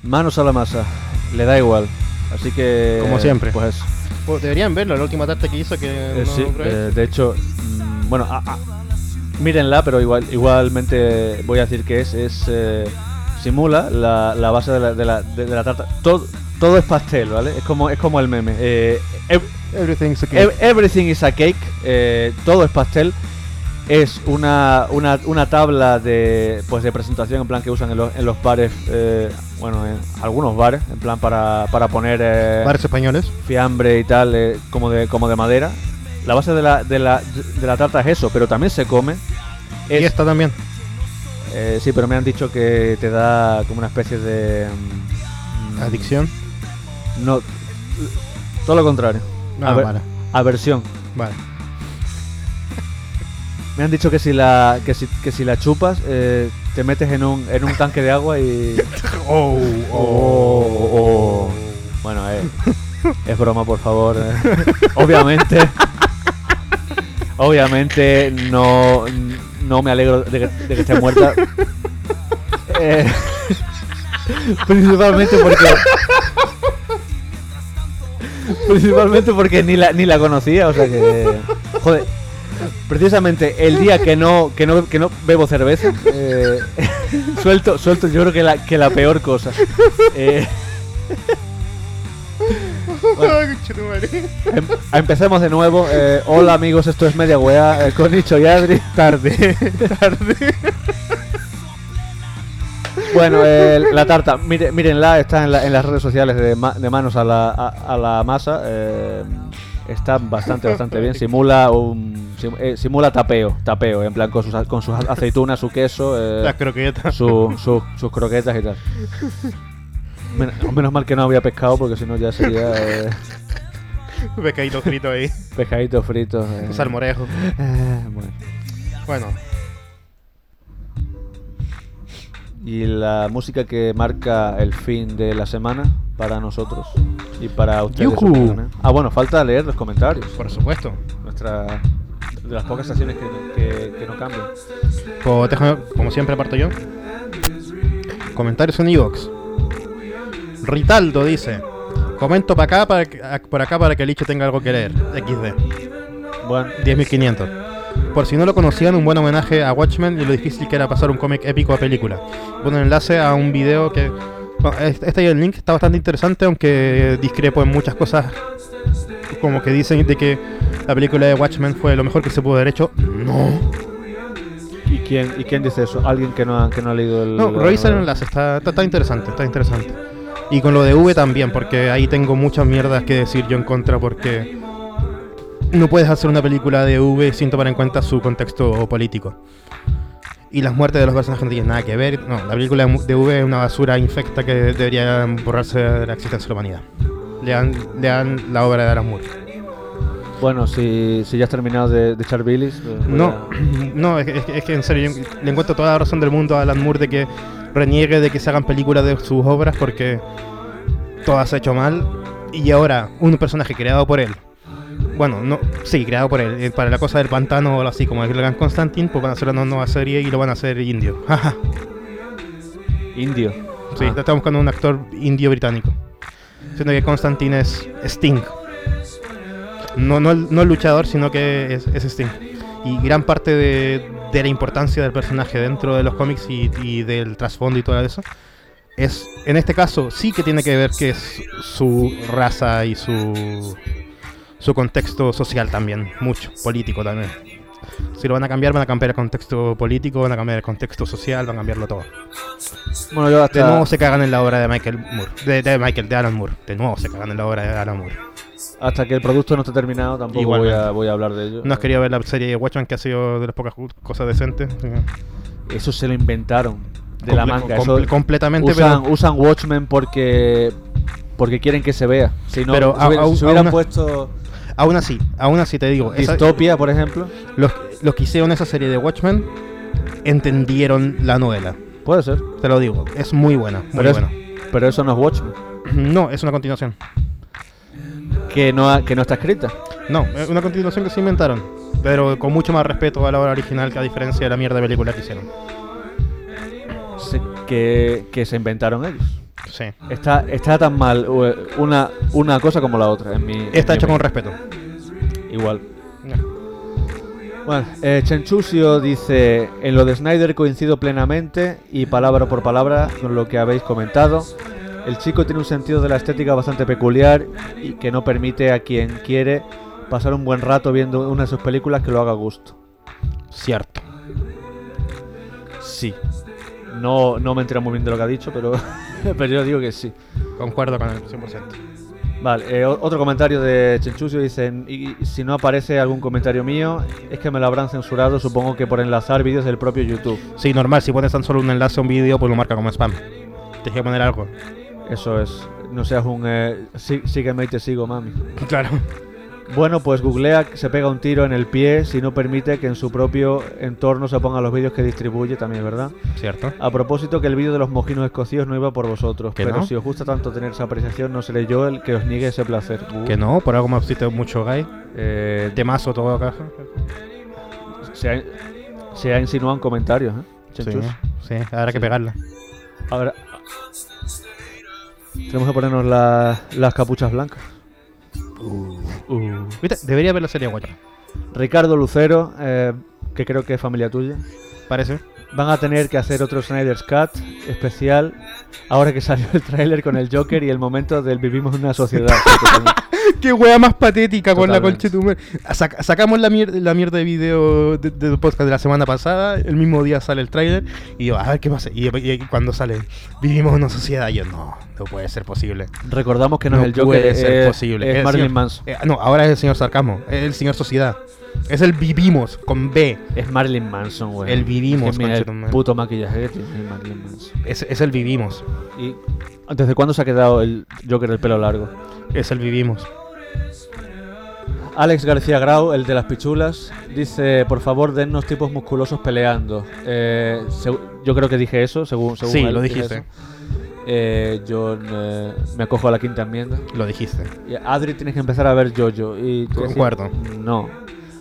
Speaker 1: Manos a la masa. Le da igual. Así que.
Speaker 2: Como siempre.
Speaker 1: Pues eso.
Speaker 2: Pues deberían verlo, la última tarta que hizo que...
Speaker 1: Eh,
Speaker 2: uno
Speaker 1: sí,
Speaker 2: pruebe.
Speaker 1: eh, de hecho, mm, bueno, a- a- mírenla, pero igual, igualmente voy a decir que es, es eh, simula la, la base de la, de la- de- de la tarta. Todo, todo es pastel, ¿vale? Es como, es como el meme. Eh, ev-
Speaker 2: Everything's okay.
Speaker 1: ev- everything is a cake, eh, todo es pastel. Es una, una, una tabla de, pues de presentación en plan que usan en los, en los bares, eh, bueno, en algunos bares, en plan para, para poner... eh,
Speaker 2: Bares españoles.
Speaker 1: fiambre y tal, eh, como, de, como de madera. La base de la, de, la, de la tarta es eso, pero también se come. Es-
Speaker 2: Y esta también.
Speaker 1: eh, sí, pero me han dicho que te da como una especie de... mm,
Speaker 2: Adicción.
Speaker 1: No, todo lo contrario.
Speaker 2: Ah,
Speaker 1: A ver.
Speaker 2: vale.
Speaker 1: Aversión.
Speaker 2: Vale.
Speaker 1: Me han dicho que si la, que si, que si la chupas, eh, te metes en un, en un tanque de agua y...
Speaker 2: [LAUGHS] Oh,
Speaker 1: Oh, oh. Bueno, eh, es broma, por favor. eh. Obviamente. Obviamente no, no me alegro de que, de que esté muerta. Eh, principalmente porque. Principalmente porque ni la, ni la conocía, o sea que. Joder. Precisamente el día que no, que no, que no bebo cerveza, eh, suelto, suelto yo creo que la, que la peor cosa. Eh, Em- empecemos de nuevo. Eh, hola amigos, esto es Media Weá eh, con Nicho y Adri. Tarde, tarde. Bueno, eh, la tarta, mire- mírenla, está en, la- en las redes sociales de, ma- de manos a la, a, a la masa. eh, está bastante, bastante bien. Simula un sim- eh, simula tapeo, tapeo, en plan con sus, a- con sus aceitunas, su queso, eh,
Speaker 2: Las [LAUGHS] croquetas.
Speaker 1: su- su- sus croquetas y tal. Men- menos mal que no había pescado porque si no ya sería eh,
Speaker 2: Pescadito frito ahí.
Speaker 1: pescadito frito. eh.
Speaker 2: Un salmorejo.
Speaker 1: Eh, bueno.
Speaker 2: Bueno,
Speaker 1: Y la música que marca el fin de la semana para nosotros y para ustedes.
Speaker 2: Yujú.
Speaker 1: supongo, ¿no? Ah, bueno, falta leer los comentarios.
Speaker 2: por supuesto.
Speaker 1: Nuestra, de las pocas acciones que, que- que no cambian.
Speaker 2: Pues déjame- como siempre, parto yo. Comentarios en Evox. Ritaldo dice: Comento para acá para que- a- por acá para que el Licho tenga algo que leer. XD.
Speaker 1: Bueno,
Speaker 2: 10.500. Por si no lo conocían, un buen homenaje a Watchmen y lo difícil que era pasar un cómic épico a película. Un enlace a un video que. bueno, es- Este y el link está bastante interesante, aunque discrepo en muchas cosas. Como que dicen de que la película de Watchmen fue lo mejor que se pudo haber hecho. No.
Speaker 1: ¿y quién, ¿y quién dice eso? ¿Alguien que no ha, que no ha leído el.? eh,
Speaker 2: No,
Speaker 1: la
Speaker 2: revisa el
Speaker 1: novela?
Speaker 2: enlace, está, está, está interesante, está interesante. Y con lo de V también, porque ahí tengo muchas mierdas que decir yo en contra, porque no puedes hacer una película de V sin tomar en cuenta su contexto político. Y las muertes de los personajes no tienen nada que ver. No, la película de mu- de V es una basura infecta que debería borrarse de la existencia de la humanidad. Lean, lean la obra de Alan Moore.
Speaker 1: Bueno, si, si ya has terminado de, de echar bilis. eh, voy
Speaker 2: No,
Speaker 1: a-
Speaker 2: [CLEARS THROAT] no, es que, es que- es que en serio, yo le encuentro toda la razón del mundo a Alan Moore de que reniegue de que se hagan películas de sus obras porque todas se ha hecho mal. Y ahora, un personaje creado por él. Bueno, no, sí, creado por él. eh, Para la cosa del pantano o algo así, como el gran Constantine, pues van a hacer una nueva serie y lo van a hacer indio. [LAUGHS] Jaja.
Speaker 1: Indio.
Speaker 2: sí,
Speaker 1: Ah.
Speaker 2: está buscando un actor indio británico. Siendo que Constantine es Sting. No, no, el, no el luchador, sino que es, es Sting. Y gran parte de, de la importancia del personaje dentro de los cómics y, y del trasfondo y todo eso es, en este caso, sí que tiene que ver que es su raza y su, su contexto social también, mucho, político también. Si lo van a cambiar, van a cambiar el contexto político, van a cambiar el contexto social, van a cambiarlo todo.
Speaker 1: Bueno, yo hasta.
Speaker 2: De nuevo se cagan en la obra de Michael Moore. De, de Michael, de Alan Moore. De nuevo se cagan en la obra de Alan Moore.
Speaker 1: Hasta que el producto no esté terminado, tampoco voy a,
Speaker 2: Igualmente.
Speaker 1: voy a hablar de ello.
Speaker 2: No has querido ver la serie de Watchmen, que ha sido de las pocas ju- cosas decentes.
Speaker 1: Eso se lo inventaron. de la
Speaker 2: Comple-
Speaker 1: manga.
Speaker 2: com-
Speaker 1: Eso-
Speaker 2: completamente,
Speaker 1: usan,
Speaker 2: pero-
Speaker 1: usan Watchmen porque porque quieren que se vea. Si no,
Speaker 2: Pero
Speaker 1: si hubiera-
Speaker 2: aún-
Speaker 1: si hubieran
Speaker 2: aún-
Speaker 1: puesto
Speaker 2: Aún así, aún así te digo, esa-
Speaker 1: Distopia, por ejemplo,
Speaker 2: los, los que hicieron esa serie de Watchmen entendieron la novela.
Speaker 1: puede ser.
Speaker 2: Te lo digo, es muy buena, muy
Speaker 1: Pero, es-
Speaker 2: buena.
Speaker 1: pero eso no es Watchmen,
Speaker 2: No, es una continuación.
Speaker 1: que no ha- que no está escrita.
Speaker 2: No, es una continuación que se inventaron, pero con mucho más respeto a la obra original que a diferencia de la mierda de película que hicieron.
Speaker 1: Se- que, que se inventaron ellos.
Speaker 2: Sí.
Speaker 1: Está, está tan mal eh, una, una cosa como la otra. En mi, en
Speaker 2: Está
Speaker 1: mi
Speaker 2: hecha con
Speaker 1: opinión.
Speaker 2: respeto.
Speaker 1: Igual.
Speaker 2: No.
Speaker 1: Bueno, eh, Chenchusio dice, en lo de Snyder coincido plenamente y palabra por palabra con lo que habéis comentado. El chico tiene un sentido de la estética bastante peculiar y que no permite a quien quiere pasar un buen rato viendo una de sus películas que lo haga a gusto.
Speaker 2: Cierto.
Speaker 1: Sí. No, no me entero muy bien de lo que ha dicho, pero, [LAUGHS] pero yo digo que sí.
Speaker 2: Concuerdo con el 100%.
Speaker 1: Vale, eh, o- otro comentario de Chenchusio dicen, y, y si no aparece algún comentario mío, es que me lo habrán censurado, supongo que por enlazar vídeos del propio YouTube.
Speaker 2: Sí, normal, si pones tan solo un enlace a un vídeo, pues lo marca como spam. Tienes que poner algo.
Speaker 1: Eso es, no seas un... eh, sí- sígueme y te sigo, mami.
Speaker 2: [LAUGHS] Claro.
Speaker 1: Bueno, pues googlea que se pega un tiro en el pie si no permite que en su propio entorno se pongan los vídeos que distribuye también, ¿verdad?
Speaker 2: Cierto.
Speaker 1: A propósito que el vídeo de los mojinos escocidos no iba por vosotros,
Speaker 2: ¿Que
Speaker 1: pero
Speaker 2: no?
Speaker 1: si os gusta tanto tener esa apreciación, no seré yo el que os niegue ese placer. Uh,
Speaker 2: Que no, por algo me obsiste mucho gay.
Speaker 1: eh,
Speaker 2: Temazo todo acá.
Speaker 1: se, ha, se ha insinuado en comentarios, ¿eh?
Speaker 2: Sí,
Speaker 1: Chenchus.
Speaker 2: sí, habrá que pegarla.
Speaker 1: Ahora... Tenemos que ponernos la- las capuchas blancas. Uh.
Speaker 2: ¿Viste? Debería ver la serie Watchmen.
Speaker 1: Ricardo Lucero, eh, que creo que es familia tuya,
Speaker 2: Parece.
Speaker 1: van a tener que hacer otro Snyder's Cut especial ahora que salió el tráiler con el Joker y el momento del vivimos en una
Speaker 2: [LAUGHS]
Speaker 1: sociedad.
Speaker 2: [LAUGHS] Qué wea más patética con la
Speaker 1: Totalmente.
Speaker 2: conchetumbre. Sac- sacamos la, mier- la mierda de video de- del podcast de la semana pasada. El mismo día sale el tráiler. Y yo, a ver qué pasa. Y, y cuando sale, vivimos en una sociedad. Y yo, no, no puede ser posible.
Speaker 1: Recordamos que Este no, es el Joker,
Speaker 2: puede ser
Speaker 1: es,
Speaker 2: posible.
Speaker 1: es
Speaker 2: el
Speaker 1: Marilyn
Speaker 2: señor-
Speaker 1: Manson.
Speaker 2: eh, no, ahora es el señor Sarcasmo. Es el señor Sociedad. Es el vivimos con B.
Speaker 1: Es Marilyn Manson, güey.
Speaker 2: El vivimos,
Speaker 1: Es que mira el
Speaker 2: conchetumare.
Speaker 1: puto maquillaje que tiene Marilyn Manson.
Speaker 2: Es, es el vivimos.
Speaker 1: ¿Y desde cuándo se ha quedado el Joker del pelo largo?
Speaker 2: Es el vivimos.
Speaker 1: Alex García Grau, el de las pichulas, dice, por favor, dennos tipos musculosos peleando. Eh, seg- yo creo que dije eso, según... según
Speaker 2: Sí,
Speaker 1: él,
Speaker 2: lo
Speaker 1: dije
Speaker 2: dijiste.
Speaker 1: eso. Eh, yo eh, me acojo a la quinta enmienda.
Speaker 2: Lo dijiste.
Speaker 1: Y, Adri, tienes que empezar a ver Jojo. Y tú decís,
Speaker 2: Concuerdo.
Speaker 1: no.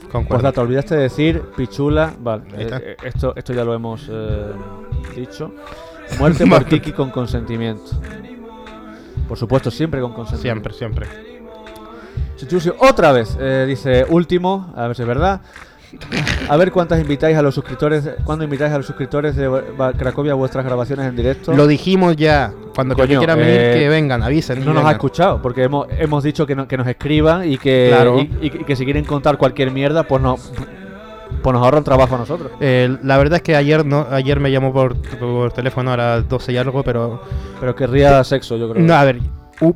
Speaker 1: Por
Speaker 2: Concuerdo.
Speaker 1: dato, olvidaste de decir pichula. Vale,
Speaker 2: Ahí está.
Speaker 1: eh, eh, esto, esto ya lo hemos eh,
Speaker 2: [LAUGHS]
Speaker 1: dicho. Muerte por
Speaker 2: Muerte.
Speaker 1: Kiki con consentimiento. Por supuesto, siempre con consentimiento.
Speaker 2: Siempre, siempre.
Speaker 1: Chuchusio, otra vez, eh, dice último, a ver si es verdad. A ver cuántas invitáis a los suscriptores, cuándo invitáis a los suscriptores de Va- Cracovia a vuestras grabaciones en directo.
Speaker 2: Lo dijimos ya. Cuando
Speaker 1: Coño,
Speaker 2: cualquiera quieran
Speaker 1: eh,
Speaker 2: venir, que vengan, avisen. y
Speaker 1: no nos ha
Speaker 2: vengan.
Speaker 1: escuchado, porque hemos, hemos dicho que, no- que nos escriban y que,
Speaker 2: Claro.
Speaker 1: y, y que- y que si quieren contar cualquier mierda, pues, no, pues nos ahorran trabajo a nosotros.
Speaker 2: Eh, la verdad es que ayer no, ayer me llamó por, por teléfono a las 12 y algo, pero.
Speaker 1: Pero querría sexo, yo creo.
Speaker 2: No, a ver,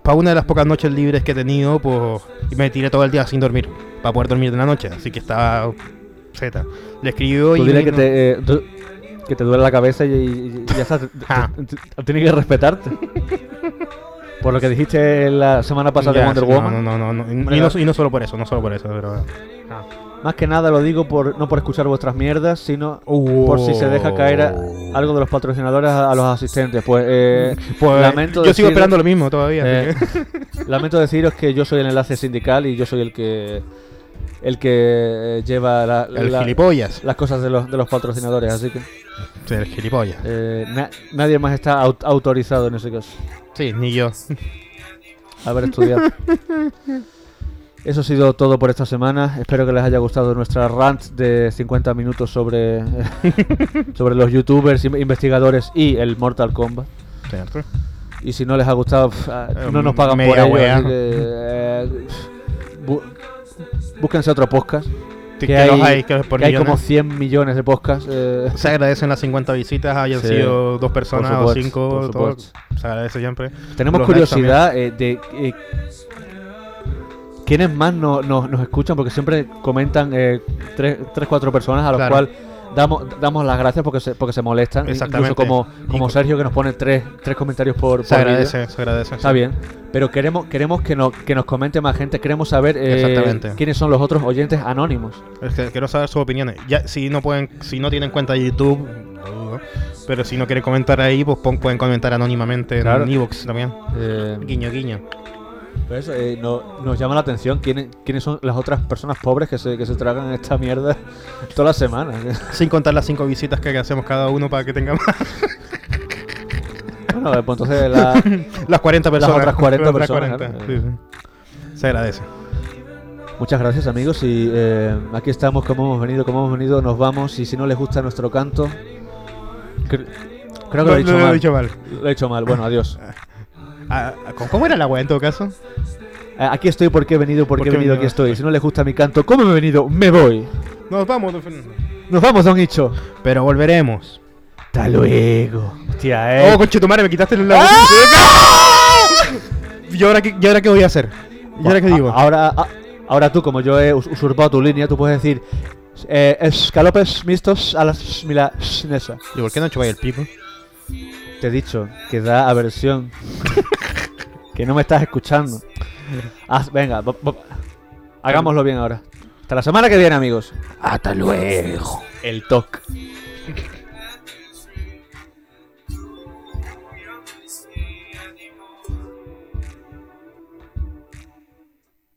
Speaker 2: para una de las pocas noches libres que he tenido, pues me tiré todo el día sin dormir. Para poder dormir de la noche, así que estaba Z. Le escribió
Speaker 1: Tú
Speaker 2: y.
Speaker 1: diré que
Speaker 2: no-
Speaker 1: te, eh, du- que te duele la cabeza y, y- y ya está. te-
Speaker 2: Ja.
Speaker 1: te- te- Tienes que respetarte. Por lo que dijiste la semana pasada
Speaker 2: Ya,
Speaker 1: de Wonder
Speaker 2: sí,
Speaker 1: Woman.
Speaker 2: No, no, no. no, y-
Speaker 1: Hombre,
Speaker 2: y,
Speaker 1: la-
Speaker 2: no y no solo por eso, no solo por eso, pero.
Speaker 1: Más que nada lo digo por no por escuchar vuestras mierdas, sino
Speaker 2: Uh.
Speaker 1: por si se deja caer a- algo de los patrocinadores a, a los asistentes. Pues, eh,
Speaker 2: [LAUGHS] Pues,
Speaker 1: lamento
Speaker 2: yo
Speaker 1: decir-
Speaker 2: sigo esperando lo mismo todavía.
Speaker 1: eh, [LAUGHS]
Speaker 2: así que-
Speaker 1: lamento deciros que yo soy el enlace sindical y yo soy el que el que eh, lleva la-
Speaker 2: el
Speaker 1: la-
Speaker 2: gilipollas.
Speaker 1: las cosas de los, de los patrocinadores, así que
Speaker 2: Sí, el gilipollas.
Speaker 1: eh, na- nadie más está au- autorizado en ese caso.
Speaker 2: Sí,
Speaker 1: [LAUGHS]
Speaker 2: ni yo.
Speaker 1: haber
Speaker 2: [LAUGHS]
Speaker 1: estudiado. Eso ha sido todo por esta semana. Espero que les haya gustado nuestra rant de 50 minutos sobre, [LAUGHS] sobre los youtubers, in- investigadores y el Mortal Kombat.
Speaker 2: Cierto.
Speaker 1: Y si no les ha gustado, pf, ah,
Speaker 2: Eh,
Speaker 1: no nos pagan por
Speaker 2: media
Speaker 1: ello.
Speaker 2: wea.
Speaker 1: así que, eh, bu- búsquense otro podcast.
Speaker 2: Que, que los hay, que los por
Speaker 1: que hay
Speaker 2: millones.
Speaker 1: como 100 millones de podcasts. eh,
Speaker 2: Se agradecen las 50 visitas, hayan
Speaker 1: Sí,
Speaker 2: sido dos personas
Speaker 1: por
Speaker 2: o
Speaker 1: supuesto,
Speaker 2: cinco,
Speaker 1: por
Speaker 2: todo,
Speaker 1: supuesto.
Speaker 2: se agradece siempre.
Speaker 1: Tenemos
Speaker 2: Los likes
Speaker 1: curiosidad eh, de eh, quiénes más no- no- nos escuchan, porque siempre comentan eh, tres, tres, cuatro personas a las
Speaker 2: Claro.
Speaker 1: cuales damos, damos las gracias porque se, porque se molestan. Incluso
Speaker 2: Exactamente.
Speaker 1: como,
Speaker 2: Y
Speaker 1: como
Speaker 2: co-
Speaker 1: Sergio que nos pone tres, tres comentarios por, por
Speaker 2: Se
Speaker 1: vídeo.
Speaker 2: agradece, se agradece.
Speaker 1: Está bien, pero queremos queremos que, nos que nos comente más gente, queremos saber eh,
Speaker 2: Exactamente.
Speaker 1: quiénes son los otros oyentes anónimos.
Speaker 2: Es que quiero saber sus opiniones. Ya, si no pueden, si no tienen cuenta de YouTube, lo dudo, pero si no quieren comentar ahí, pues pon- pueden comentar anónimamente
Speaker 1: Claro.
Speaker 2: en Evox también.
Speaker 1: Eh,
Speaker 2: Guiño, guiño.
Speaker 1: por eso, eh, no- nos llama la atención quiénes, quiénes son las otras personas pobres que se, que se tragan esta mierda [LAUGHS] todas las semanas.
Speaker 2: Sin contar las cinco visitas que hacemos cada uno para que tengan [LAUGHS] más.
Speaker 1: bueno, eh, pues entonces [LAUGHS] la-
Speaker 2: las 40 personas.
Speaker 1: otras 40
Speaker 2: Las
Speaker 1: personas,
Speaker 2: 40,
Speaker 1: claro.
Speaker 2: sí, sí. Se agradece.
Speaker 1: muchas gracias amigos y eh, aquí estamos como hemos venido, como hemos venido, nos vamos y si no les gusta nuestro canto... cre- creo que lo he dicho mal. Lo he dicho mal, bueno, [LAUGHS] adiós.
Speaker 2: Ah, ¿con- ¿Cómo era la wea en todo caso?
Speaker 1: Eh, Aquí estoy porque he venido, porque
Speaker 2: Porque
Speaker 1: he venido,
Speaker 2: he
Speaker 1: aquí
Speaker 2: venido.
Speaker 1: estoy. Si no les gusta mi canto, ¿cómo me he venido? Me voy.
Speaker 2: Nos vamos, don Fernando.
Speaker 1: Nos vamos, don Hicho.
Speaker 2: Pero volveremos.
Speaker 1: Hasta luego. Hostia, eh. ¡Ah!
Speaker 2: Oh, conchetumare, me quitaste la ¿Y, ahora qué, ¿Y ahora qué voy a hacer? ¿Y ahora qué
Speaker 1: A-
Speaker 2: digo?
Speaker 1: Ahora, a- ahora tú, como yo he us- usurpado tu línea, tú puedes decir eh, escalopes mixtos a la milanesas.
Speaker 2: ¿Y por qué no chupáis el pico?
Speaker 1: Te he dicho que da aversión. que no me estás escuchando. Haz- venga, bo- bo- hagámoslo bien ahora. Hasta la semana que viene, amigos. Hasta luego. El toque.